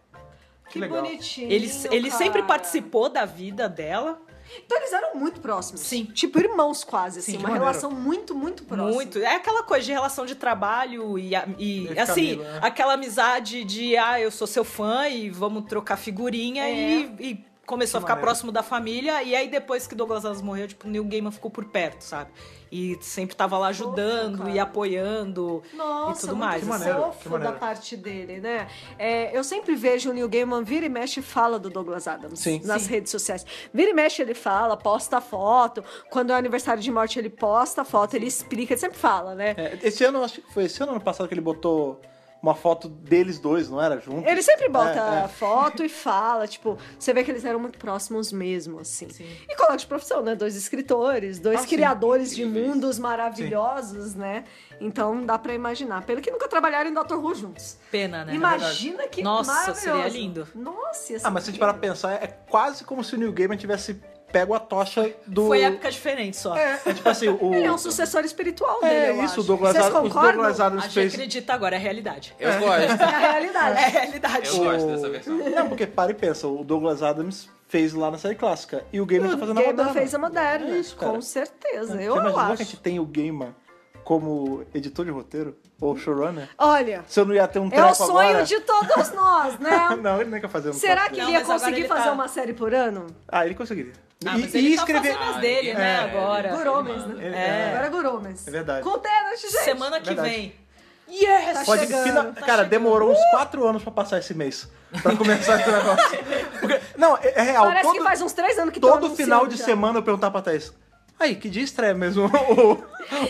Speaker 2: Que,
Speaker 1: legal.
Speaker 2: bonitinho.
Speaker 3: Ele, ele sempre
Speaker 2: cara.
Speaker 3: participou da vida dela,
Speaker 2: Então eles eram muito próximos.
Speaker 3: Sim.
Speaker 2: Tipo irmãos quase, assim.
Speaker 1: Sim, que
Speaker 2: uma
Speaker 1: maneiro.
Speaker 2: relação muito, muito próxima.
Speaker 3: muito. É aquela coisa de relação de trabalho e, a- e,
Speaker 1: E
Speaker 3: assim,
Speaker 1: Camila, né?
Speaker 3: aquela amizade de, ah, eu sou seu fã e vamos trocar figurinha
Speaker 2: É.
Speaker 3: e, e começou
Speaker 1: Que
Speaker 3: a ficar
Speaker 1: maneiro.
Speaker 3: próximo da família. E aí depois que Douglas Adams morreu, tipo, o Neil Gaiman ficou por perto, sabe? E sempre tava lá
Speaker 2: Fofo,
Speaker 3: ajudando
Speaker 2: cara.
Speaker 3: e apoiando.
Speaker 2: Nossa,
Speaker 3: E tudo
Speaker 2: muito
Speaker 3: mais,
Speaker 1: assim. Que maneiro,
Speaker 2: fofo
Speaker 1: que maneiro.
Speaker 2: da parte dele, né? É, eu sempre vejo o Neil Gaiman vira e mexe e fala do Douglas Adams
Speaker 1: Sim.
Speaker 2: nas redes sociais. Vira e mexe ele fala, posta foto. Quando é aniversário de morte ele posta foto, ele explica, ele sempre fala, né?
Speaker 1: É, esse ano, acho que foi esse ano, ano passado, que ele botou uma foto deles dois, não era? Juntos.
Speaker 2: Ele sempre bota
Speaker 1: É, é.
Speaker 2: foto e fala, tipo, você vê que eles eram muito próximos mesmo, assim. E colega de profissão, né? Dois escritores, dois
Speaker 1: Ah, sim.
Speaker 2: criadores de
Speaker 4: Incríveis.
Speaker 2: mundos maravilhosos, né? Então dá pra imaginar. Pena que nunca trabalharam em Doctor Who juntos.
Speaker 3: Pena,
Speaker 1: É,
Speaker 3: né?
Speaker 2: Imagina que
Speaker 3: Nossa,
Speaker 2: maravilhoso.
Speaker 3: seria lindo.
Speaker 2: Nossa, ia ser
Speaker 1: Ah, mas se a gente parar pra
Speaker 2: incrível.
Speaker 1: pensar, é quase como se o Neil Gaiman tivesse pego a tocha do...
Speaker 3: Foi época diferente só.
Speaker 1: É, tipo assim, o...
Speaker 2: Ele é um sucessor espiritual
Speaker 1: É,
Speaker 2: dele, eu
Speaker 1: isso, o
Speaker 2: acho.
Speaker 1: Douglas,
Speaker 2: Vocês
Speaker 1: Adams- os
Speaker 2: concordam?
Speaker 1: Douglas
Speaker 3: A
Speaker 1: Adams
Speaker 3: gente
Speaker 1: fez...
Speaker 3: acredita agora, é a realidade.
Speaker 4: Eu gosto.
Speaker 2: É a realidade.
Speaker 3: É a realidade.
Speaker 4: Eu gosto dessa versão.
Speaker 1: Não, porque para e pensa, o Douglas Adams fez lá na série clássica e o Gaiman tá
Speaker 2: O
Speaker 1: fazendo a
Speaker 2: Gaiman
Speaker 1: moderna.
Speaker 2: fez a moderna,
Speaker 1: É isso, cara. É,
Speaker 2: com certeza.
Speaker 1: Você
Speaker 2: Eu
Speaker 1: imaginou que a
Speaker 2: acho.
Speaker 1: gente tem o Gaiman como editor de roteiro? Ou showrunner?
Speaker 2: Olha,
Speaker 1: Se eu não ia ter um
Speaker 2: é o
Speaker 1: treco
Speaker 2: sonho
Speaker 1: agora...
Speaker 2: de todos nós, né?
Speaker 1: Não, ele nem quer fazer um
Speaker 2: Será
Speaker 1: treco
Speaker 2: que
Speaker 1: desse.
Speaker 2: ele
Speaker 3: Não,
Speaker 2: ia
Speaker 3: mas agora
Speaker 2: conseguir
Speaker 3: ele
Speaker 2: fazer
Speaker 3: tá-
Speaker 2: uma série por ano?
Speaker 1: Ah, ele conseguiria.
Speaker 3: Ah,
Speaker 1: E-
Speaker 3: mas
Speaker 1: e
Speaker 3: ele
Speaker 1: escrever...
Speaker 3: tá fazendo as
Speaker 4: Ah,
Speaker 3: dele, né,
Speaker 4: é.
Speaker 3: agora.
Speaker 2: Guromes, né?
Speaker 1: Ele-
Speaker 2: É.
Speaker 1: é.
Speaker 2: Agora é Guromes.
Speaker 1: É verdade.
Speaker 2: Com Tenet, gente.
Speaker 3: Semana que
Speaker 1: Verdade.
Speaker 3: vem. Yes!
Speaker 2: Tá
Speaker 1: Pode,
Speaker 2: chegando,
Speaker 1: fina-
Speaker 3: tá
Speaker 1: cara,
Speaker 3: chegando.
Speaker 1: demorou uns quatro anos pra passar esse mês. Pra começar esse negócio. Porque- não, é, é real.
Speaker 2: Parece
Speaker 1: todo
Speaker 2: que faz uns três anos que tão
Speaker 1: todo
Speaker 2: anunciando
Speaker 1: final de
Speaker 2: Então, já.
Speaker 1: semana eu perguntar pra Thaís. Aí, que dia estreia mesmo?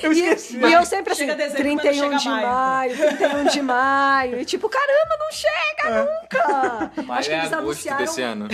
Speaker 1: eu esqueci.
Speaker 2: E, e eu sempre assim,
Speaker 3: Chega dezembro, mas
Speaker 2: 31
Speaker 3: não
Speaker 2: de
Speaker 3: chega
Speaker 2: maio, 31 de maio. E tipo, caramba, não chega
Speaker 1: É.
Speaker 2: nunca.
Speaker 4: Mas
Speaker 2: acho que
Speaker 4: é
Speaker 2: eles
Speaker 4: agosto
Speaker 2: anunciaram.
Speaker 4: desse ano.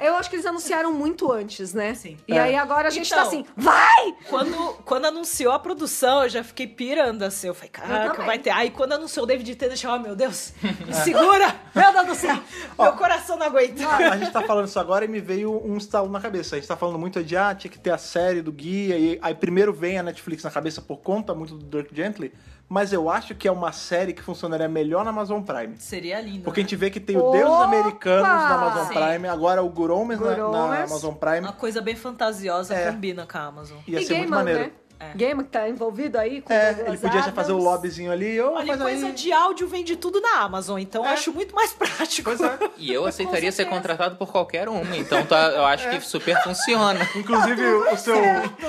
Speaker 2: Eu acho que eles anunciaram muito antes, né?
Speaker 3: Sim.
Speaker 2: E
Speaker 1: É.
Speaker 2: aí agora a gente tá
Speaker 3: Então.
Speaker 2: assim, vai!
Speaker 3: Quando, quando anunciou a produção, eu já fiquei pirando assim. Eu falei,
Speaker 2: Eu
Speaker 3: caraca,
Speaker 2: também.
Speaker 3: vai ter. Aí quando anunciou o David Tennant, eu, oh, meu Deus, me segura!
Speaker 2: Meu Deus do céu!
Speaker 3: Meu coração não aguenta.
Speaker 1: A gente tá falando isso agora e me veio um estalo na cabeça. A gente tá falando muito de, ah, tinha que ter a série do guia. E aí primeiro vem a Netflix na cabeça por conta muito do Dirk Gently. Mas eu acho que é uma série que funcionaria melhor na Amazon Prime.
Speaker 3: Seria lindo. né?
Speaker 1: Porque a gente é vê que tem o
Speaker 2: Opa!
Speaker 1: Deus Americanos na Amazon
Speaker 2: Sim.
Speaker 1: Prime, agora o Guromers, na- Na,
Speaker 2: Guromers.
Speaker 1: Amazon Prime.
Speaker 3: Uma coisa bem fantasiosa
Speaker 1: É.
Speaker 3: combina com a Amazon.
Speaker 1: Ia
Speaker 2: Ah, E
Speaker 1: ser muito
Speaker 2: Gaiman,
Speaker 1: maneiro.
Speaker 2: né? Game que tá envolvido aí com
Speaker 1: É,
Speaker 2: Douglas
Speaker 1: ele podia já fazer o
Speaker 2: Adams.
Speaker 1: lobbyzinho ali, ou
Speaker 3: Olha,
Speaker 1: faz
Speaker 3: coisa
Speaker 1: aí.
Speaker 3: de áudio vende tudo na Amazon, então eu
Speaker 1: É.
Speaker 3: acho muito mais prático.
Speaker 1: Pois é.
Speaker 4: E eu aceitaria ser contratado por qualquer uma, então tá- eu acho
Speaker 3: É.
Speaker 4: que super funciona.
Speaker 2: Ah,
Speaker 1: Inclusive, o seu,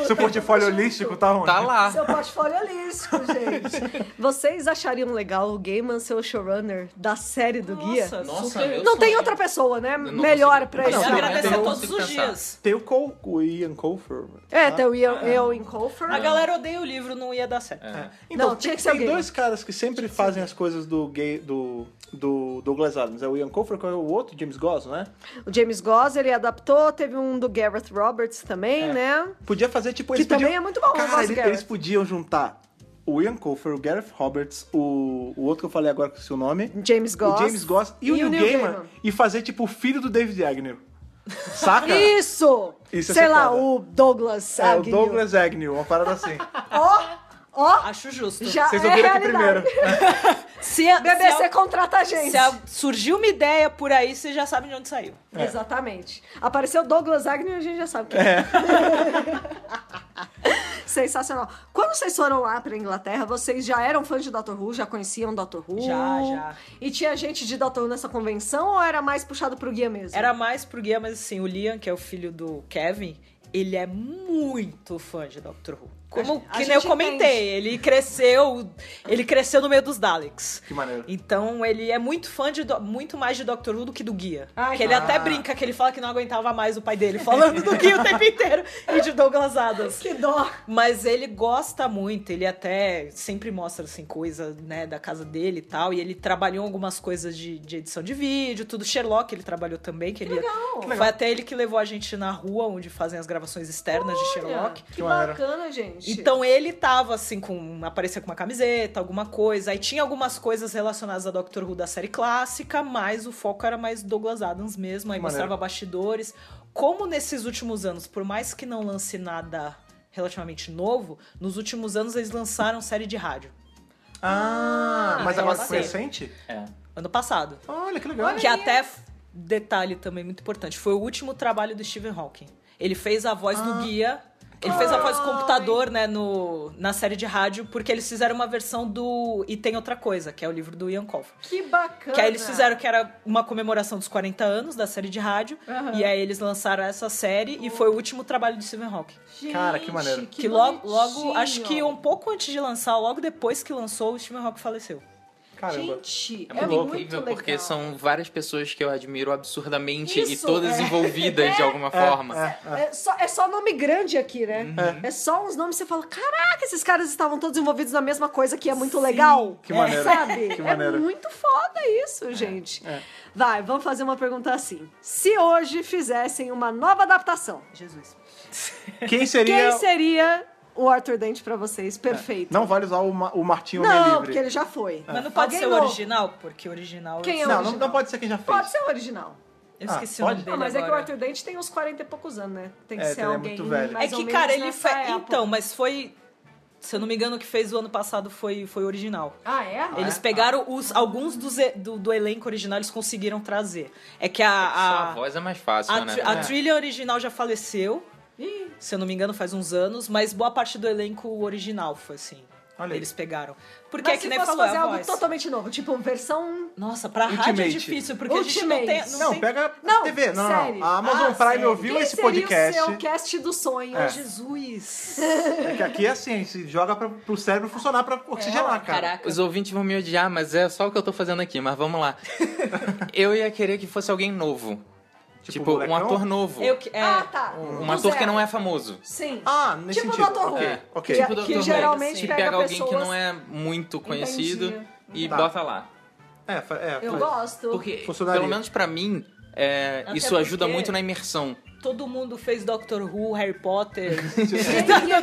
Speaker 1: seu portfólio holístico tá onde?
Speaker 4: Tá lá.
Speaker 2: Seu portfólio é holístico, gente. Vocês achariam legal o Gaiman ser o showrunner da série do Guia?
Speaker 4: Nossa,
Speaker 3: super-
Speaker 4: meu
Speaker 2: Não tem
Speaker 1: um-
Speaker 4: sonho.
Speaker 2: outra pessoa, né?
Speaker 4: não
Speaker 2: Melhor
Speaker 4: consigo.
Speaker 2: pra
Speaker 4: Não,
Speaker 2: isso.
Speaker 3: Eu
Speaker 1: não,
Speaker 3: agradecer
Speaker 1: eu não
Speaker 3: todos
Speaker 4: consigo
Speaker 3: os
Speaker 4: pensar.
Speaker 3: dias.
Speaker 1: Tem o, Cole, o Ian Colfer.
Speaker 2: É, tem o
Speaker 1: Ah,
Speaker 2: Ian, Ian Colfer.
Speaker 3: A galera odeia o livro, não ia dar certo.
Speaker 4: É.
Speaker 1: Então,
Speaker 2: Não, tinha
Speaker 1: tem,
Speaker 2: que ser
Speaker 1: tem
Speaker 2: alguém.
Speaker 1: dois caras que sempre fazem as coisas do gay do, do Douglas Adams. É o Ian Colfer, que é o outro, James Gosling, né?
Speaker 2: O James Goss, ele adaptou, teve um do Gareth Roberts
Speaker 1: É.
Speaker 2: também, né?
Speaker 1: Podia fazer, tipo,
Speaker 2: Que
Speaker 1: eles
Speaker 2: também
Speaker 1: podiam-
Speaker 2: é muito bom, eu gosto
Speaker 1: Cara,
Speaker 2: do
Speaker 1: ele-
Speaker 2: Gareth.
Speaker 1: eles podiam juntar o Ian Colfer, o Gareth Roberts, o, o outro que eu falei agora com o seu nome.
Speaker 2: James Goss.
Speaker 1: O James Goss e, o Neil, Gaiman. E fazer, tipo, o filho do David Agnew. Saca?
Speaker 2: Isso!
Speaker 1: Isso ia
Speaker 2: Sei
Speaker 1: ser
Speaker 2: lá,
Speaker 1: foda.
Speaker 2: o Douglas
Speaker 1: É, o
Speaker 2: Agnew.
Speaker 1: Douglas Agnew, uma parada assim.
Speaker 2: Ó, ó,
Speaker 3: Acho justo.
Speaker 2: já
Speaker 1: Vocês
Speaker 2: é
Speaker 1: ouviram aqui
Speaker 2: realidade.
Speaker 1: primeiro.
Speaker 3: Se, a-
Speaker 2: BBC
Speaker 3: se, a-
Speaker 2: contrata a gente.
Speaker 3: se a- surgiu uma ideia por aí, você já sabe de onde saiu.
Speaker 1: É.
Speaker 2: Exatamente. Apareceu Douglas Agnew, a gente já sabe quem é. Sensacional. Quando vocês foram lá pra Inglaterra, vocês já eram fãs de Doctor Who? Já conheciam Doctor Who?
Speaker 3: Já, já.
Speaker 2: E tinha gente de Doctor Who nessa convenção ou era mais puxado pro guia mesmo?
Speaker 3: Era mais pro guia, mas assim, o Liam, que é o filho do Kevin, ele é muito fã de Doctor Who. Como
Speaker 2: A
Speaker 3: que
Speaker 2: gente
Speaker 3: nem eu comentei, ele cresceu, ele cresceu no meio dos Daleks.
Speaker 1: Que maneiro.
Speaker 3: Então ele é muito fã de do- muito mais de Doctor Who do que do guia.
Speaker 2: Ai,
Speaker 3: que ele
Speaker 2: ah.
Speaker 3: até brinca que ele fala que não aguentava mais o pai dele falando do guia o tempo inteiro e de Douglas Adams.
Speaker 2: Que dó.
Speaker 3: Mas ele gosta muito, ele até sempre mostra assim coisa, né, da casa dele e tal, e ele trabalhou em algumas coisas de, de edição de vídeo, tudo Sherlock ele trabalhou também, que, ele Foi até ele que levou a gente na rua onde fazem as gravações externas de Sherlock.
Speaker 2: Que,
Speaker 1: Que maneiro.
Speaker 2: bacana, gente.
Speaker 3: Então ele tava assim com aparecia com uma camiseta, alguma coisa, aí tinha algumas coisas relacionadas a Doctor Who da série clássica, mas o foco era mais Douglas Adams mesmo, aí
Speaker 1: Maneiro.
Speaker 3: mostrava bastidores. Como nesses últimos anos, por mais que não lance nada relativamente novo, nos últimos anos eles lançaram série de rádio.
Speaker 1: Ah, mas
Speaker 3: é
Speaker 1: agora
Speaker 3: você.
Speaker 1: foi recente?
Speaker 4: É.
Speaker 3: Ano passado.
Speaker 1: Olha, que legal.
Speaker 3: Que até f- detalhe também muito importante, foi o último trabalho do Stephen Hawking. Ele fez a voz
Speaker 2: Ah.
Speaker 3: do guia. Ele fez a voz do computador, né, no, na série de rádio, porque eles fizeram uma versão do E Tem Outra Coisa, que é o livro do Ian Colfer.
Speaker 2: que bacana.
Speaker 3: Que aí eles fizeram que era uma comemoração dos 40 anos da série de rádio.
Speaker 2: Aham.
Speaker 3: E aí eles lançaram essa série e foi o último trabalho do Stephen Hawking.
Speaker 2: Gente,
Speaker 1: Cara, que maneiro.
Speaker 3: Que, logo, logo, acho que um pouco antes de lançar, logo depois que lançou, o Stephen Hawking faleceu.
Speaker 1: Caramba.
Speaker 2: Gente,
Speaker 4: É
Speaker 2: é,
Speaker 4: muito
Speaker 2: muito
Speaker 4: incrível,
Speaker 2: legal.
Speaker 4: porque são várias pessoas que eu admiro absurdamente e
Speaker 2: Isso,
Speaker 4: todas
Speaker 2: é.
Speaker 4: envolvidas de alguma forma.
Speaker 1: Ah.
Speaker 2: É só, é só nome grande aqui, né?
Speaker 1: Uhum.
Speaker 2: É só uns nomes que você fala: caraca, esses caras estavam todos envolvidos na mesma coisa que é muito legal.
Speaker 1: que maneiro.
Speaker 2: É, sabe?
Speaker 1: Que maneiro. É,
Speaker 2: É muito foda isso, gente. Vai, vamos fazer uma pergunta assim. Se hoje fizessem uma nova adaptação,
Speaker 3: Jesus.
Speaker 1: Quem seria... É.
Speaker 2: quem seria o Arthur Dente pra vocês? Perfeito.
Speaker 1: Não vale usar o, Ma- o Martinho Homem
Speaker 2: Não,
Speaker 1: Livre. É.
Speaker 2: porque ele já foi.
Speaker 3: Mas não pode
Speaker 2: Ah. Alguém
Speaker 3: ser o
Speaker 2: novo.
Speaker 3: original, porque o original...
Speaker 2: Quem é
Speaker 3: eu,
Speaker 2: o
Speaker 1: Não, não,
Speaker 2: original?
Speaker 1: não pode ser quem já fez.
Speaker 2: Pode ser o original.
Speaker 3: eu
Speaker 1: Ah,
Speaker 3: esqueci o
Speaker 1: pode?
Speaker 3: nome dele
Speaker 2: Ah, mas é que o
Speaker 3: agora.
Speaker 2: Arthur Dente tem uns 40 e poucos anos, né? Tem que
Speaker 1: É, ele
Speaker 2: ser
Speaker 1: é
Speaker 2: alguém.
Speaker 1: muito velho.
Speaker 2: mais
Speaker 3: é
Speaker 2: ou
Speaker 3: que,
Speaker 2: menos
Speaker 3: cara, ele
Speaker 2: nessa
Speaker 3: fez.
Speaker 2: época.
Speaker 3: Então, mas foi. Se eu não me engano, o que fez o ano passado foi, foi o original.
Speaker 2: Ah, é?
Speaker 3: Eles pegaram os, alguns dos e- do, do elenco original, eles conseguiram trazer. É que a.
Speaker 4: Só a
Speaker 3: A,
Speaker 4: voz é mais fácil,
Speaker 3: a,
Speaker 4: né?
Speaker 3: tri- a trilha original já faleceu,
Speaker 2: Ih,
Speaker 3: se eu não me engano, faz uns anos, mas boa parte do elenco original foi assim.
Speaker 1: Olha aí.
Speaker 3: eles pegaram. Porque
Speaker 2: Mas se
Speaker 3: é que nem
Speaker 2: fosse
Speaker 3: falou, é
Speaker 2: fazer
Speaker 3: a
Speaker 2: algo
Speaker 3: voz.
Speaker 2: totalmente novo, tipo versão...
Speaker 3: Nossa, pra rádio é
Speaker 1: Ultimate.
Speaker 3: difícil, porque a gente não
Speaker 2: Ultimate.
Speaker 3: tem.
Speaker 1: Não,
Speaker 3: Não, tem...
Speaker 1: pega
Speaker 2: Não,
Speaker 1: TV. Não, não,
Speaker 2: série.
Speaker 1: não. A Amazon
Speaker 3: Ah,
Speaker 1: Prime
Speaker 3: série.
Speaker 1: ouviu
Speaker 2: Quem
Speaker 1: esse
Speaker 2: seria
Speaker 1: podcast.
Speaker 2: o seu cast dos sonhos?
Speaker 1: É.
Speaker 3: Jesus!
Speaker 1: É que aqui é assim, a gente joga pra, pro cérebro funcionar pra
Speaker 2: É,
Speaker 1: oxigenar, cara.
Speaker 4: Os ouvintes vão me odiar, mas é só o que eu tô fazendo aqui, mas vamos lá. eu ia querer que fosse alguém novo.
Speaker 1: Tipo,
Speaker 4: Tipo, um
Speaker 1: molecão?
Speaker 4: ator novo.
Speaker 3: Eu que. É,
Speaker 2: Ah, tá.
Speaker 4: Um ator que não é famoso.
Speaker 2: Sim.
Speaker 1: Ah, nesse
Speaker 2: Tipo
Speaker 1: sentido.
Speaker 2: Dr. Who.
Speaker 1: Ok,
Speaker 4: É.
Speaker 1: ok.
Speaker 2: Tipo
Speaker 4: Tipo,
Speaker 2: que
Speaker 4: Dr. Who,
Speaker 2: geralmente
Speaker 4: que
Speaker 2: pega,
Speaker 4: pega, alguém
Speaker 2: pessoas...
Speaker 4: que não é muito conhecido
Speaker 2: Entendi.
Speaker 4: e
Speaker 1: Tá.
Speaker 4: bota lá.
Speaker 1: É, fa- é,
Speaker 2: Eu
Speaker 1: foi.
Speaker 2: gosto.
Speaker 4: Porque,
Speaker 1: Funcionaria.
Speaker 4: pelo menos pra mim, é,
Speaker 3: Até
Speaker 4: isso ajuda
Speaker 3: porque-
Speaker 4: muito na imersão.
Speaker 3: Todo mundo fez Doctor Who, Harry Potter.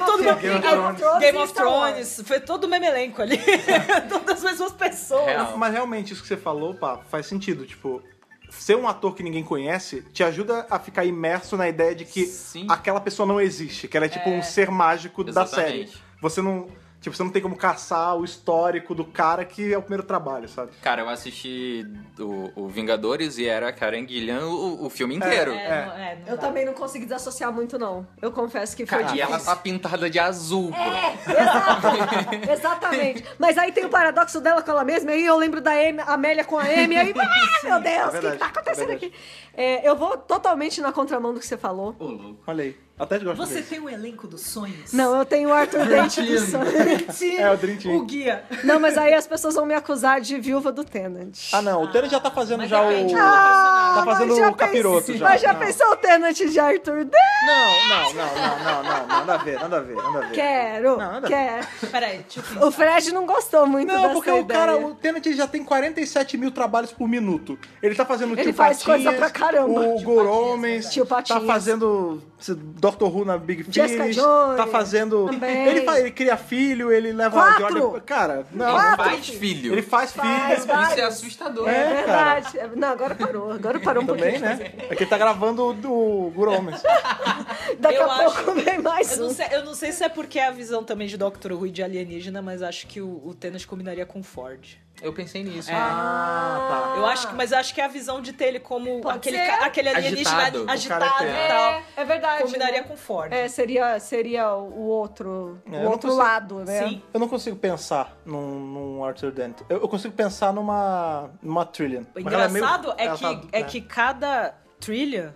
Speaker 2: Todo mundo
Speaker 1: Game of Thrones.
Speaker 3: Game of
Speaker 2: então.
Speaker 3: Thrones, foi todo o mesmo elenco ali. Todas as mesmas pessoas.
Speaker 4: Real.
Speaker 1: Mas realmente isso que você falou, pá, faz sentido. Tipo, ser um ator que ninguém conhece te ajuda a ficar imerso na ideia de que
Speaker 4: Sim. É.
Speaker 1: aquela pessoa não existe, que ela é tipo um ser mágico da
Speaker 4: Exatamente.
Speaker 1: série. Você não. Tipo, você não tem como caçar o histórico do cara que é o primeiro trabalho, sabe?
Speaker 4: Cara, eu assisti o, o Vingadores e era Karen Gillian o, o filme inteiro.
Speaker 3: É,
Speaker 1: É.
Speaker 3: não- é, não
Speaker 2: Eu
Speaker 3: dá.
Speaker 2: também não consegui desassociar muito, não. Eu confesso que foi
Speaker 4: Cara, e
Speaker 2: difícil.
Speaker 4: ela tá pintada de azul, bro.
Speaker 1: É.
Speaker 2: Exato, exatamente. Mas aí tem o paradoxo dela com ela mesma, aí eu lembro da Amy- Amélia com a Amy, aí, ah, meu
Speaker 1: é
Speaker 2: Deus, o que
Speaker 1: verdade,
Speaker 2: que tá acontecendo
Speaker 1: é verdade.
Speaker 2: aqui? É, eu vou totalmente na contramão do que você falou.
Speaker 4: Ô, louco.
Speaker 1: Olha aí. Até de gosto
Speaker 3: Você
Speaker 1: dele.
Speaker 3: tem o elenco dos sonhos?
Speaker 2: Não, eu tenho o Arthur Dente do sonho.
Speaker 1: É, o Dream Team.
Speaker 3: O guia.
Speaker 2: Não, mas aí as pessoas vão me acusar de viúva do Tenant. Ah,
Speaker 1: Ah, não. O Tênis já tá fazendo
Speaker 3: Mas
Speaker 1: já
Speaker 3: depende
Speaker 1: o...
Speaker 3: do personagem.
Speaker 1: Tá fazendo
Speaker 2: mas já
Speaker 1: o capiroto
Speaker 2: pensei-
Speaker 1: já.
Speaker 2: Mas já
Speaker 1: Não.
Speaker 2: pensou o Tenant de Arthur Dente?
Speaker 1: Não, não, não, não, não, não. Nada a ver, nada a ver, nada a ver.
Speaker 2: Quero,
Speaker 1: Não, nada a
Speaker 2: quero.
Speaker 3: Peraí, deixa eu pensar.
Speaker 2: O Fred não gostou muito
Speaker 1: Não,
Speaker 2: dessa
Speaker 1: porque o
Speaker 2: ideia.
Speaker 1: cara, o Tenet ele já tem 47 mil trabalhos por minuto. Ele tá fazendo
Speaker 2: Ele
Speaker 1: Tio
Speaker 2: faz
Speaker 1: Patinhas,
Speaker 2: coisa pra caramba.
Speaker 1: O
Speaker 2: Tio
Speaker 1: Goromens,
Speaker 2: Tio
Speaker 1: tá
Speaker 2: Patinhas.
Speaker 1: fazendo Doctor Who na Big
Speaker 2: Jessica
Speaker 1: Finish,
Speaker 2: Jones
Speaker 1: tá fazendo...
Speaker 2: também.
Speaker 1: Ele, fa- ele cria filho, ele leva...
Speaker 2: Quatro.
Speaker 1: Jordan- Cara, não.
Speaker 4: Ela
Speaker 1: Quatro.
Speaker 4: faz filho.
Speaker 1: tá Ele faz filho.
Speaker 4: Isso é assustador.
Speaker 1: É,
Speaker 2: É
Speaker 1: cara.
Speaker 2: verdade. Não, agora parou. Agora parou um
Speaker 1: Também,
Speaker 2: pouquinho.
Speaker 1: né? É que ele tá gravando o do Goromens.
Speaker 2: Daqui
Speaker 3: Eu
Speaker 2: a
Speaker 3: acho-
Speaker 2: pouco vem mais
Speaker 3: Eu não,
Speaker 2: um.
Speaker 3: sei, eu não sei se é porque é a visão também de Dr. Who e de alienígena, mas acho que o, o Tennant combinaria com o Ford.
Speaker 4: Eu pensei nisso.
Speaker 3: É.
Speaker 2: tá.
Speaker 1: Ah,
Speaker 3: Eu acho que, mas eu acho que é a visão de ter ele como
Speaker 2: Pode
Speaker 3: aquele,
Speaker 2: ser.
Speaker 3: ca- aquele alienígena
Speaker 4: Agitado.
Speaker 3: agitado,
Speaker 1: O cara
Speaker 3: e tal.
Speaker 2: É, é verdade.
Speaker 3: Combinaria
Speaker 2: né?
Speaker 3: com o Ford.
Speaker 2: É, seria, seria o outro,
Speaker 1: É, eu
Speaker 2: o
Speaker 1: não
Speaker 2: outro
Speaker 1: consigo-
Speaker 2: lado, né?
Speaker 3: Sim.
Speaker 1: Eu não consigo pensar num, num Arthur Dent. Eu, eu consigo pensar numa, numa Trillian.
Speaker 3: O
Speaker 1: Mas ela meio-
Speaker 3: engraçado é,
Speaker 1: ela
Speaker 3: que,
Speaker 1: tá-
Speaker 3: é que cada trilha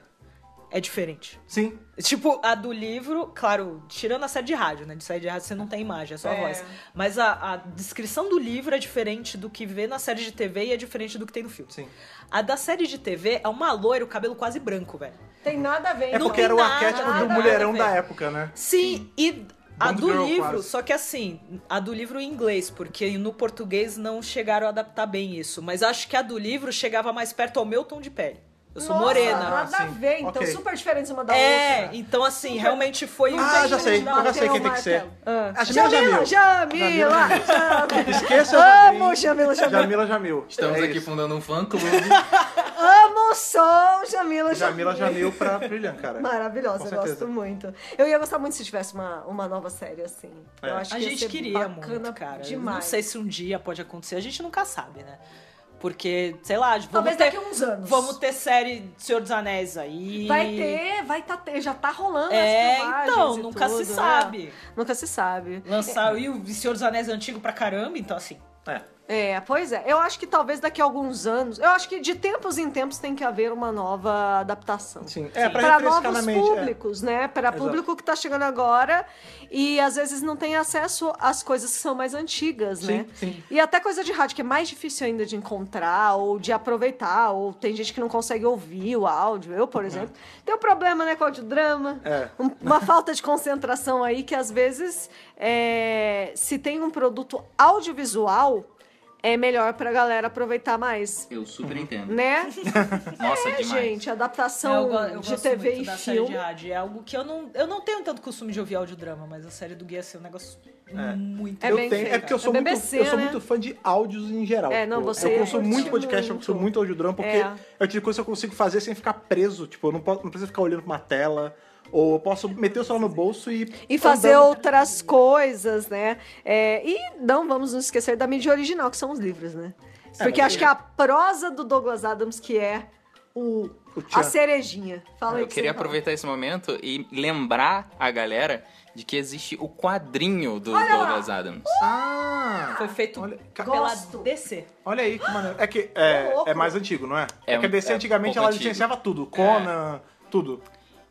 Speaker 3: é diferente.
Speaker 1: Sim.
Speaker 3: Tipo, a do livro, claro, tirando a série de rádio, né? De série de rádio você não tem imagem, é só a
Speaker 2: É.
Speaker 3: voz. Mas a, a descrição do livro é diferente do que vê na série de TV e é diferente do que tem no filme.
Speaker 1: Sim.
Speaker 3: A da série de TV é uma loira, o cabelo quase branco, velho.
Speaker 2: Tem nada a ver.
Speaker 1: É
Speaker 3: Não
Speaker 1: porque
Speaker 3: tem
Speaker 1: era o
Speaker 3: nada,
Speaker 1: arquétipo do
Speaker 3: nada
Speaker 1: mulherão
Speaker 3: a ver.
Speaker 1: da época, né?
Speaker 3: Sim, e a
Speaker 1: Bond
Speaker 3: do
Speaker 1: Girl,
Speaker 3: livro,
Speaker 1: quase.
Speaker 3: só que assim, a do livro em inglês, porque no português não chegaram a adaptar bem isso. Mas acho que a do livro chegava mais perto ao meu tom de pele. Eu sou
Speaker 2: Nossa,
Speaker 3: morena.
Speaker 2: Nada a
Speaker 1: Sim.
Speaker 2: ver, então
Speaker 1: Ok.
Speaker 2: super diferentes uma da
Speaker 3: É,
Speaker 2: outra.
Speaker 3: então assim, realmente foi um.
Speaker 1: Ah, já
Speaker 2: tem
Speaker 1: sei.
Speaker 2: um
Speaker 1: Eu já sei quem
Speaker 2: martelo,
Speaker 1: tem que ser.
Speaker 2: martelo. Ah.
Speaker 1: A Jamila Jamil.
Speaker 2: Jamila,
Speaker 1: Jamila
Speaker 2: Jamil.
Speaker 1: Esqueça
Speaker 2: Amo
Speaker 1: o
Speaker 2: Ah, Jamila Jamil.
Speaker 1: Jamila Jamil.
Speaker 4: Estamos
Speaker 1: É
Speaker 4: aqui
Speaker 1: isso.
Speaker 4: fundando um fã-clube.
Speaker 2: Amo o som, Jamila Jamil.
Speaker 1: Jamila Jamil pra Brilhant, cara.
Speaker 2: Maravilhosa,
Speaker 1: Com
Speaker 2: eu
Speaker 1: certeza.
Speaker 2: gosto muito. Eu ia gostar muito se tivesse uma, uma nova série assim.
Speaker 1: É.
Speaker 2: Eu acho
Speaker 3: A
Speaker 2: que ia
Speaker 3: gente
Speaker 2: ser
Speaker 3: queria
Speaker 2: bacana
Speaker 3: muito, cara. Eu
Speaker 2: Demais.
Speaker 3: Não sei se um dia pode acontecer, a gente nunca sabe, né? Porque, sei lá, vamos
Speaker 2: Talvez
Speaker 3: ter
Speaker 2: daqui a uns anos.
Speaker 3: vamos ter série Senhor dos Anéis aí.
Speaker 2: Vai ter, vai tá, ter- já tá rolando as
Speaker 3: É,
Speaker 2: filmagens
Speaker 3: então,
Speaker 2: e
Speaker 3: nunca
Speaker 2: tudo,
Speaker 3: se
Speaker 2: né?
Speaker 3: sabe.
Speaker 2: Nunca se sabe.
Speaker 3: Lançar e o Senhor dos Anéis é antigo pra caramba, então assim.
Speaker 1: É.
Speaker 2: É, pois é. Eu acho que talvez daqui a alguns anos. Eu acho que de tempos em tempos tem que haver uma nova adaptação.
Speaker 1: Sim. É, pra
Speaker 2: Pra
Speaker 1: refrescar na
Speaker 2: novos
Speaker 1: mente. é.
Speaker 2: públicos, né? Pra
Speaker 1: Exato.
Speaker 2: público que tá chegando agora e às vezes não tem acesso às coisas que são mais antigas, né?
Speaker 1: Sim, sim.
Speaker 2: E até coisa de rádio, que é mais difícil ainda de encontrar ou de aproveitar, ou tem gente que não consegue ouvir o áudio. Eu, por exemplo, tenho problema, né, com audiodrama.
Speaker 1: É.
Speaker 2: Um- Uma falta de concentração aí que às vezes é, se tem um produto audiovisual, é melhor pra galera aproveitar mais.
Speaker 4: Eu super entendo.
Speaker 2: Né?
Speaker 4: Nossa,
Speaker 2: É,
Speaker 4: demais.
Speaker 2: gente,
Speaker 3: eu,
Speaker 2: adaptação
Speaker 3: go- eu
Speaker 2: de
Speaker 3: gosto
Speaker 2: TV
Speaker 3: muito
Speaker 2: e
Speaker 3: da série de
Speaker 2: filme.
Speaker 3: rádio. É algo que eu não, eu não tenho tanto costume de ouvir audiodrama, mas a série do Guia assim, é um negócio muito
Speaker 2: É
Speaker 1: eu
Speaker 2: bem
Speaker 1: tenho,
Speaker 2: feito.
Speaker 1: é porque eu sou,
Speaker 2: É
Speaker 1: muito,
Speaker 2: BBC,
Speaker 1: eu sou
Speaker 2: né?
Speaker 1: muito fã de áudios em geral.
Speaker 2: É, não,
Speaker 1: Tipo,
Speaker 2: você
Speaker 1: eu consumo
Speaker 2: curte
Speaker 1: muito podcast, eu
Speaker 2: muito.
Speaker 1: consumo muito audiodrama, porque
Speaker 2: É.
Speaker 1: é o tipo de coisa que eu consigo fazer sem ficar preso. Tipo, eu não, posso, não preciso ficar olhando pra uma tela. Ou eu posso meter o celular no bolso e.
Speaker 2: E fazer
Speaker 1: andando.
Speaker 2: outras coisas, né? É, e não vamos nos esquecer da mídia original, que são os livros, né? Porque
Speaker 1: mas
Speaker 2: acho que a prosa do Douglas Adams, que é o,
Speaker 1: O Tchan.
Speaker 2: a cerejinha.
Speaker 1: Ah,
Speaker 2: Fala aí
Speaker 4: Eu
Speaker 2: que
Speaker 4: queria
Speaker 2: você fala.
Speaker 4: aproveitar esse momento e lembrar a galera de que existe o quadrinho do
Speaker 2: Olha lá.
Speaker 4: Douglas Adams.
Speaker 1: Ah!
Speaker 3: Foi feito
Speaker 1: Olha, ca-
Speaker 3: pela
Speaker 2: Gosto.
Speaker 3: DC.
Speaker 1: Olha aí que maneiro. É que é,
Speaker 2: Ô, louco.
Speaker 1: é mais antigo, não é? É,
Speaker 4: É
Speaker 1: que a
Speaker 4: um-
Speaker 1: DC
Speaker 4: é
Speaker 1: antigamente
Speaker 4: pouco
Speaker 1: ela
Speaker 4: antigo.
Speaker 1: licenciava tudo. Conan, tudo.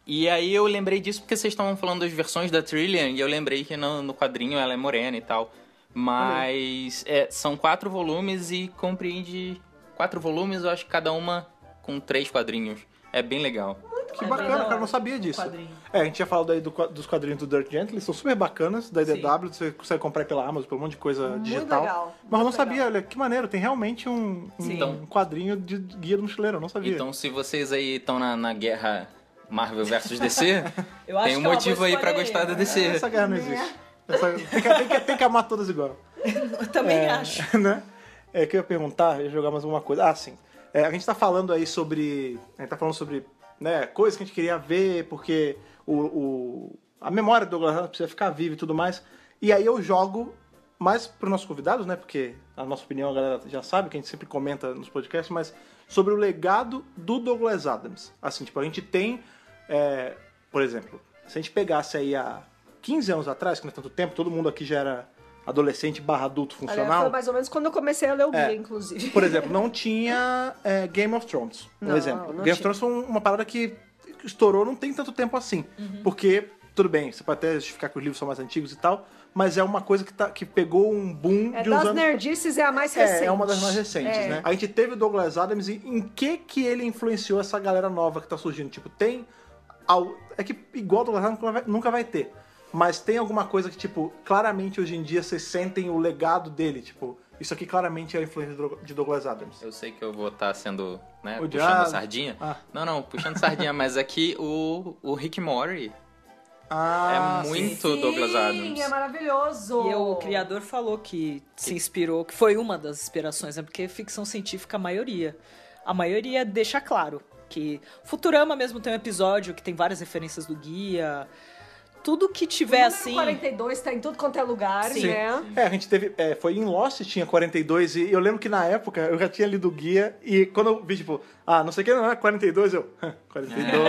Speaker 4: E aí eu lembrei disso porque vocês estavam falando das versões da Trillian e eu lembrei que no, no quadrinho ela é morena e tal. Mas é, são quatro volumes e compreende quatro volumes, eu acho que cada uma com três quadrinhos. É bem legal.
Speaker 1: Que
Speaker 3: É
Speaker 1: bacana,
Speaker 3: bem da
Speaker 1: cara, eu
Speaker 3: hora.
Speaker 1: não sabia disso.
Speaker 3: Quadrinho.
Speaker 1: É, a gente já falou aí do qua- dos quadrinhos do Dirt Gently, são super bacanas, da IDW, você consegue comprar pela Amazon, por um monte de coisa digital.
Speaker 2: legal,
Speaker 1: Mas eu
Speaker 2: muito
Speaker 1: não sabia, olha, que maneiro, tem realmente um, um
Speaker 4: Sim.
Speaker 1: quadrinho de guia do mochileiro, eu não sabia.
Speaker 4: Então se vocês aí estão na, na guerra Marvel versus DC,
Speaker 3: Eu acho
Speaker 4: tem um
Speaker 3: que é uma
Speaker 4: motivo
Speaker 3: boa
Speaker 4: aí pra
Speaker 3: escolha
Speaker 4: gostar
Speaker 3: aí,
Speaker 4: da
Speaker 3: né?
Speaker 4: DC.
Speaker 1: Essa guerra não existe. Essa- tem, que, tem que- tem que amar todas igual.
Speaker 3: Eu também acho.
Speaker 1: né? É que eu ia perguntar, eu ia jogar mais alguma coisa. Ah, sim. É, a gente tá falando aí sobre. A gente tá falando sobre né, coisas que a gente queria ver, porque o, o- a memória do Douglas Adams precisa ficar viva e tudo mais. E aí eu jogo mais para os nossos convidados, né? Porque a nossa opinião a galera já sabe, que a gente sempre comenta nos podcasts, mas sobre o legado do Douglas Adams. Assim, tipo, a gente tem, é, por exemplo, se a gente pegasse aí há 15 anos atrás, que não é tanto tempo, todo mundo aqui já era adolescente barra adulto
Speaker 2: Aliás,
Speaker 1: funcional.
Speaker 2: foi mais ou menos quando eu comecei a ler o guia,
Speaker 1: É.
Speaker 2: inclusive.
Speaker 1: Por exemplo, não tinha é, Game of Thrones, um
Speaker 2: Não,
Speaker 1: exemplo.
Speaker 2: não
Speaker 1: Game of
Speaker 2: tinha.
Speaker 1: Thrones foi uma parada que estourou não tem tanto tempo assim.
Speaker 2: Uhum.
Speaker 1: Porque, tudo bem, você pode até justificar que os livros são mais antigos e tal, mas é uma coisa que, tá, que pegou um boom
Speaker 2: É,
Speaker 1: de uns
Speaker 2: das
Speaker 1: anos...
Speaker 2: nerdices é a mais recente.
Speaker 1: É, é uma das mais recentes,
Speaker 2: É.
Speaker 1: né? A gente teve o Douglas Adams e em que que ele influenciou essa galera nova que tá surgindo? Tipo, tem... al- É que igual o Douglas Adams nunca vai- nunca vai ter. Mas tem alguma coisa que, tipo, claramente hoje em dia vocês sentem o legado dele, tipo... Isso aqui claramente é a influência do- de Douglas Adams.
Speaker 4: Eu sei que eu vou estar sendo, né,
Speaker 1: Odiado.
Speaker 4: puxando sardinha.
Speaker 1: Ah.
Speaker 4: Não, não, puxando sardinha, mas aqui o, o Rick Mori
Speaker 1: Ah,
Speaker 4: é
Speaker 1: sim.
Speaker 4: muito Douglas Adams.
Speaker 5: Sim, é maravilhoso.
Speaker 3: E o criador falou que se inspirou, que foi uma das inspirações, né? Porque ficção científica, a maioria. A maioria deixa claro que Futurama mesmo tem um episódio que tem várias referências do guia. Tudo que tiver
Speaker 5: número
Speaker 3: assim.
Speaker 5: 42 tá em tudo quanto é lugar,
Speaker 1: Sim.
Speaker 5: né?
Speaker 1: É, a gente teve. é, foi em Lost, tinha 42, e eu lembro que na época eu já tinha lido o guia, e quando eu vi, tipo, ah, não sei o que, não é 42, eu. 42, né?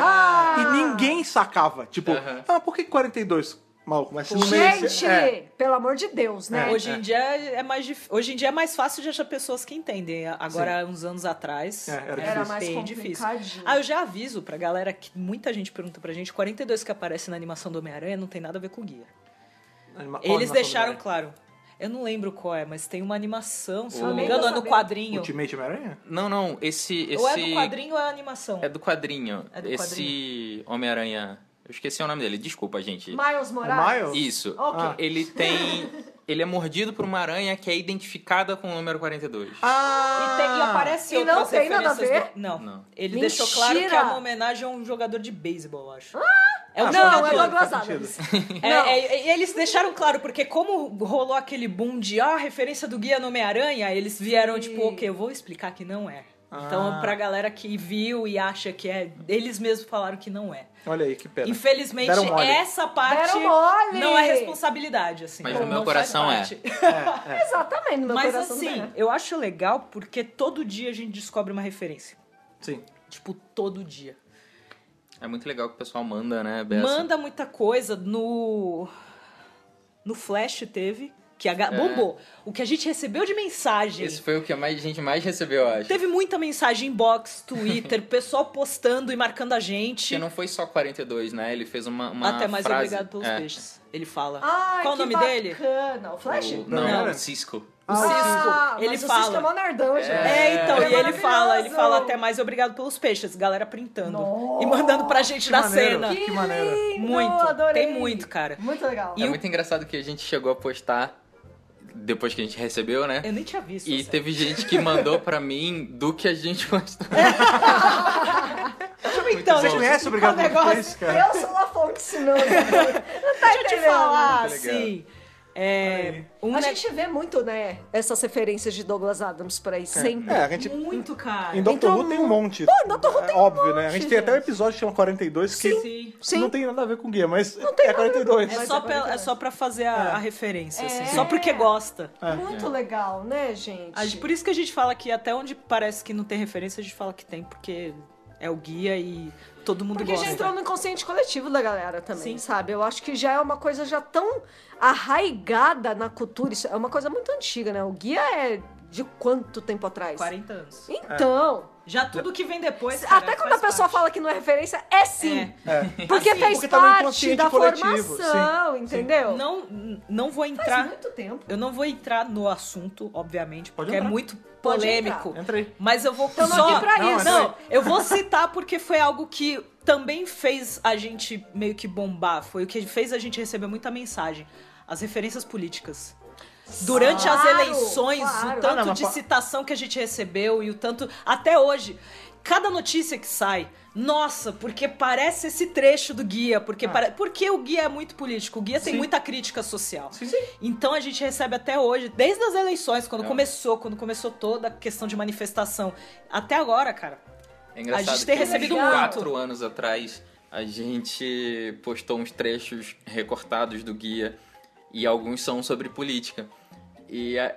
Speaker 5: Ah!
Speaker 1: E ninguém sacava. Tipo, ah, por que 42? Maluco, mas se não merecer-
Speaker 5: Gente,
Speaker 1: é,
Speaker 5: pelo amor de Deus, né?
Speaker 3: Hoje, em dia é mais dif- Hoje em dia é mais fácil de achar pessoas que entendem. Agora, uns anos atrás,
Speaker 1: É, era
Speaker 5: Era
Speaker 1: difícil.
Speaker 5: mais
Speaker 3: bem difícil.
Speaker 5: complicadinho.
Speaker 3: Ah, eu já aviso pra galera que muita gente pergunta pra gente: 42 que aparece na animação do Homem-Aranha não tem nada a ver com o guia.
Speaker 1: anima- qual
Speaker 3: Eles
Speaker 1: animação
Speaker 3: deixaram
Speaker 1: do
Speaker 3: claro. Eu não lembro qual é, mas tem uma animação, se não me
Speaker 4: Também
Speaker 3: engano,
Speaker 5: tô
Speaker 3: é no
Speaker 5: sabendo.
Speaker 1: Homem-Aranha?
Speaker 3: quadrinho.
Speaker 1: Ultimate Homem-Aranha?
Speaker 4: Não, não, esse... Tipo, esse...
Speaker 3: Ou é do quadrinho ou é a animação.
Speaker 4: É do quadrinho.
Speaker 3: É do
Speaker 4: esse Homem-Aranha... Eu esqueci o nome dele, desculpa, gente.
Speaker 5: Miles
Speaker 3: É
Speaker 1: O
Speaker 5: Morales.
Speaker 1: Miles?
Speaker 4: Isso.
Speaker 5: Ok.
Speaker 1: Ah.
Speaker 4: Ele tem... Ele é mordido por uma aranha que é identificada com o número 42.
Speaker 1: Ah!
Speaker 3: E, tem, e aparece
Speaker 5: E
Speaker 3: outras
Speaker 5: não tem nada a
Speaker 3: referências
Speaker 5: ver?
Speaker 3: do- Não.
Speaker 4: Não.
Speaker 3: Ele
Speaker 5: Mentira!
Speaker 3: deixou claro que é uma homenagem a um jogador de beisebol, eu acho. É um
Speaker 5: Não,
Speaker 1: Ah,
Speaker 3: jogador.
Speaker 5: é
Speaker 1: faz
Speaker 5: Douglas
Speaker 1: sentido,
Speaker 5: Adams.
Speaker 1: faz
Speaker 3: É,
Speaker 5: Não.
Speaker 3: é, e eles deixaram claro, porque como rolou aquele boom de ah, referência do Guia no Homem-Aranha, eles vieram,
Speaker 5: Sim.
Speaker 3: tipo, ok, eu vou explicar que não é.
Speaker 1: Ah.
Speaker 3: Então, pra galera que viu e acha que é, eles mesmos falaram que não é.
Speaker 1: Olha aí, que pena.
Speaker 3: Infelizmente,
Speaker 1: Deram mole.
Speaker 3: essa parte
Speaker 5: Deram mole!
Speaker 3: não é responsabilidade, assim.
Speaker 4: Mas
Speaker 3: não-
Speaker 4: no meu
Speaker 3: não faz
Speaker 4: coração é.
Speaker 3: parte.
Speaker 1: É, é.
Speaker 5: Exatamente, no meu
Speaker 3: Mas
Speaker 5: coração
Speaker 3: assim,
Speaker 5: tá.
Speaker 3: eu acho legal porque todo dia a gente descobre uma referência.
Speaker 1: Sim.
Speaker 3: Tipo, todo dia.
Speaker 4: É muito legal que o pessoal manda, né, Bessa?
Speaker 3: Manda muita coisa no. No Flash teve, que a... ga- bombou. O que a gente recebeu de mensagem.
Speaker 4: É. Esse foi o que a mais- a gente mais recebeu, eu acho.
Speaker 3: Teve muita mensagem inbox, Twitter, pessoal postando e marcando a gente.
Speaker 4: Porque não foi só 42, né? Ele fez uma, uma
Speaker 3: Até mais
Speaker 4: frase.
Speaker 3: obrigado pelos
Speaker 4: É.
Speaker 3: peixes. Ele fala.
Speaker 5: Ai,
Speaker 3: Qual o
Speaker 5: que
Speaker 3: nome dele?
Speaker 5: bacana. O Flash?
Speaker 4: O-
Speaker 1: Não
Speaker 4: não,
Speaker 1: era?
Speaker 4: o Cisco.
Speaker 1: Ah, o
Speaker 3: Cisco.
Speaker 5: Ah,
Speaker 3: Ele
Speaker 5: mas O
Speaker 3: fala.
Speaker 5: Cisco é mó nerdão, gente.
Speaker 3: É, então,
Speaker 5: Ele é
Speaker 3: e ele fala, ele
Speaker 5: maravilhoso.
Speaker 3: fala até mais obrigado pelos peixes, galera printando
Speaker 5: Nossa,
Speaker 3: e mandando pra gente
Speaker 1: que
Speaker 3: da
Speaker 1: maneiro.
Speaker 3: cena.
Speaker 1: Que maneiro.
Speaker 5: lindo,
Speaker 3: Muito,
Speaker 5: adorei.
Speaker 3: tem muito, cara.
Speaker 5: Muito legal.
Speaker 4: É muito engraçado que a gente chegou a postar depois que a gente recebeu, né?
Speaker 3: Eu nem tinha visto.
Speaker 4: E
Speaker 3: essa.
Speaker 4: teve gente que mandou pra mim do que a gente postou.
Speaker 3: então,
Speaker 1: Vocês
Speaker 3: gente,
Speaker 1: conhecem Obrigado
Speaker 3: qual
Speaker 1: por
Speaker 3: negócio?
Speaker 1: isso, cara?
Speaker 5: Eu sou a Fox, não. né? Não tá
Speaker 3: Deixa eu te
Speaker 5: entendendo.
Speaker 3: falar,
Speaker 4: Muito legal.
Speaker 3: assim. É, um
Speaker 5: A
Speaker 3: ne-
Speaker 5: gente vê muito, né, essas referências de Douglas Adams por aí, sempre.
Speaker 1: É, a gente
Speaker 3: Muito, cara.
Speaker 1: Em Doctor
Speaker 5: Então,
Speaker 1: Who tem um monte.
Speaker 5: Pô, em Doctor Who
Speaker 1: É
Speaker 5: tem um
Speaker 1: Óbvio, né? A gente
Speaker 5: monte,
Speaker 1: tem até um
Speaker 5: gente.
Speaker 1: episódio que chama 42 que
Speaker 3: Sim.
Speaker 5: Sim.
Speaker 1: não tem nada a ver com guia, mas é 42.
Speaker 3: É
Speaker 5: Mas
Speaker 3: só,
Speaker 5: é
Speaker 3: pra, é
Speaker 5: maravilhoso.
Speaker 3: só pra fazer a, a referência, assim.
Speaker 5: É.
Speaker 3: Só porque gosta.
Speaker 5: Muito legal, né, gente?
Speaker 3: A gente- por isso que a gente fala que até onde parece que não tem referência, a gente fala que tem, porque é o guia e todo mundo
Speaker 5: Porque
Speaker 3: gosta.
Speaker 5: já entrou no inconsciente coletivo da galera também,
Speaker 3: Sim.
Speaker 5: sabe? Eu acho que já é uma coisa já tão arraigada na cultura. Isso é uma coisa muito antiga, né? O guia é de quanto tempo atrás?
Speaker 3: 40 anos.
Speaker 5: Então,
Speaker 3: Já tudo que vem depois. cara,
Speaker 5: até quando a
Speaker 3: É. faz
Speaker 5: pessoa
Speaker 3: parte.
Speaker 5: fala que não é referência, é sim.
Speaker 3: É.
Speaker 1: É.
Speaker 5: Porque
Speaker 3: Assim,
Speaker 5: fez
Speaker 1: porque tá no
Speaker 5: parte
Speaker 1: inconsciente
Speaker 5: da
Speaker 1: coletivo,
Speaker 5: formação, entendeu?
Speaker 3: Não, n- não vou
Speaker 5: Faz
Speaker 3: entrar.
Speaker 5: muito tempo.
Speaker 3: Eu não vou entrar no assunto, obviamente,
Speaker 1: Pode
Speaker 3: porque é
Speaker 1: entrar.
Speaker 3: muito
Speaker 5: Pode
Speaker 3: polêmico.
Speaker 1: Entra aí.
Speaker 3: Mas eu vou
Speaker 5: Estamos
Speaker 3: só.
Speaker 5: aqui pra
Speaker 1: Não,
Speaker 5: isso.
Speaker 1: mas
Speaker 3: Não, eu vou citar porque foi algo que também fez a gente meio que bombar. Foi o que fez a gente receber muita mensagem. As referências políticas. Durante as
Speaker 5: Claro,
Speaker 3: eleições,
Speaker 5: claro.
Speaker 3: o
Speaker 1: Ah, não,
Speaker 3: tanto
Speaker 1: mas
Speaker 3: de
Speaker 1: pa-
Speaker 3: citação que a gente recebeu e o tanto. Até hoje, cada notícia que sai, nossa, porque parece esse trecho do guia. Porque, pare- porque o guia é muito político, o guia tem
Speaker 1: Sim.
Speaker 3: muita crítica social.
Speaker 1: Sim.
Speaker 3: Então a gente recebe até hoje, desde as eleições, quando
Speaker 1: É.
Speaker 4: Não.
Speaker 3: começou, quando começou toda a questão de manifestação, até agora, cara.
Speaker 4: É engraçado
Speaker 3: A gente tem
Speaker 4: que
Speaker 3: recebido
Speaker 4: uns
Speaker 5: muito.
Speaker 4: quatro anos atrás, a gente postou uns trechos recortados do guia. e alguns são sobre política. E a-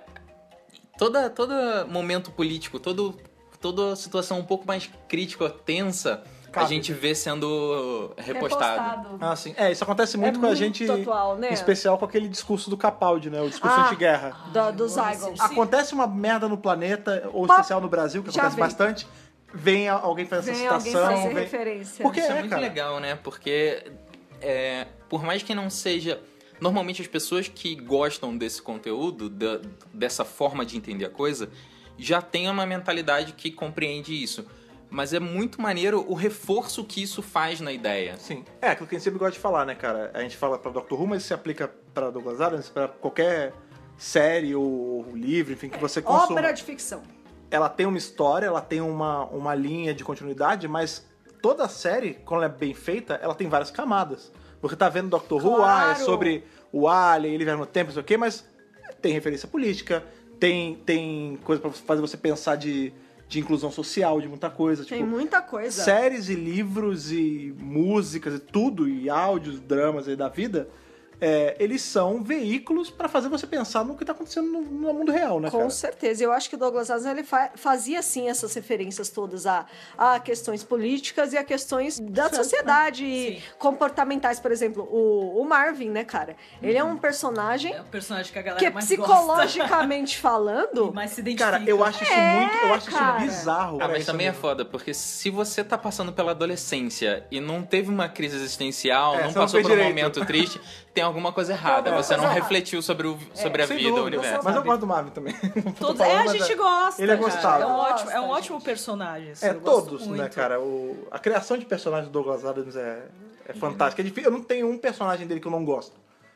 Speaker 4: toda todo momento político, todo toda situação um pouco mais crítica, ou tensa, a
Speaker 1: Cabe.
Speaker 4: gente vê sendo repostado.
Speaker 1: Ah, sim. É, isso acontece muito
Speaker 5: É
Speaker 1: com a
Speaker 5: muito
Speaker 1: gente.
Speaker 5: atual, né?
Speaker 1: Em especial com aquele discurso do Capaldi, né? O discurso
Speaker 5: Ah.
Speaker 1: anti-guerra.
Speaker 5: Do, do Zygon.
Speaker 3: Sim.
Speaker 1: Acontece uma merda no planeta, ou em
Speaker 5: Pá,
Speaker 1: especial no Brasil, que
Speaker 5: já
Speaker 1: acontece
Speaker 5: vi.
Speaker 1: bastante. Vem a- alguém fazer
Speaker 5: Vem
Speaker 1: essa
Speaker 5: alguém
Speaker 1: citação.
Speaker 5: fazer
Speaker 1: vem-
Speaker 5: referência.
Speaker 1: Porque
Speaker 4: Isso
Speaker 1: é,
Speaker 4: é muito
Speaker 1: cara.
Speaker 4: legal, né? Porque é, por mais que não seja. Normalmente as pessoas que gostam desse conteúdo, da- dessa forma de entender a coisa, já têm uma mentalidade que compreende isso. Mas é muito maneiro o reforço que isso faz na ideia.
Speaker 1: Sim. É, aquilo que a gente sempre gosta de falar, né, cara? A gente fala pra Dr. Who, mas se aplica pra Douglas Adams, pra qualquer série ou livro, enfim,
Speaker 5: É,
Speaker 1: que você consuma.
Speaker 2: Ópera de ficção.
Speaker 1: Ela tem uma história, ela tem uma, uma linha de continuidade, mas toda a série, quando ela é bem feita, ela tem várias camadas. Você tá vendo Dr. Who, ah, é
Speaker 2: Claro.
Speaker 1: sobre o Alien, ele vai no tempo, não sei o quê, mas tem referência política, tem, tem coisa pra fazer você pensar de, de inclusão social, de muita coisa.
Speaker 2: Tem
Speaker 1: tipo,
Speaker 2: muita coisa.
Speaker 1: séries e livros e músicas e tudo, e áudios, dramas aí da vida, é, eles são veículos pra fazer você pensar no que tá acontecendo no, no mundo real, né,
Speaker 2: Com
Speaker 1: cara?
Speaker 2: certeza. Eu acho que o Douglas Adams ele fa- fazia sim essas referências todas a, a questões políticas e a questões da sociedade e
Speaker 3: Sim.
Speaker 2: comportamentais, por exemplo, o, o Marvin, né, cara? Ele é um personagem
Speaker 3: É o personagem que a galera
Speaker 2: que
Speaker 3: mais
Speaker 2: psicologicamente
Speaker 3: gosta.
Speaker 2: falando,
Speaker 3: E mais se identifica.
Speaker 1: Cara, eu acho isso
Speaker 2: É,
Speaker 1: muito. Eu acho
Speaker 2: cara.
Speaker 1: isso bizarro.
Speaker 4: Ah,
Speaker 1: cara,
Speaker 4: mas
Speaker 1: isso
Speaker 4: também é
Speaker 1: mesmo.
Speaker 4: foda, porque se você tá passando pela adolescência e não teve uma crise existencial,
Speaker 1: É,
Speaker 4: não
Speaker 1: você não
Speaker 4: passou
Speaker 1: fez
Speaker 4: por um
Speaker 1: direito. É,
Speaker 4: momento triste, tem alguma coisa errada.
Speaker 2: alguma
Speaker 4: Você não
Speaker 2: coisa errada.
Speaker 4: refletiu sobre, o, sobre a
Speaker 1: Sem
Speaker 4: vida, o
Speaker 1: dúvida.
Speaker 4: universo.
Speaker 1: Mas eu gosto do Marvin também. Não tô
Speaker 3: Todos...
Speaker 1: falando,
Speaker 3: É, a
Speaker 1: mas
Speaker 3: gente gosta.
Speaker 1: Ele é
Speaker 3: cara.
Speaker 1: gostado.
Speaker 3: É um ótimo, é um
Speaker 5: Gosta,
Speaker 3: ótimo personagem. assim,
Speaker 1: É,
Speaker 3: eu gosto
Speaker 1: todos,
Speaker 3: muito.
Speaker 1: né, cara? O- a criação de personagens do Douglas Adams é, é
Speaker 3: Uhum.
Speaker 1: fantástica. É difícil- eu não tenho um personagem dele que eu não gosto.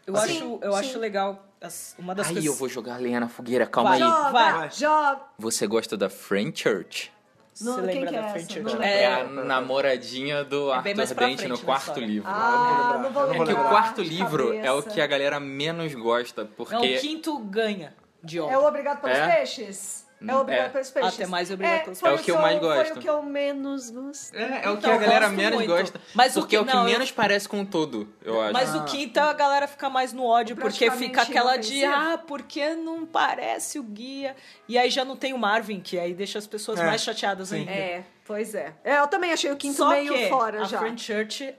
Speaker 3: Eu,
Speaker 1: Assim,
Speaker 3: acho, eu acho legal as- uma das
Speaker 4: Aí
Speaker 3: coisas.
Speaker 4: eu vou jogar a lenha na fogueira, calma
Speaker 3: Vai.
Speaker 4: aí.
Speaker 2: joga,
Speaker 3: vai.
Speaker 2: joga.
Speaker 4: Você gosta da Church?
Speaker 3: Você
Speaker 2: Não, quem
Speaker 3: lembra
Speaker 2: que
Speaker 3: da
Speaker 2: é essa?
Speaker 3: frente?
Speaker 2: Não
Speaker 3: É,
Speaker 2: lembro.
Speaker 4: É, a namoradinha do
Speaker 3: É bem mais
Speaker 4: Arthur
Speaker 3: pra
Speaker 4: Dente no
Speaker 3: frente na
Speaker 4: quarto
Speaker 3: história.
Speaker 4: livro.
Speaker 2: Ah,
Speaker 1: lembrar,
Speaker 2: não vou
Speaker 1: eu não
Speaker 4: é
Speaker 1: vou
Speaker 4: que o
Speaker 1: lembrar.
Speaker 4: quarto
Speaker 2: de
Speaker 4: livro é o
Speaker 2: cabeça.
Speaker 4: que a galera menos gosta, porque...
Speaker 3: Não, o quinto ganha de
Speaker 2: É
Speaker 3: obra.
Speaker 2: o obrigado pelos
Speaker 4: É?
Speaker 2: peixes. É o obrigado
Speaker 4: É.
Speaker 2: pelos peixes.
Speaker 3: Até mais obrigado pelos
Speaker 2: foi
Speaker 4: peixes. É o que eu
Speaker 2: eu-
Speaker 4: mais gosto.
Speaker 2: Foi o que eu menos gosto.
Speaker 4: É, é o que
Speaker 3: Então,
Speaker 4: a
Speaker 3: eu
Speaker 4: galera
Speaker 3: gosto
Speaker 4: menos
Speaker 3: muito.
Speaker 4: gosta.
Speaker 3: Mas o
Speaker 4: porque é o
Speaker 3: que-
Speaker 4: que
Speaker 3: não, eu-
Speaker 4: menos parece com o todo, eu acho.
Speaker 3: Mas o quinto a galera fica mais no ódio, porque
Speaker 2: Ah. Praticamente
Speaker 3: fica aquela de
Speaker 2: inofensivo.
Speaker 3: ah, porque não parece o guia. E aí já não tem o Marvin, que aí deixa as pessoas
Speaker 1: É.
Speaker 3: mais chateadas ainda.
Speaker 2: É, pois é. É, eu também achei o quinto
Speaker 3: Só
Speaker 2: meio
Speaker 3: que
Speaker 2: fora
Speaker 3: a
Speaker 2: já.
Speaker 3: Fran Church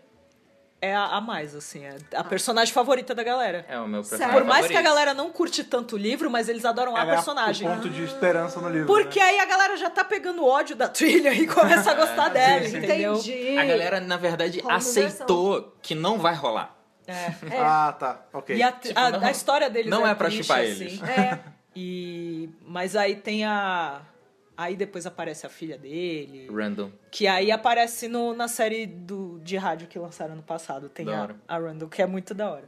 Speaker 3: é a, a mais, assim, é
Speaker 2: Ah.
Speaker 3: a personagem favorita da galera.
Speaker 4: É o meu
Speaker 2: Sério?
Speaker 4: personagem
Speaker 3: Por mais que a
Speaker 4: favorito.
Speaker 3: galera não curte tanto o livro, mas eles adoram a
Speaker 1: Ela é
Speaker 3: personagem. né?
Speaker 1: o ponto de esperança no livro.
Speaker 3: Porque aí a galera já tá pegando ódio da trilha e começa a gostar
Speaker 4: É,
Speaker 3: dela,
Speaker 1: sim.
Speaker 3: entendeu?
Speaker 2: Entendi.
Speaker 4: A galera, na verdade,
Speaker 2: Rola
Speaker 4: aceitou que não vai rolar.
Speaker 1: Né? Ah, tá. Ok.
Speaker 3: É. E a, a-
Speaker 4: Tipo, não-
Speaker 3: a história deles
Speaker 4: não
Speaker 3: é
Speaker 4: é pra
Speaker 3: triste,
Speaker 4: chipar
Speaker 3: assim.
Speaker 4: eles.
Speaker 2: É,
Speaker 3: E mas aí tem a aí depois aparece a filha dele,
Speaker 4: Random.
Speaker 3: que aí aparece no, na série do, de rádio que lançaram no passado, tem
Speaker 4: Da
Speaker 3: a,
Speaker 4: hora.
Speaker 3: a Randall, que é muito da hora.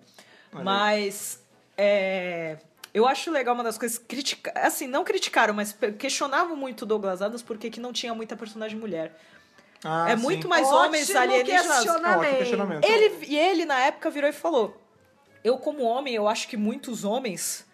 Speaker 3: Mas é, eu acho legal uma das coisas critica, assim, não criticaram, mas pe- questionavam muito o Douglas Adams porque que não tinha muita personagem mulher.
Speaker 1: Ah,
Speaker 3: é
Speaker 1: sim.
Speaker 3: muito mais
Speaker 2: Ótimo
Speaker 3: homens alienígenas.
Speaker 2: questionamento.
Speaker 1: Ah, ótimo questionamento.
Speaker 3: Ele, e ele, na época, virou e falou: Eu, como homem, eu acho que muitos homens.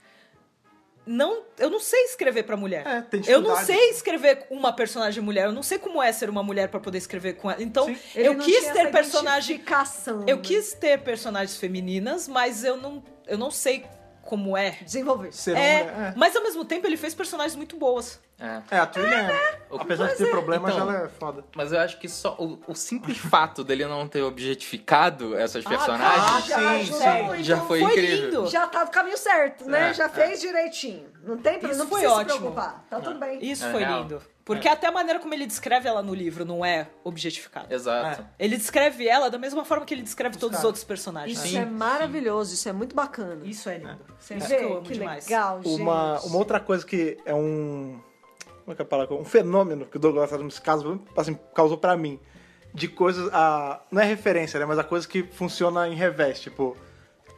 Speaker 3: Não, eu não sei escrever pra mulher.
Speaker 1: É, tem
Speaker 3: eu não
Speaker 1: dificuldade.
Speaker 3: sei escrever uma personagem mulher. Eu não sei como é ser uma mulher pra poder escrever com ela. Então,
Speaker 1: Sim.
Speaker 2: ele
Speaker 3: eu
Speaker 2: não
Speaker 3: quis
Speaker 2: tinha
Speaker 3: ter
Speaker 2: essa
Speaker 3: personagem.
Speaker 2: identificação,
Speaker 3: Eu
Speaker 2: né?
Speaker 3: quis ter personagens femininas, mas eu não, eu não sei como é.
Speaker 2: desenvolver.
Speaker 1: Ser um-
Speaker 3: É,
Speaker 1: é.
Speaker 3: Mas ao mesmo tempo ele fez personagens muito boas.
Speaker 4: É.
Speaker 1: É, a Trilha
Speaker 3: né?
Speaker 1: é. Apesar de ter problemas,
Speaker 4: Então.
Speaker 1: ela é foda.
Speaker 4: Mas eu acho que só o, o simples fato dele não ter objetificado essas personagens
Speaker 1: Ah, sim,
Speaker 2: já
Speaker 1: sim.
Speaker 2: ajudou,
Speaker 4: já
Speaker 2: então
Speaker 4: foi,
Speaker 3: Ah, foi
Speaker 4: incrível.
Speaker 3: lindo.
Speaker 2: Já tá no caminho certo, né?
Speaker 4: É,
Speaker 2: já
Speaker 4: é.
Speaker 2: fez direitinho. Não tem problema,
Speaker 3: Isso
Speaker 2: não
Speaker 3: foi
Speaker 2: precisa se
Speaker 3: ótimo.
Speaker 2: preocupar.
Speaker 1: Ah.
Speaker 2: Tá tudo bem.
Speaker 3: Isso
Speaker 4: É
Speaker 3: foi
Speaker 4: real.
Speaker 3: lindo. Porque até a maneira como ele descreve ela no livro não é objetificada.
Speaker 4: Exato.
Speaker 3: Ele descreve ela da mesma forma que ele descreve todos os
Speaker 1: caras.
Speaker 3: outros personagens.
Speaker 2: Isso
Speaker 4: Sim,
Speaker 2: é
Speaker 4: sim.
Speaker 2: maravilhoso, isso é muito bacana.
Speaker 3: Isso é lindo.
Speaker 2: Você
Speaker 3: Isso
Speaker 2: vê
Speaker 3: que eu amo
Speaker 2: que
Speaker 3: demais.
Speaker 2: legal, gente.
Speaker 1: Uma, uma outra coisa que é um. Como é que é a palavra? Um fenômeno que o Douglas Adams caso, assim, causou pra mim. De coisas. A, não é referência, né? Mas a coisa que funciona em revés. Tipo,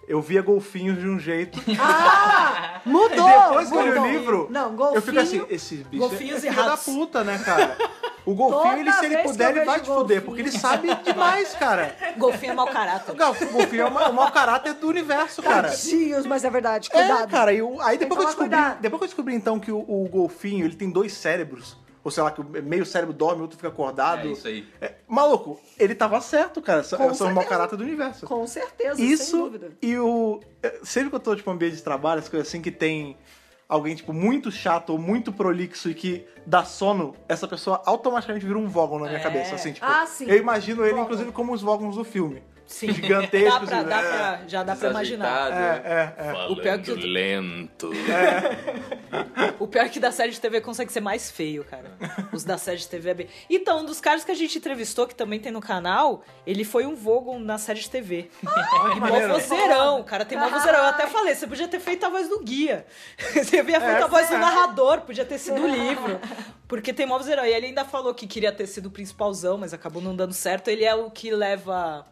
Speaker 1: eu via golfinhos de um jeito.
Speaker 2: Ah! Mudou!
Speaker 1: e depois que eu li
Speaker 2: mudou.
Speaker 1: o livro.
Speaker 2: Não, golfinho.
Speaker 1: Eu fico assim, esse bicho.
Speaker 3: golfinhos
Speaker 1: é,
Speaker 3: e
Speaker 1: é filho da
Speaker 3: ratos.
Speaker 1: puta, né, cara? O golfinho,
Speaker 2: Toda
Speaker 1: ele, se ele
Speaker 2: vez que eu
Speaker 1: puder, ele
Speaker 2: vejo
Speaker 1: vai te foder,
Speaker 2: golfinho.
Speaker 1: porque ele sabe demais, cara.
Speaker 3: Golfinho é mau caráter.
Speaker 1: O gal- o golfinho é o ma- o mau caráter do
Speaker 2: Tá
Speaker 1: universo, cara.
Speaker 2: Tadinhos, mas é verdade,
Speaker 1: É,
Speaker 2: cuidado.
Speaker 1: cara, e o- aí depois
Speaker 2: Tem que
Speaker 1: que, eu
Speaker 2: tomar
Speaker 1: descobri,
Speaker 2: cuidado.
Speaker 1: depois que eu descobri então que o, o golfinho ele tem dois cérebros, ou sei lá, que meio cérebro dorme, o outro fica acordado.
Speaker 4: É isso aí.
Speaker 1: É, maluco, ele tava certo, cara. Essa,
Speaker 2: Com
Speaker 1: essa é o mau
Speaker 2: certeza.
Speaker 1: caráter do universo.
Speaker 2: Com certeza, sem
Speaker 1: Isso
Speaker 2: dúvida.
Speaker 1: e o. é, Sempre que eu tô, tipo, em ambiente de trabalho, as coisas assim que tem alguém, tipo, muito chato ou muito prolixo e que dá sono, essa pessoa automaticamente vira um Vogon na minha
Speaker 3: É.
Speaker 1: cabeça. Assim, tipo,
Speaker 2: Ah, sim.
Speaker 1: eu imagino ele,
Speaker 2: Vogon.
Speaker 1: inclusive, como os Vogons do filme.
Speaker 3: Sim. Dá
Speaker 1: Gigantescos.
Speaker 3: pra, dá
Speaker 1: é,
Speaker 3: pra- já dá pra imaginar.
Speaker 4: Desajeitado.
Speaker 1: é, é.
Speaker 3: O pior é que-
Speaker 6: né? lento.
Speaker 3: O pior é que da série de TV consegue ser mais feio, cara. Os da série de TV é bem. Então, um dos caras que a gente entrevistou, que também tem no canal, ele foi um Vogon na série de TV.
Speaker 1: Olha que
Speaker 3: Mó
Speaker 1: maneiro.
Speaker 3: vozeirão, o cara tem mó vozeirão. Eu até falei, você podia ter feito a voz do guia. Você havia feito a voz do narrador, podia ter sido o livro. Porque tem mó vozeirão. E ele ainda falou que queria ter sido o principalzão, mas acabou não dando certo. Ele é o que leva.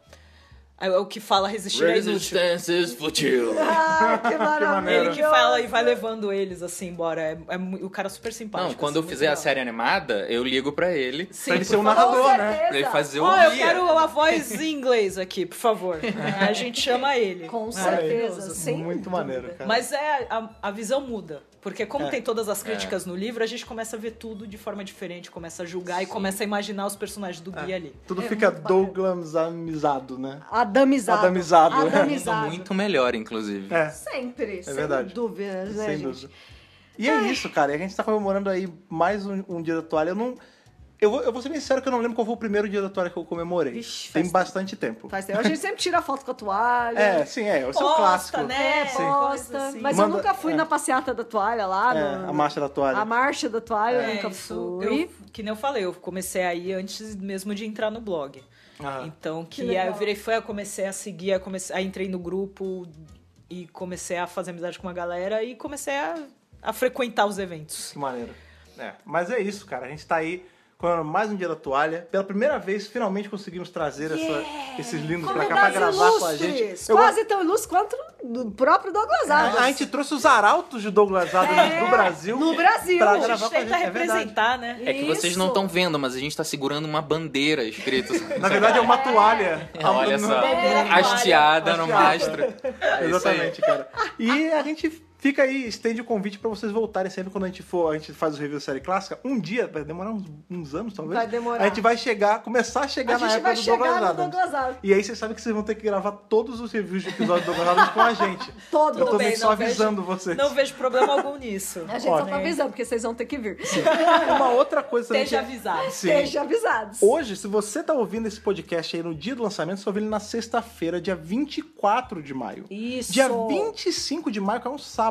Speaker 3: É o que fala resistir é inútil. É
Speaker 6: Resistances futil.
Speaker 2: Ah, que maravilha.
Speaker 3: Ele que fala e vai levando eles assim embora. É, é mu- o cara é super simpático.
Speaker 4: Não, quando eu
Speaker 3: assim,
Speaker 4: fizer a
Speaker 3: muito legal.
Speaker 4: série animada, eu ligo pra ele.
Speaker 3: Sim,
Speaker 1: Pra ele
Speaker 3: por
Speaker 1: ser um
Speaker 3: favor.
Speaker 1: narrador, né?
Speaker 4: Pra ele fazer o
Speaker 3: Ó, eu
Speaker 4: guia.
Speaker 3: quero a voz em inglês aqui, por favor.
Speaker 1: É.
Speaker 3: A gente chama ele.
Speaker 2: Com
Speaker 1: Maravilhoso. assim,
Speaker 2: certeza, sem
Speaker 1: É. Muito
Speaker 2: dúvida.
Speaker 1: maneiro, cara.
Speaker 3: Mas é a, a visão muda. Porque como
Speaker 1: É.
Speaker 3: tem todas as críticas no livro, a gente começa a ver tudo de forma diferente, começa a julgar e começa a imaginar os personagens
Speaker 1: É.
Speaker 3: do guia ali.
Speaker 1: Tudo
Speaker 2: É
Speaker 1: fica Douglas amizado, né?
Speaker 2: Adamizado.
Speaker 1: Adamizado. né?
Speaker 2: Adamizado.
Speaker 4: Muito melhor, inclusive.
Speaker 1: É.
Speaker 2: Sempre, sem
Speaker 1: verdade.
Speaker 2: dúvidas, né,
Speaker 1: Sem
Speaker 2: gente?
Speaker 1: dúvida. E é isso, cara. E A gente tá comemorando aí mais um, um dia da toalha. Eu não. Eu vou, eu vou ser bem sincero que eu não lembro qual foi o primeiro dia da toalha que eu comemorei.
Speaker 2: Vixe, Tá
Speaker 1: Tem
Speaker 2: faz
Speaker 1: bastante tempo.
Speaker 2: Faz tempo. A gente sempre tira foto com a toalha.
Speaker 1: É, sim, é. Esse é o
Speaker 3: Posta,
Speaker 1: clássico.
Speaker 3: né?
Speaker 1: Sim.
Speaker 3: Posta.
Speaker 2: Gosta.
Speaker 3: assim.
Speaker 2: Mas
Speaker 1: Manda-
Speaker 2: eu nunca fui
Speaker 1: é.
Speaker 2: na passeata da toalha lá.
Speaker 1: É,
Speaker 2: no-
Speaker 1: a marcha da toalha.
Speaker 2: A marcha da toalha eu
Speaker 3: É,
Speaker 2: nunca
Speaker 3: isso,
Speaker 2: fui.
Speaker 3: eu, que nem eu falei, eu comecei aí antes mesmo de entrar no blog.
Speaker 1: Ah,
Speaker 3: Então, que,
Speaker 2: legal.
Speaker 3: aí eu virei fã, eu comecei a seguir, aí comecei, aí entrei no grupo e comecei a fazer amizade com uma galera e comecei a, a frequentar os eventos.
Speaker 1: que maneiro. É, mas é isso, cara. A gente tá aí comemorando mais um dia da toalha. Pela primeira vez, finalmente conseguimos trazer essa- esses lindos pra cá pra
Speaker 2: Convidados
Speaker 1: gravar com a gente.
Speaker 2: ilustres,
Speaker 1: Eu- É,
Speaker 2: Quase tão ilustres quanto o próprio Douglas Adams.
Speaker 1: a, a gente trouxe os arautos de Douglas Adams do Brasil.
Speaker 2: É. no Brasil.
Speaker 1: Pra
Speaker 3: A
Speaker 1: gravar
Speaker 3: gente
Speaker 1: com a gente.
Speaker 3: tenta
Speaker 1: É verdade.
Speaker 3: representar, né?
Speaker 4: É que vocês não
Speaker 2: Isso.
Speaker 4: estão vendo, mas a gente tá segurando uma bandeira escrito. assim.
Speaker 1: Na verdade, é uma toalha.
Speaker 4: Olha
Speaker 1: Não-
Speaker 4: só.
Speaker 2: É.
Speaker 3: Bandeira de
Speaker 4: Hasteada no
Speaker 1: Hasteada.
Speaker 4: mastro. É isso aí.
Speaker 1: Exatamente, cara. E a gente fica aí, estende o convite pra vocês voltarem sempre quando a gente for, a gente faz o review da série clássica. Um dia, vai demorar uns, uns anos, talvez.
Speaker 2: Vai demorar.
Speaker 1: A gente vai chegar, começar a chegar
Speaker 2: A
Speaker 1: na
Speaker 2: gente
Speaker 1: época
Speaker 2: vai
Speaker 1: do
Speaker 2: chegar
Speaker 1: Douglas
Speaker 2: no
Speaker 1: Adams.
Speaker 2: Douglas Adams.
Speaker 1: E aí vocês sabem que vocês vão ter que gravar todos os reviews de episódios do Douglas Adams com a gente.
Speaker 2: Todo.
Speaker 1: Eu tô
Speaker 3: bem,
Speaker 1: meio que só
Speaker 3: não vejo-
Speaker 1: avisando vocês.
Speaker 3: Não vejo problema algum nisso.
Speaker 2: A gente só
Speaker 1: Olha.
Speaker 2: tá avisando, porque vocês vão ter que vir.
Speaker 1: Uma outra coisa também.
Speaker 3: Esteja
Speaker 1: que-
Speaker 3: avisado.
Speaker 1: Sim.
Speaker 2: Sejam avisados.
Speaker 1: Hoje, se você tá ouvindo esse podcast aí no dia do lançamento, você ouve ele na sexta-feira, dia 24 de maio.
Speaker 2: Isso.
Speaker 1: Dia 25 de maio, que é um sábado,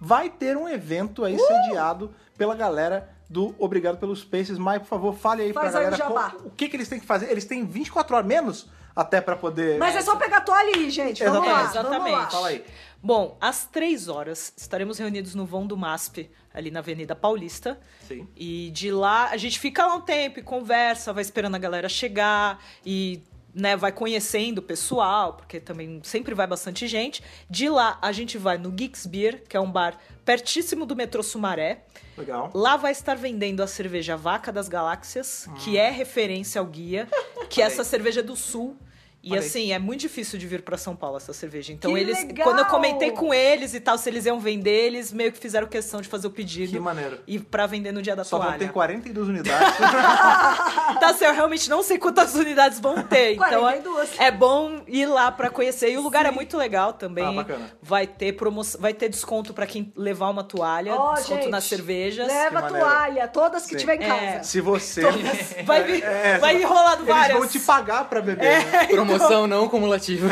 Speaker 1: vai ter um evento
Speaker 2: Uh!
Speaker 1: aí sediado pela galera do Obrigado pelos Spaces. Mai, por favor, fale aí
Speaker 2: Faz
Speaker 1: pra
Speaker 2: aí o
Speaker 1: galera
Speaker 2: jabá.
Speaker 1: qual- o que, que eles têm que fazer. Eles têm 24 horas menos até pra poder...
Speaker 2: Mas é só pegar a toalha e ir, gente. Vamos
Speaker 1: Exatamente.
Speaker 2: lá. Vamos lá.
Speaker 3: Exatamente.
Speaker 1: Fala aí.
Speaker 3: Bom, às três horas estaremos reunidos no vão do MASP, ali na Avenida Paulista.
Speaker 1: Sim.
Speaker 3: E de lá a gente fica lá um tempo e conversa, vai esperando a galera chegar e né, vai conhecendo o pessoal, porque também sempre vai bastante gente. De lá a gente vai no Geeks Beer, que é um bar pertíssimo do metrô Sumaré.
Speaker 1: Legal.
Speaker 3: Lá vai estar vendendo a cerveja Vaca das Galáxias, que é referência ao guia, que essa cerveja é do sul. E
Speaker 1: Olha aí.
Speaker 3: assim, é muito difícil de vir pra São Paulo essa cerveja. Então
Speaker 2: Que
Speaker 3: eles,
Speaker 2: legal!
Speaker 3: quando eu comentei com eles e tal, se eles iam vender, eles meio que fizeram questão de fazer o
Speaker 1: Que
Speaker 3: pedido
Speaker 1: maneiro.
Speaker 3: e pra vender no dia da
Speaker 1: Só vão
Speaker 3: toalha.
Speaker 1: ter 42 unidades.
Speaker 3: Tá, assim, eu realmente não sei quantas unidades vão ter. Então é,
Speaker 2: 42.
Speaker 3: é bom ir lá pra conhecer. E o lugar é muito legal também.
Speaker 1: Ah, bacana.
Speaker 3: Vai ter promoção, vai ter desconto pra quem levar uma toalha,
Speaker 2: Ó,
Speaker 3: desconto
Speaker 2: gente, né?
Speaker 3: nas cervejas.
Speaker 2: Leva
Speaker 1: Que
Speaker 2: a
Speaker 1: maneiro.
Speaker 2: toalha, todas que
Speaker 1: Sim.
Speaker 2: tiver em
Speaker 3: É.
Speaker 2: casa.
Speaker 1: se você...
Speaker 3: Vai vir,
Speaker 1: É,
Speaker 3: vai vir rolado
Speaker 1: Eles
Speaker 3: várias.
Speaker 1: vão te pagar pra beber,
Speaker 2: É.
Speaker 1: né?
Speaker 4: Promoção não cumulativa.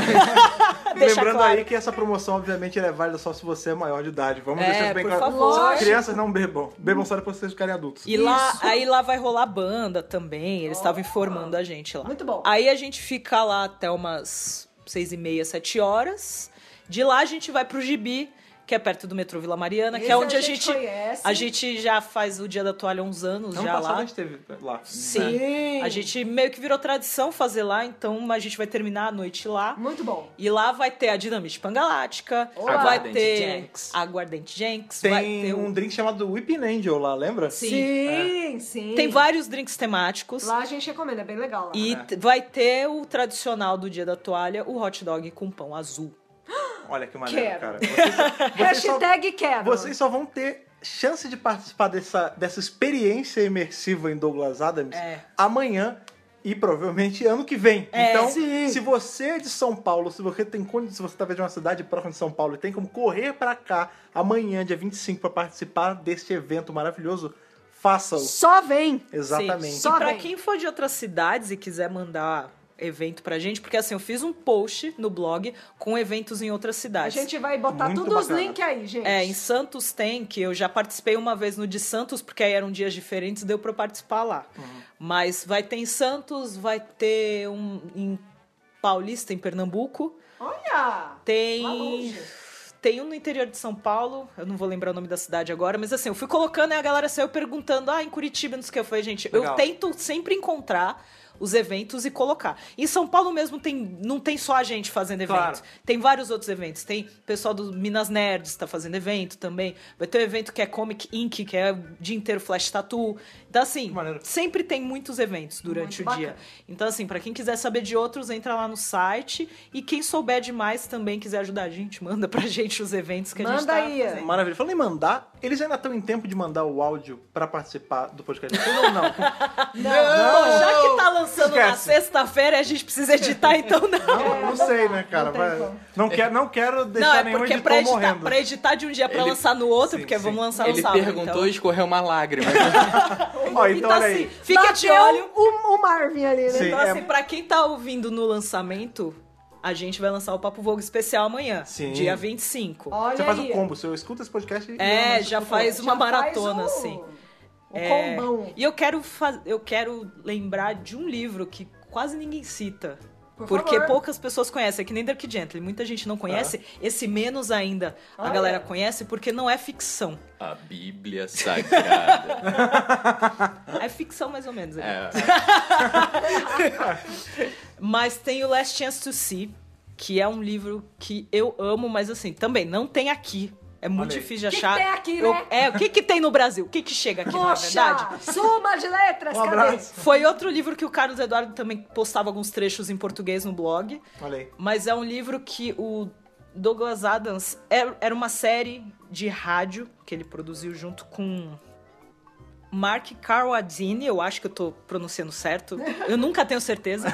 Speaker 3: Deixa
Speaker 1: Lembrando
Speaker 3: claro.
Speaker 1: aí que essa promoção, obviamente, ela é válida só se você é maior de idade. Vamos
Speaker 3: É,
Speaker 1: deixar isso bem
Speaker 3: por
Speaker 1: claro.
Speaker 3: favor.
Speaker 1: Crianças não bebam. Bebam só depois que vocês ficarem adultos.
Speaker 3: E lá, aí lá vai rolar banda também. Eles estavam informando a gente lá.
Speaker 2: Muito bom.
Speaker 3: Aí a gente fica lá até umas seis e meia, sete horas. De lá a gente vai pro Gibi, que é perto do metrô Vila Mariana, que
Speaker 2: Esse
Speaker 3: é onde
Speaker 2: a
Speaker 3: a
Speaker 2: gente
Speaker 3: gente
Speaker 2: conhece.
Speaker 3: a gente já faz o Dia da Toalha há uns anos
Speaker 1: Ano
Speaker 3: já
Speaker 1: passado
Speaker 3: lá.
Speaker 1: a gente teve lá.
Speaker 3: Sim. A gente meio que virou tradição fazer lá, então a gente vai terminar a noite lá.
Speaker 2: Muito bom.
Speaker 3: E lá vai ter a Dinamite Pangalática,
Speaker 4: Olá.
Speaker 3: vai
Speaker 4: Aguardente
Speaker 3: ter
Speaker 4: Jenks.
Speaker 3: Aguardente Jenks, vai
Speaker 1: Tem
Speaker 3: ter o
Speaker 1: um drink chamado Whipping Angel lá, lembra?
Speaker 3: Sim. É.
Speaker 2: Sim, sim.
Speaker 3: Tem vários drinks temáticos.
Speaker 2: Lá a gente recomenda, é bem legal lá.
Speaker 3: E
Speaker 1: né?
Speaker 3: t- vai ter o tradicional do dia da toalha, o hot dog com pão azul.
Speaker 1: Olha que maneiro,
Speaker 2: Quero.
Speaker 1: cara. Vocês só, vocês, só,
Speaker 2: Hashtag quero.
Speaker 1: vocês só vão ter chance de participar dessa, dessa experiência imersiva em Douglas Adams
Speaker 3: É.
Speaker 1: amanhã e provavelmente ano que vem.
Speaker 3: É.
Speaker 1: então,
Speaker 2: Sim.
Speaker 1: se você é de São Paulo, se você tem condi- se você tá de uma cidade próxima de São Paulo e tem como correr pra cá amanhã, dia 25, pra participar deste evento maravilhoso, faça-o.
Speaker 2: Só vem.
Speaker 1: Exatamente.
Speaker 3: Sim.
Speaker 2: Só
Speaker 3: e pra
Speaker 2: vem.
Speaker 3: quem for de outras cidades e quiser mandar evento pra gente, porque assim, eu fiz um post no blog com eventos em outras
Speaker 5: A
Speaker 3: cidades.
Speaker 5: gente vai botar
Speaker 1: Muito
Speaker 5: todos os
Speaker 1: bacana.
Speaker 5: links aí, gente.
Speaker 3: É, em Santos tem, que eu já participei uma vez no de Santos, porque aí eram dias diferentes, deu pra eu participar lá. Mas vai ter em Santos, vai ter um em Paulista, em Pernambuco.
Speaker 5: Olha! Lá
Speaker 3: Tem.
Speaker 5: longe.
Speaker 3: Tem um no interior de São Paulo, eu não vou lembrar o nome da cidade agora, mas assim, eu fui colocando e a galera saiu perguntando, ah, em Curitiba, não sei o que. Eu falei, gente,
Speaker 1: Legal.
Speaker 3: eu tento sempre encontrar os eventos e colocar. Em São Paulo mesmo tem, não tem só a gente fazendo evento.
Speaker 1: Claro.
Speaker 3: Tem vários outros eventos. Tem o pessoal do Minas Nerds tá fazendo evento também. Vai ter um evento que é Comic Inc, que é o dia inteiro Flash Tattoo. Então, assim,
Speaker 1: Que maneiro.
Speaker 3: sempre tem muitos eventos durante
Speaker 5: Muito
Speaker 3: o dia. Então, assim, pra quem quiser saber de outros, entra lá no site. E quem souber demais também quiser ajudar a gente, manda pra gente os eventos que a gente
Speaker 5: Manda
Speaker 3: tá
Speaker 5: aí.
Speaker 3: fazendo.
Speaker 1: Maravilha. Falando em mandar, eles ainda estão em tempo de mandar o áudio pra participar do podcast ou não?
Speaker 3: Bom, já que tá lançando na
Speaker 1: Esquece.
Speaker 3: sexta-feira, a gente precisa editar, então não.
Speaker 1: Não, não sei,
Speaker 3: É,
Speaker 1: né, cara?
Speaker 5: tem
Speaker 1: Mas
Speaker 5: como.
Speaker 1: não, quero, não quero
Speaker 3: Não,
Speaker 1: deixar
Speaker 3: é
Speaker 1: nenhum
Speaker 3: porque é
Speaker 1: editor
Speaker 3: pra editar,
Speaker 1: morrendo.
Speaker 3: pra editar de um dia pra
Speaker 1: Ele-
Speaker 3: lançar no outro,
Speaker 1: Sim,
Speaker 3: porque
Speaker 1: sim.
Speaker 3: vamos lançar
Speaker 4: Ele
Speaker 3: no sábado.
Speaker 4: perguntou
Speaker 3: então.
Speaker 4: e escorreu uma lágrima.
Speaker 1: Ó, então olha aí.
Speaker 3: assim, fica de olho.
Speaker 2: O, o Marvin ali, né?
Speaker 1: Sim,
Speaker 3: Então,
Speaker 1: é-
Speaker 3: assim, pra quem tá ouvindo no lançamento, a gente vai lançar o Papo Vogue especial amanhã,
Speaker 1: Sim.
Speaker 3: dia 25.
Speaker 5: Olha
Speaker 1: Você faz
Speaker 5: aí.
Speaker 1: um combo, você escuta esse podcast e... um
Speaker 3: é, já faz uma
Speaker 5: um Já faz
Speaker 3: maratona,
Speaker 5: o-
Speaker 3: assim.
Speaker 5: O
Speaker 3: É,
Speaker 5: combão.
Speaker 3: E eu quero, fa- eu quero lembrar de um livro que quase ninguém cita.
Speaker 5: Por
Speaker 3: porque
Speaker 5: favor. Ah.
Speaker 3: poucas pessoas conhecem. É que nem Dark Gently. Muita gente não conhece. Esse menos ainda a
Speaker 5: Olha.
Speaker 3: galera conhece porque não é ficção.
Speaker 6: A Bíblia Sagrada.
Speaker 3: É ficção mais ou menos. ali.
Speaker 6: É.
Speaker 3: Mas tem o Last Chance to See, que é um livro que eu amo, mas assim, também não tem aqui. É muito
Speaker 1: Olha aí.
Speaker 3: difícil de
Speaker 5: Que que
Speaker 3: achar.
Speaker 5: tem aqui,
Speaker 3: Eu-
Speaker 5: né?
Speaker 3: É, o que, que tem no Brasil? O que, que chega aqui, na verdade?
Speaker 5: Poxa! Suma de letras,
Speaker 1: Um
Speaker 5: cadê?
Speaker 1: abraço.
Speaker 3: Foi outro livro que o Carlos Eduardo também postava alguns trechos em português no blog.
Speaker 1: Olha aí.
Speaker 3: Mas é um livro que o Douglas Adams é, era era uma série de rádio que ele produziu junto com Mark Carwadini, eu acho que eu tô pronunciando certo. Eu nunca tenho certeza.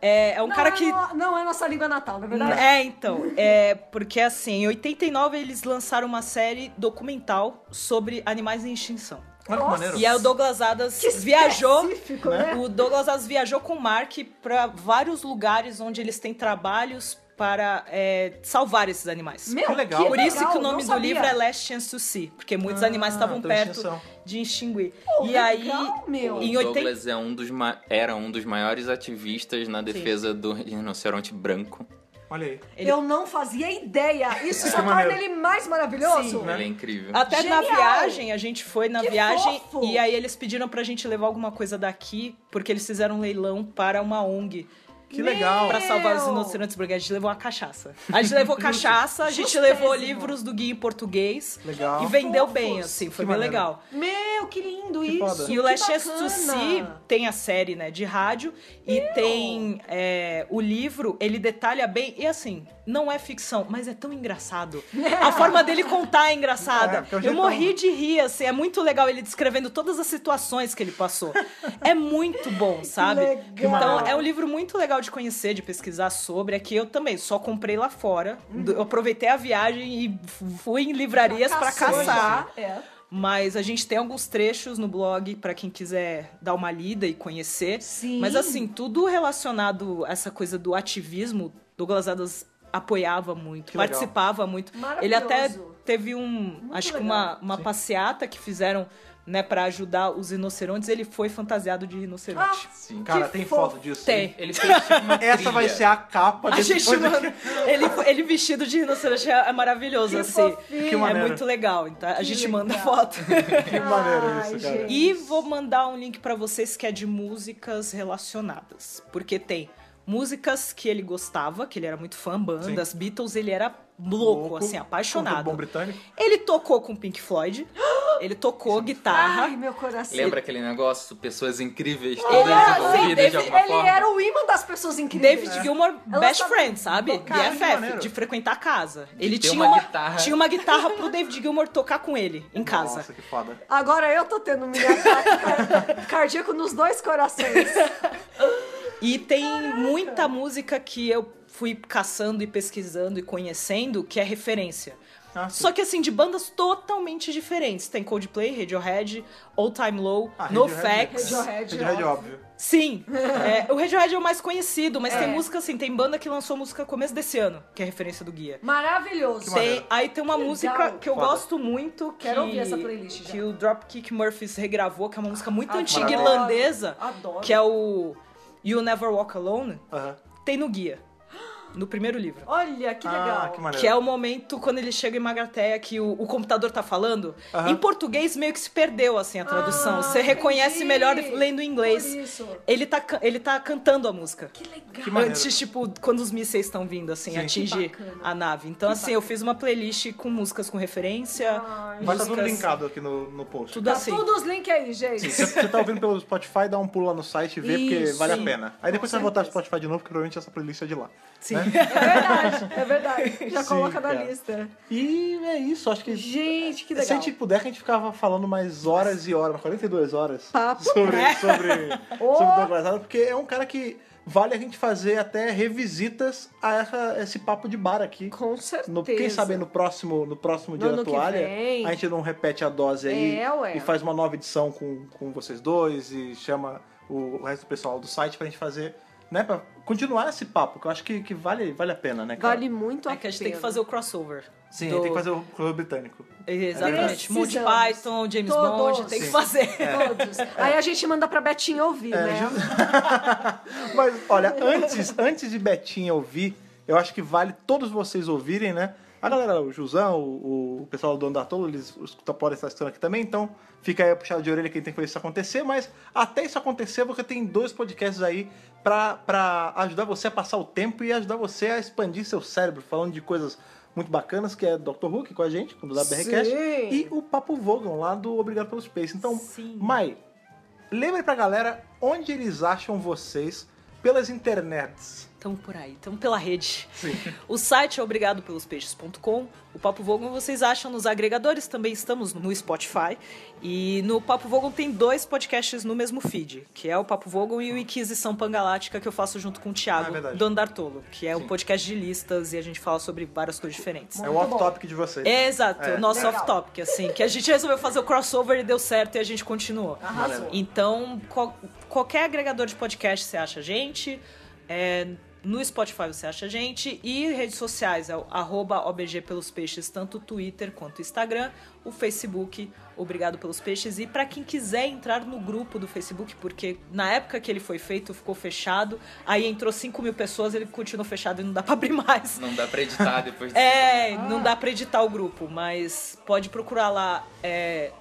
Speaker 3: É, é um
Speaker 5: Não
Speaker 3: cara
Speaker 5: é
Speaker 3: que.
Speaker 5: no- Não é nossa língua natal, na verdade.
Speaker 3: É, então. É, porque assim, em 89 eles lançaram uma série documental sobre animais em extinção.
Speaker 1: Olha que maneiro.
Speaker 3: E aí o Douglas Adams viajou.
Speaker 5: Específico, É né?
Speaker 3: O Douglas Adams viajou com o Mark para vários lugares onde eles têm trabalhos para é, salvar esses animais.
Speaker 5: Meu,
Speaker 1: Que legal.
Speaker 3: Por isso
Speaker 5: legal,
Speaker 3: que o
Speaker 5: não
Speaker 3: nome do
Speaker 5: sabia. Ah,
Speaker 3: livro é Last Chance to See, porque muitos animais estavam
Speaker 1: tá
Speaker 3: perto
Speaker 1: extinção.
Speaker 3: de extinguir.
Speaker 5: Pô,
Speaker 3: e
Speaker 5: legal,
Speaker 3: aí,
Speaker 5: meu.
Speaker 3: em
Speaker 4: O
Speaker 3: 80...
Speaker 4: Douglas é um dos ma- era um dos maiores ativistas na defesa do rinoceronte branco.
Speaker 1: Olha aí.
Speaker 3: Ele-
Speaker 5: Eu não fazia ideia. Isso só
Speaker 1: Que maneiro.
Speaker 5: torna ele mais maravilhoso.
Speaker 1: Né?
Speaker 4: Ele é incrível.
Speaker 3: Até na
Speaker 5: Genial!
Speaker 3: viagem, a gente foi na
Speaker 5: Que
Speaker 3: viagem
Speaker 5: fofo!
Speaker 3: e aí eles pediram pra gente levar alguma coisa daqui, porque eles fizeram um leilão para uma ONG.
Speaker 1: Que legal.
Speaker 3: Pra salvar os
Speaker 5: Meu!
Speaker 3: rinocerontes porque a gente levou uma cachaça. A gente levou cachaça, a gente
Speaker 5: Justíssimo.
Speaker 3: levou livros do guia em português.
Speaker 1: Legal.
Speaker 3: E vendeu
Speaker 5: Fofos.
Speaker 3: bem, assim, foi
Speaker 1: Que
Speaker 3: bem
Speaker 1: maneiro.
Speaker 3: legal.
Speaker 5: Meu, que lindo
Speaker 1: Que
Speaker 5: isso.
Speaker 1: foda.
Speaker 3: E o é
Speaker 5: que
Speaker 3: Last Chance to
Speaker 5: bacana.
Speaker 3: See tem a série, né, de rádio. E tem é, o livro, ele detalha bem. E assim, não é ficção, mas é tão engraçado. A forma dele contar é
Speaker 1: É,
Speaker 3: engraçada.
Speaker 1: porque é o
Speaker 3: Eu
Speaker 1: jeitão.
Speaker 3: morri de rir, assim. É muito legal ele descrevendo todas as situações que ele passou. é muito bom, sabe?
Speaker 1: Que
Speaker 3: Então,
Speaker 1: maneiro.
Speaker 3: é um livro muito legal de conhecer, de pesquisar sobre. É que eu também só comprei lá fora. Eu aproveitei a viagem e fui em livrarias pra
Speaker 5: Caçou,
Speaker 3: caçar.
Speaker 5: É.
Speaker 3: Mas a gente tem alguns trechos no blog pra quem quiser dar uma lida e conhecer.
Speaker 5: Sim.
Speaker 3: Mas assim, tudo relacionado a essa coisa do ativismo, Douglas Adams apoiava muito,
Speaker 1: Que legal.
Speaker 3: participava muito.
Speaker 5: Maravilhoso.
Speaker 3: Ele até teve um, acho que uma,
Speaker 5: legal.
Speaker 3: uma passeata que fizeram, né, para ajudar os rinocerontes, ele foi fantasiado de rinoceronte.
Speaker 4: Sim.
Speaker 1: Cara,
Speaker 5: Que
Speaker 1: tem
Speaker 5: fofo.
Speaker 1: foto disso.
Speaker 3: Tem.
Speaker 4: Ele fez tipo, uma
Speaker 1: Essa vai
Speaker 4: trilha.
Speaker 1: ser a capa
Speaker 3: A
Speaker 1: desse
Speaker 3: gente
Speaker 1: podcast.
Speaker 3: manda- ele, ele vestido de rinoceronte é é maravilhoso,
Speaker 5: Que
Speaker 3: assim.
Speaker 5: fofinho.
Speaker 1: Que
Speaker 3: é
Speaker 1: maneiro.
Speaker 3: muito legal. Então, a gente manda
Speaker 5: legal.
Speaker 3: foto.
Speaker 1: Que maneiro
Speaker 5: Ai,
Speaker 1: isso, cara.
Speaker 5: gente.
Speaker 3: E vou mandar um link pra vocês que é de músicas relacionadas, porque tem músicas que ele gostava, que ele era muito fã, bandas, Beatles, ele era louco, assim,
Speaker 1: Como todo
Speaker 3: apaixonado.
Speaker 1: bom britânico.
Speaker 3: Ele tocou com Pink Floyd, Ele tocou guitarra.
Speaker 5: Ai, meu coração.
Speaker 4: Lembra aquele negócio? Pessoas incríveis, todas envolvidas de
Speaker 5: David-
Speaker 4: alguma
Speaker 5: ele
Speaker 4: forma.
Speaker 5: era o imã das pessoas incríveis.
Speaker 3: David Gilmour,
Speaker 5: Ela
Speaker 3: best
Speaker 5: sabe
Speaker 3: friend, sabe?
Speaker 1: Caralho, que
Speaker 3: BFF,
Speaker 1: maneiro.
Speaker 3: de frequentar a casa. ele
Speaker 4: ter
Speaker 3: tinha
Speaker 4: uma
Speaker 3: uma,
Speaker 4: guitarra.
Speaker 3: tinha uma guitarra pro David Gilmour tocar com ele em casa.
Speaker 1: Nossa, que foda.
Speaker 5: Agora eu tô tendo um mini ataque cardíaco nos dois corações.
Speaker 3: E tem muita música que eu fui caçando e pesquisando e conhecendo que é referência.
Speaker 1: Ah, sim.
Speaker 3: Só que assim, de bandas totalmente diferentes. Tem Coldplay, Radiohead, All Time Low,
Speaker 1: Ah,
Speaker 3: NoFX.
Speaker 5: Radiohead,
Speaker 1: Radiohead, óbvio.
Speaker 3: Sim, é, o Radiohead é o mais conhecido, mas tem
Speaker 5: É.
Speaker 3: música assim, tem banda que lançou música começo desse ano, que é referência do guia.
Speaker 5: Maravilhoso.
Speaker 1: Que maneiro.
Speaker 3: Tem- aí tem uma
Speaker 5: Legal.
Speaker 3: música que eu
Speaker 1: Foda.
Speaker 3: gosto muito. Que,
Speaker 5: Quero ouvir essa playlist já. Ah,
Speaker 3: Que o Dropkick Murphys regravou, que é uma música muito
Speaker 5: Adoro.
Speaker 3: antiga irlandesa,
Speaker 5: Adoro.
Speaker 3: que é o You Never Walk Alone,
Speaker 1: Aham.
Speaker 3: tem no guia, no primeiro livro.
Speaker 5: Olha, que
Speaker 1: Ah,
Speaker 5: legal.
Speaker 1: que maneiro.
Speaker 3: Que é o momento quando ele chega em Magateia que o, o computador tá falando.
Speaker 1: Aham.
Speaker 3: Em português meio que se perdeu assim a tradução.
Speaker 5: Ah,
Speaker 3: Você reconhece
Speaker 5: entendi.
Speaker 3: melhor lendo em
Speaker 5: Por
Speaker 3: inglês.
Speaker 5: isso.
Speaker 3: Ele tá, ca- ele tá cantando a música.
Speaker 5: Que legal.
Speaker 1: Que maneiro.
Speaker 3: Antes, tipo, quando os mísseis estão vindo, assim,
Speaker 1: Sim.
Speaker 3: atingir
Speaker 5: Que bacana.
Speaker 3: a nave. Então, assim, eu fiz uma playlist com músicas com referência.
Speaker 1: Vai estar tudo
Speaker 3: músicas-
Speaker 1: linkado aqui no, no post.
Speaker 3: Tudo
Speaker 5: Tá
Speaker 3: assim.
Speaker 5: todos os links aí, gente.
Speaker 1: Se você tá ouvindo pelo Spotify, dá um pulo lá no site e vê, porque
Speaker 3: Isso,
Speaker 1: vale a
Speaker 3: sim.
Speaker 1: pena. Aí depois você vai voltar pro Spotify de novo, porque provavelmente essa playlist é de lá.
Speaker 3: Sim.
Speaker 5: É verdade, é verdade. Já
Speaker 1: Sim,
Speaker 5: coloca na
Speaker 1: cara.
Speaker 5: lista.
Speaker 1: E é isso, acho que.
Speaker 5: Gente, que
Speaker 1: Se a
Speaker 5: legal.
Speaker 1: gente puder, que a gente ficava falando mais horas e horas, 42 horas.
Speaker 5: Papo
Speaker 1: sobre, sobre,
Speaker 5: Oh!
Speaker 1: sobre Douglas Adams, porque é um cara que vale a gente fazer até revisitas a essa- esse papo de bar aqui.
Speaker 5: Com certeza.
Speaker 1: No- quem sabe no próximo, no próximo dia
Speaker 5: No
Speaker 1: da
Speaker 5: ano que
Speaker 1: toalha,
Speaker 5: vem.
Speaker 1: a gente não repete a dose aí
Speaker 5: É, ué.
Speaker 1: e faz uma nova edição com, com vocês dois e chama o, o resto do pessoal do site pra gente fazer, né, pra continuar esse papo, que eu acho que, que vale, vale a pena, né, cara?
Speaker 5: Vale muito
Speaker 3: É
Speaker 5: a
Speaker 3: que a gente
Speaker 5: pena.
Speaker 3: tem que fazer o crossover.
Speaker 1: Sim,
Speaker 3: do-
Speaker 1: tem que fazer o Clube Britânico.
Speaker 3: Exatamente. Monty
Speaker 5: Precisamos.
Speaker 3: Python, James
Speaker 5: Todos.
Speaker 3: Bond, tem que
Speaker 1: Sim.
Speaker 3: fazer.
Speaker 5: Todos.
Speaker 3: É.
Speaker 5: Aí a gente manda pra Betinha ouvir,
Speaker 1: É,
Speaker 5: né?
Speaker 1: ju- Mas olha, antes, antes de Betinha ouvir, eu acho que vale todos vocês ouvirem, né? A galera, o Jusão, o, o pessoal do Dono da Tolo, eles escutam- podem estar escutando aqui também, então fica aí a puxada de orelha quem tem que fazer isso acontecer, mas até isso acontecer, você tem dois podcasts aí pra, pra ajudar você a passar o tempo e ajudar você a expandir seu cérebro, falando de coisas muito bacanas, que é Dr. Who, aqui com a gente, com o WRCast,
Speaker 5: Sim.
Speaker 1: e o Papo Vogon, lá do Obrigado pelo Space. Então,
Speaker 3: Sim.
Speaker 1: Mai, Lembre pra galera onde eles acham vocês pelas internets.
Speaker 3: Estão por aí, estão pela rede. O site é obrigadopelospeixes.com. O Papo Vogon vocês acham nos agregadores, também estamos no Spotify. E no Papo Vogon tem dois podcasts no mesmo feed, que é o Papo Vogon e o Inquisição Pangalática, que eu faço junto com o
Speaker 1: Ah, é
Speaker 3: Thiago,
Speaker 1: verdade.
Speaker 3: do Andartolo, que é um podcast de listas e a gente fala sobre várias coisas diferentes.
Speaker 1: é o off-topic de vocês.
Speaker 3: tá É, exato,
Speaker 1: É.
Speaker 3: o nosso
Speaker 5: Legal.
Speaker 3: off-topic, assim, que a gente resolveu fazer o crossover e deu certo e a gente continuou.
Speaker 5: Arrasou.
Speaker 3: Então, qual- qualquer agregador de podcast você acha a gente, é, no Spotify você acha a gente, e redes sociais é o arroba OBG pelos peixes, tanto Twitter quanto Instagram, o Facebook, obrigado pelos peixes, e pra quem quiser entrar no grupo do Facebook, porque na época que ele foi feito ficou fechado, aí entrou 5 mil pessoas, ele continuou fechado e não dá pra abrir mais.
Speaker 4: Não dá pra editar depois disso.
Speaker 3: É, não dá pra editar o grupo, mas pode procurar lá. É,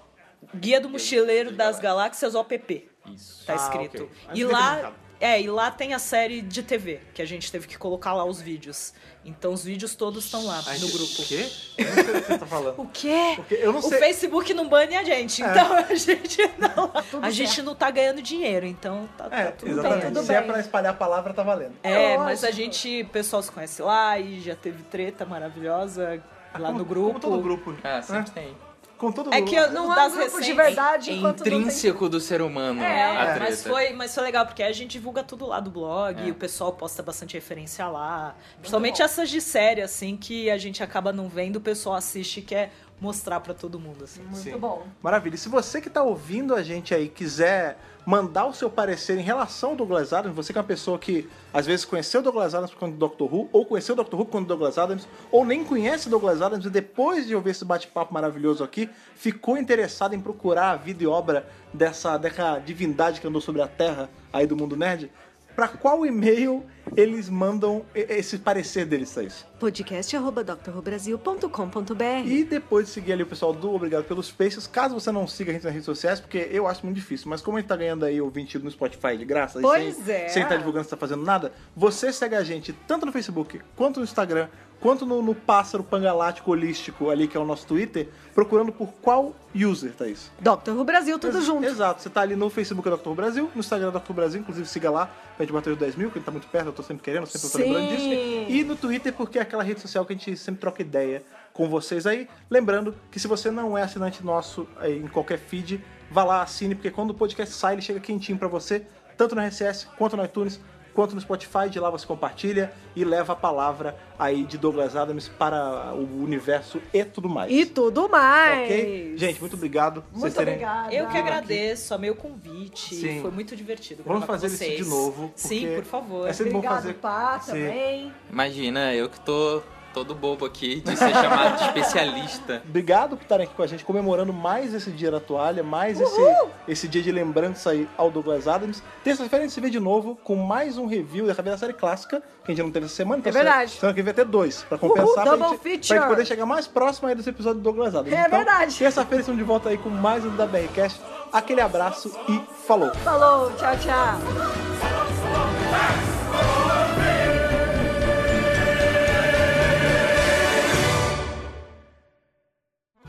Speaker 3: Guia do Mochileiro das Galáxias OPP,
Speaker 6: Isso.
Speaker 3: tá
Speaker 1: Ah,
Speaker 3: escrito.
Speaker 1: ok. Aí
Speaker 3: E
Speaker 1: fica
Speaker 3: lá.
Speaker 1: complicado.
Speaker 3: É, e lá tem a série de TV, que a gente teve que colocar lá os vídeos. Então os vídeos todos estão lá
Speaker 1: Ai,
Speaker 3: no
Speaker 1: gente,
Speaker 3: grupo.
Speaker 1: O quê? Eu não sei o que você tá falando.
Speaker 3: O quê?
Speaker 1: Porque eu não
Speaker 3: O
Speaker 1: sei. É.
Speaker 3: Facebook não bane a gente, então a gente não. A gente não tá ganhando dinheiro, então tá, tá
Speaker 1: É,
Speaker 3: tudo bem.
Speaker 1: exatamente.
Speaker 5: tudo
Speaker 1: Se
Speaker 5: bem.
Speaker 1: é pra espalhar a palavra, tá valendo.
Speaker 3: É,
Speaker 5: Lógico.
Speaker 3: mas a gente, o pessoal se conhece lá e já teve treta maravilhosa lá
Speaker 1: Como-
Speaker 3: no grupo.
Speaker 1: Como todo grupo.
Speaker 4: Ah, sempre
Speaker 1: né?
Speaker 4: tem.
Speaker 1: Com todo
Speaker 3: É
Speaker 1: grupo.
Speaker 3: que eu-
Speaker 5: Não
Speaker 3: o
Speaker 5: há
Speaker 3: das
Speaker 5: um grupo de
Speaker 3: recentes-
Speaker 5: verdade
Speaker 4: É
Speaker 5: enquanto não tem...
Speaker 4: intrínseco do ser humano a
Speaker 3: É,
Speaker 4: treta.
Speaker 3: mas foi, mas foi legal, porque a gente divulga tudo lá do blog,
Speaker 1: É.
Speaker 3: e o pessoal posta bastante referência lá. Principalmente essas de série, assim, que a gente acaba não vendo, o pessoal assiste e quer mostrar pra todo mundo, assim.
Speaker 5: Muito
Speaker 1: Sim.
Speaker 5: bom.
Speaker 1: Maravilha. E se você que tá ouvindo a gente aí quiser mandar o seu parecer em relação ao Douglas Adams, você que é uma pessoa que às vezes conheceu o Douglas Adams por conta do Doctor Who, ou conheceu o Doctor Who por conta do Douglas Adams, ou nem conhece o Douglas Adams e depois de ouvir esse bate-papo maravilhoso aqui, ficou interessado em procurar a vida e obra dessa, dessa divindade que andou sobre a terra aí do mundo nerd, pra qual e-mail eles mandam e- esse parecer deles, Thaís?
Speaker 5: podcast.drrubrasil.com.br
Speaker 1: E depois de seguir ali o pessoal do Obrigado pelos Peixes. Caso você não siga a gente nas redes sociais, porque eu acho muito difícil, mas como a gente tá ganhando aí ouvinte no Spotify de graça, e
Speaker 5: Pois
Speaker 1: sem,
Speaker 5: é.
Speaker 1: sem tá divulgando, sem tá fazendo nada, você segue a gente tanto no Facebook quanto no Instagram. quanto no, no pássaro pangalático holístico ali, que é o nosso Twitter, procurando por qual user, Thaís?
Speaker 2: Doctor Who Brasil, tudo
Speaker 1: Ex-
Speaker 2: junto.
Speaker 1: Exato. Você tá ali no Facebook da Dr. Who Brasil, no Instagram da Dr. Who Brasil, inclusive siga lá pra gente bater os 10 mil, que a gente tá muito perto, eu tô sempre querendo, sempre tô
Speaker 2: Sim.
Speaker 1: lembrando disso. E no Twitter, porque é aquela rede social que a gente sempre troca ideia com vocês aí. Lembrando que se você não é assinante nosso aí, em qualquer feed, vá lá, assine, porque quando o podcast sai, ele chega quentinho pra você, tanto no RSS, quanto no iTunes, quanto no Spotify, de lá você compartilha e leva a palavra aí de Douglas Adams para o universo e tudo mais.
Speaker 2: E tudo mais.
Speaker 1: Ok? Gente, muito obrigado. por vocês
Speaker 2: Muito
Speaker 1: terem
Speaker 2: obrigada.
Speaker 3: Eu que agradeço, amei o convite.
Speaker 1: Sim.
Speaker 3: Foi muito divertido.
Speaker 1: Vamos
Speaker 3: gravar com
Speaker 1: fazer isso
Speaker 3: vocês.
Speaker 1: de novo, porque
Speaker 3: Sim, por favor.
Speaker 1: é sempre bom
Speaker 2: Obrigado,
Speaker 1: fazer-
Speaker 2: Pá,
Speaker 1: Sim.
Speaker 2: também.
Speaker 4: Imagina, eu que tô todo bobo aqui de ser chamado de especialista.
Speaker 1: Obrigado por estarem aqui com a gente, comemorando mais esse dia da toalha, mais esse, esse dia de lembrança aí ao Douglas Adams. Terça-feira a gente se vê de novo com mais um review dessa vez da série clássica, que a gente não teve essa semana. Então
Speaker 2: É verdade.
Speaker 1: Semana que vem vai ter dois, pra compensar, pra,
Speaker 2: double
Speaker 1: gente, pra
Speaker 2: feature.
Speaker 1: gente poder chegar mais próximo aí desse episódio do Douglas Adams. Então,
Speaker 2: É verdade.
Speaker 1: Terça-feira estamos de volta aí com mais um da BRCast. Aquele abraço e falou!
Speaker 2: Falou, tchau, tchau.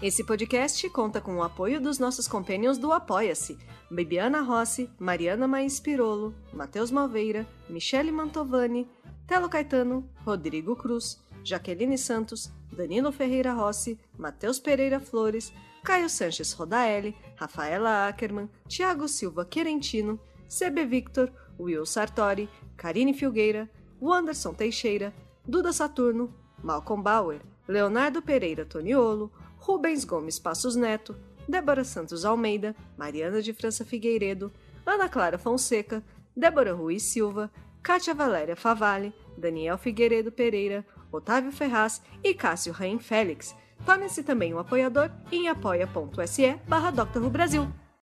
Speaker 2: Esse podcast conta com o apoio dos nossos companions do Apoia-se: Bibiana Rossi, Mariana Maes Pirolo, Matheus Malveira, Michele Mantovani, Telo Caetano, Rodrigo Cruz, Jaqueline Santos, Danilo Ferreira Rossi, Matheus Pereira Flores, Caio Sanches Rodaelli, Rafaela Ackerman, Tiago Silva Querentino, CB Victor, Will Sartori, Karine Filgueira, Wanderson Teixeira, Duda Saturno, Malcolm Bauer, Leonardo Pereira Toniolo, Rubens Gomes Passos Neto, Débora Santos Almeida, Mariana de França Figueiredo, Ana Clara Fonseca, Débora Ruiz Silva, Kátia Valéria Favalli, Daniel Figueiredo Pereira, Otávio Ferraz e Cássio Raim Félix. Torne-se também um apoiador em apoia.se barra Dr. Who Brasil.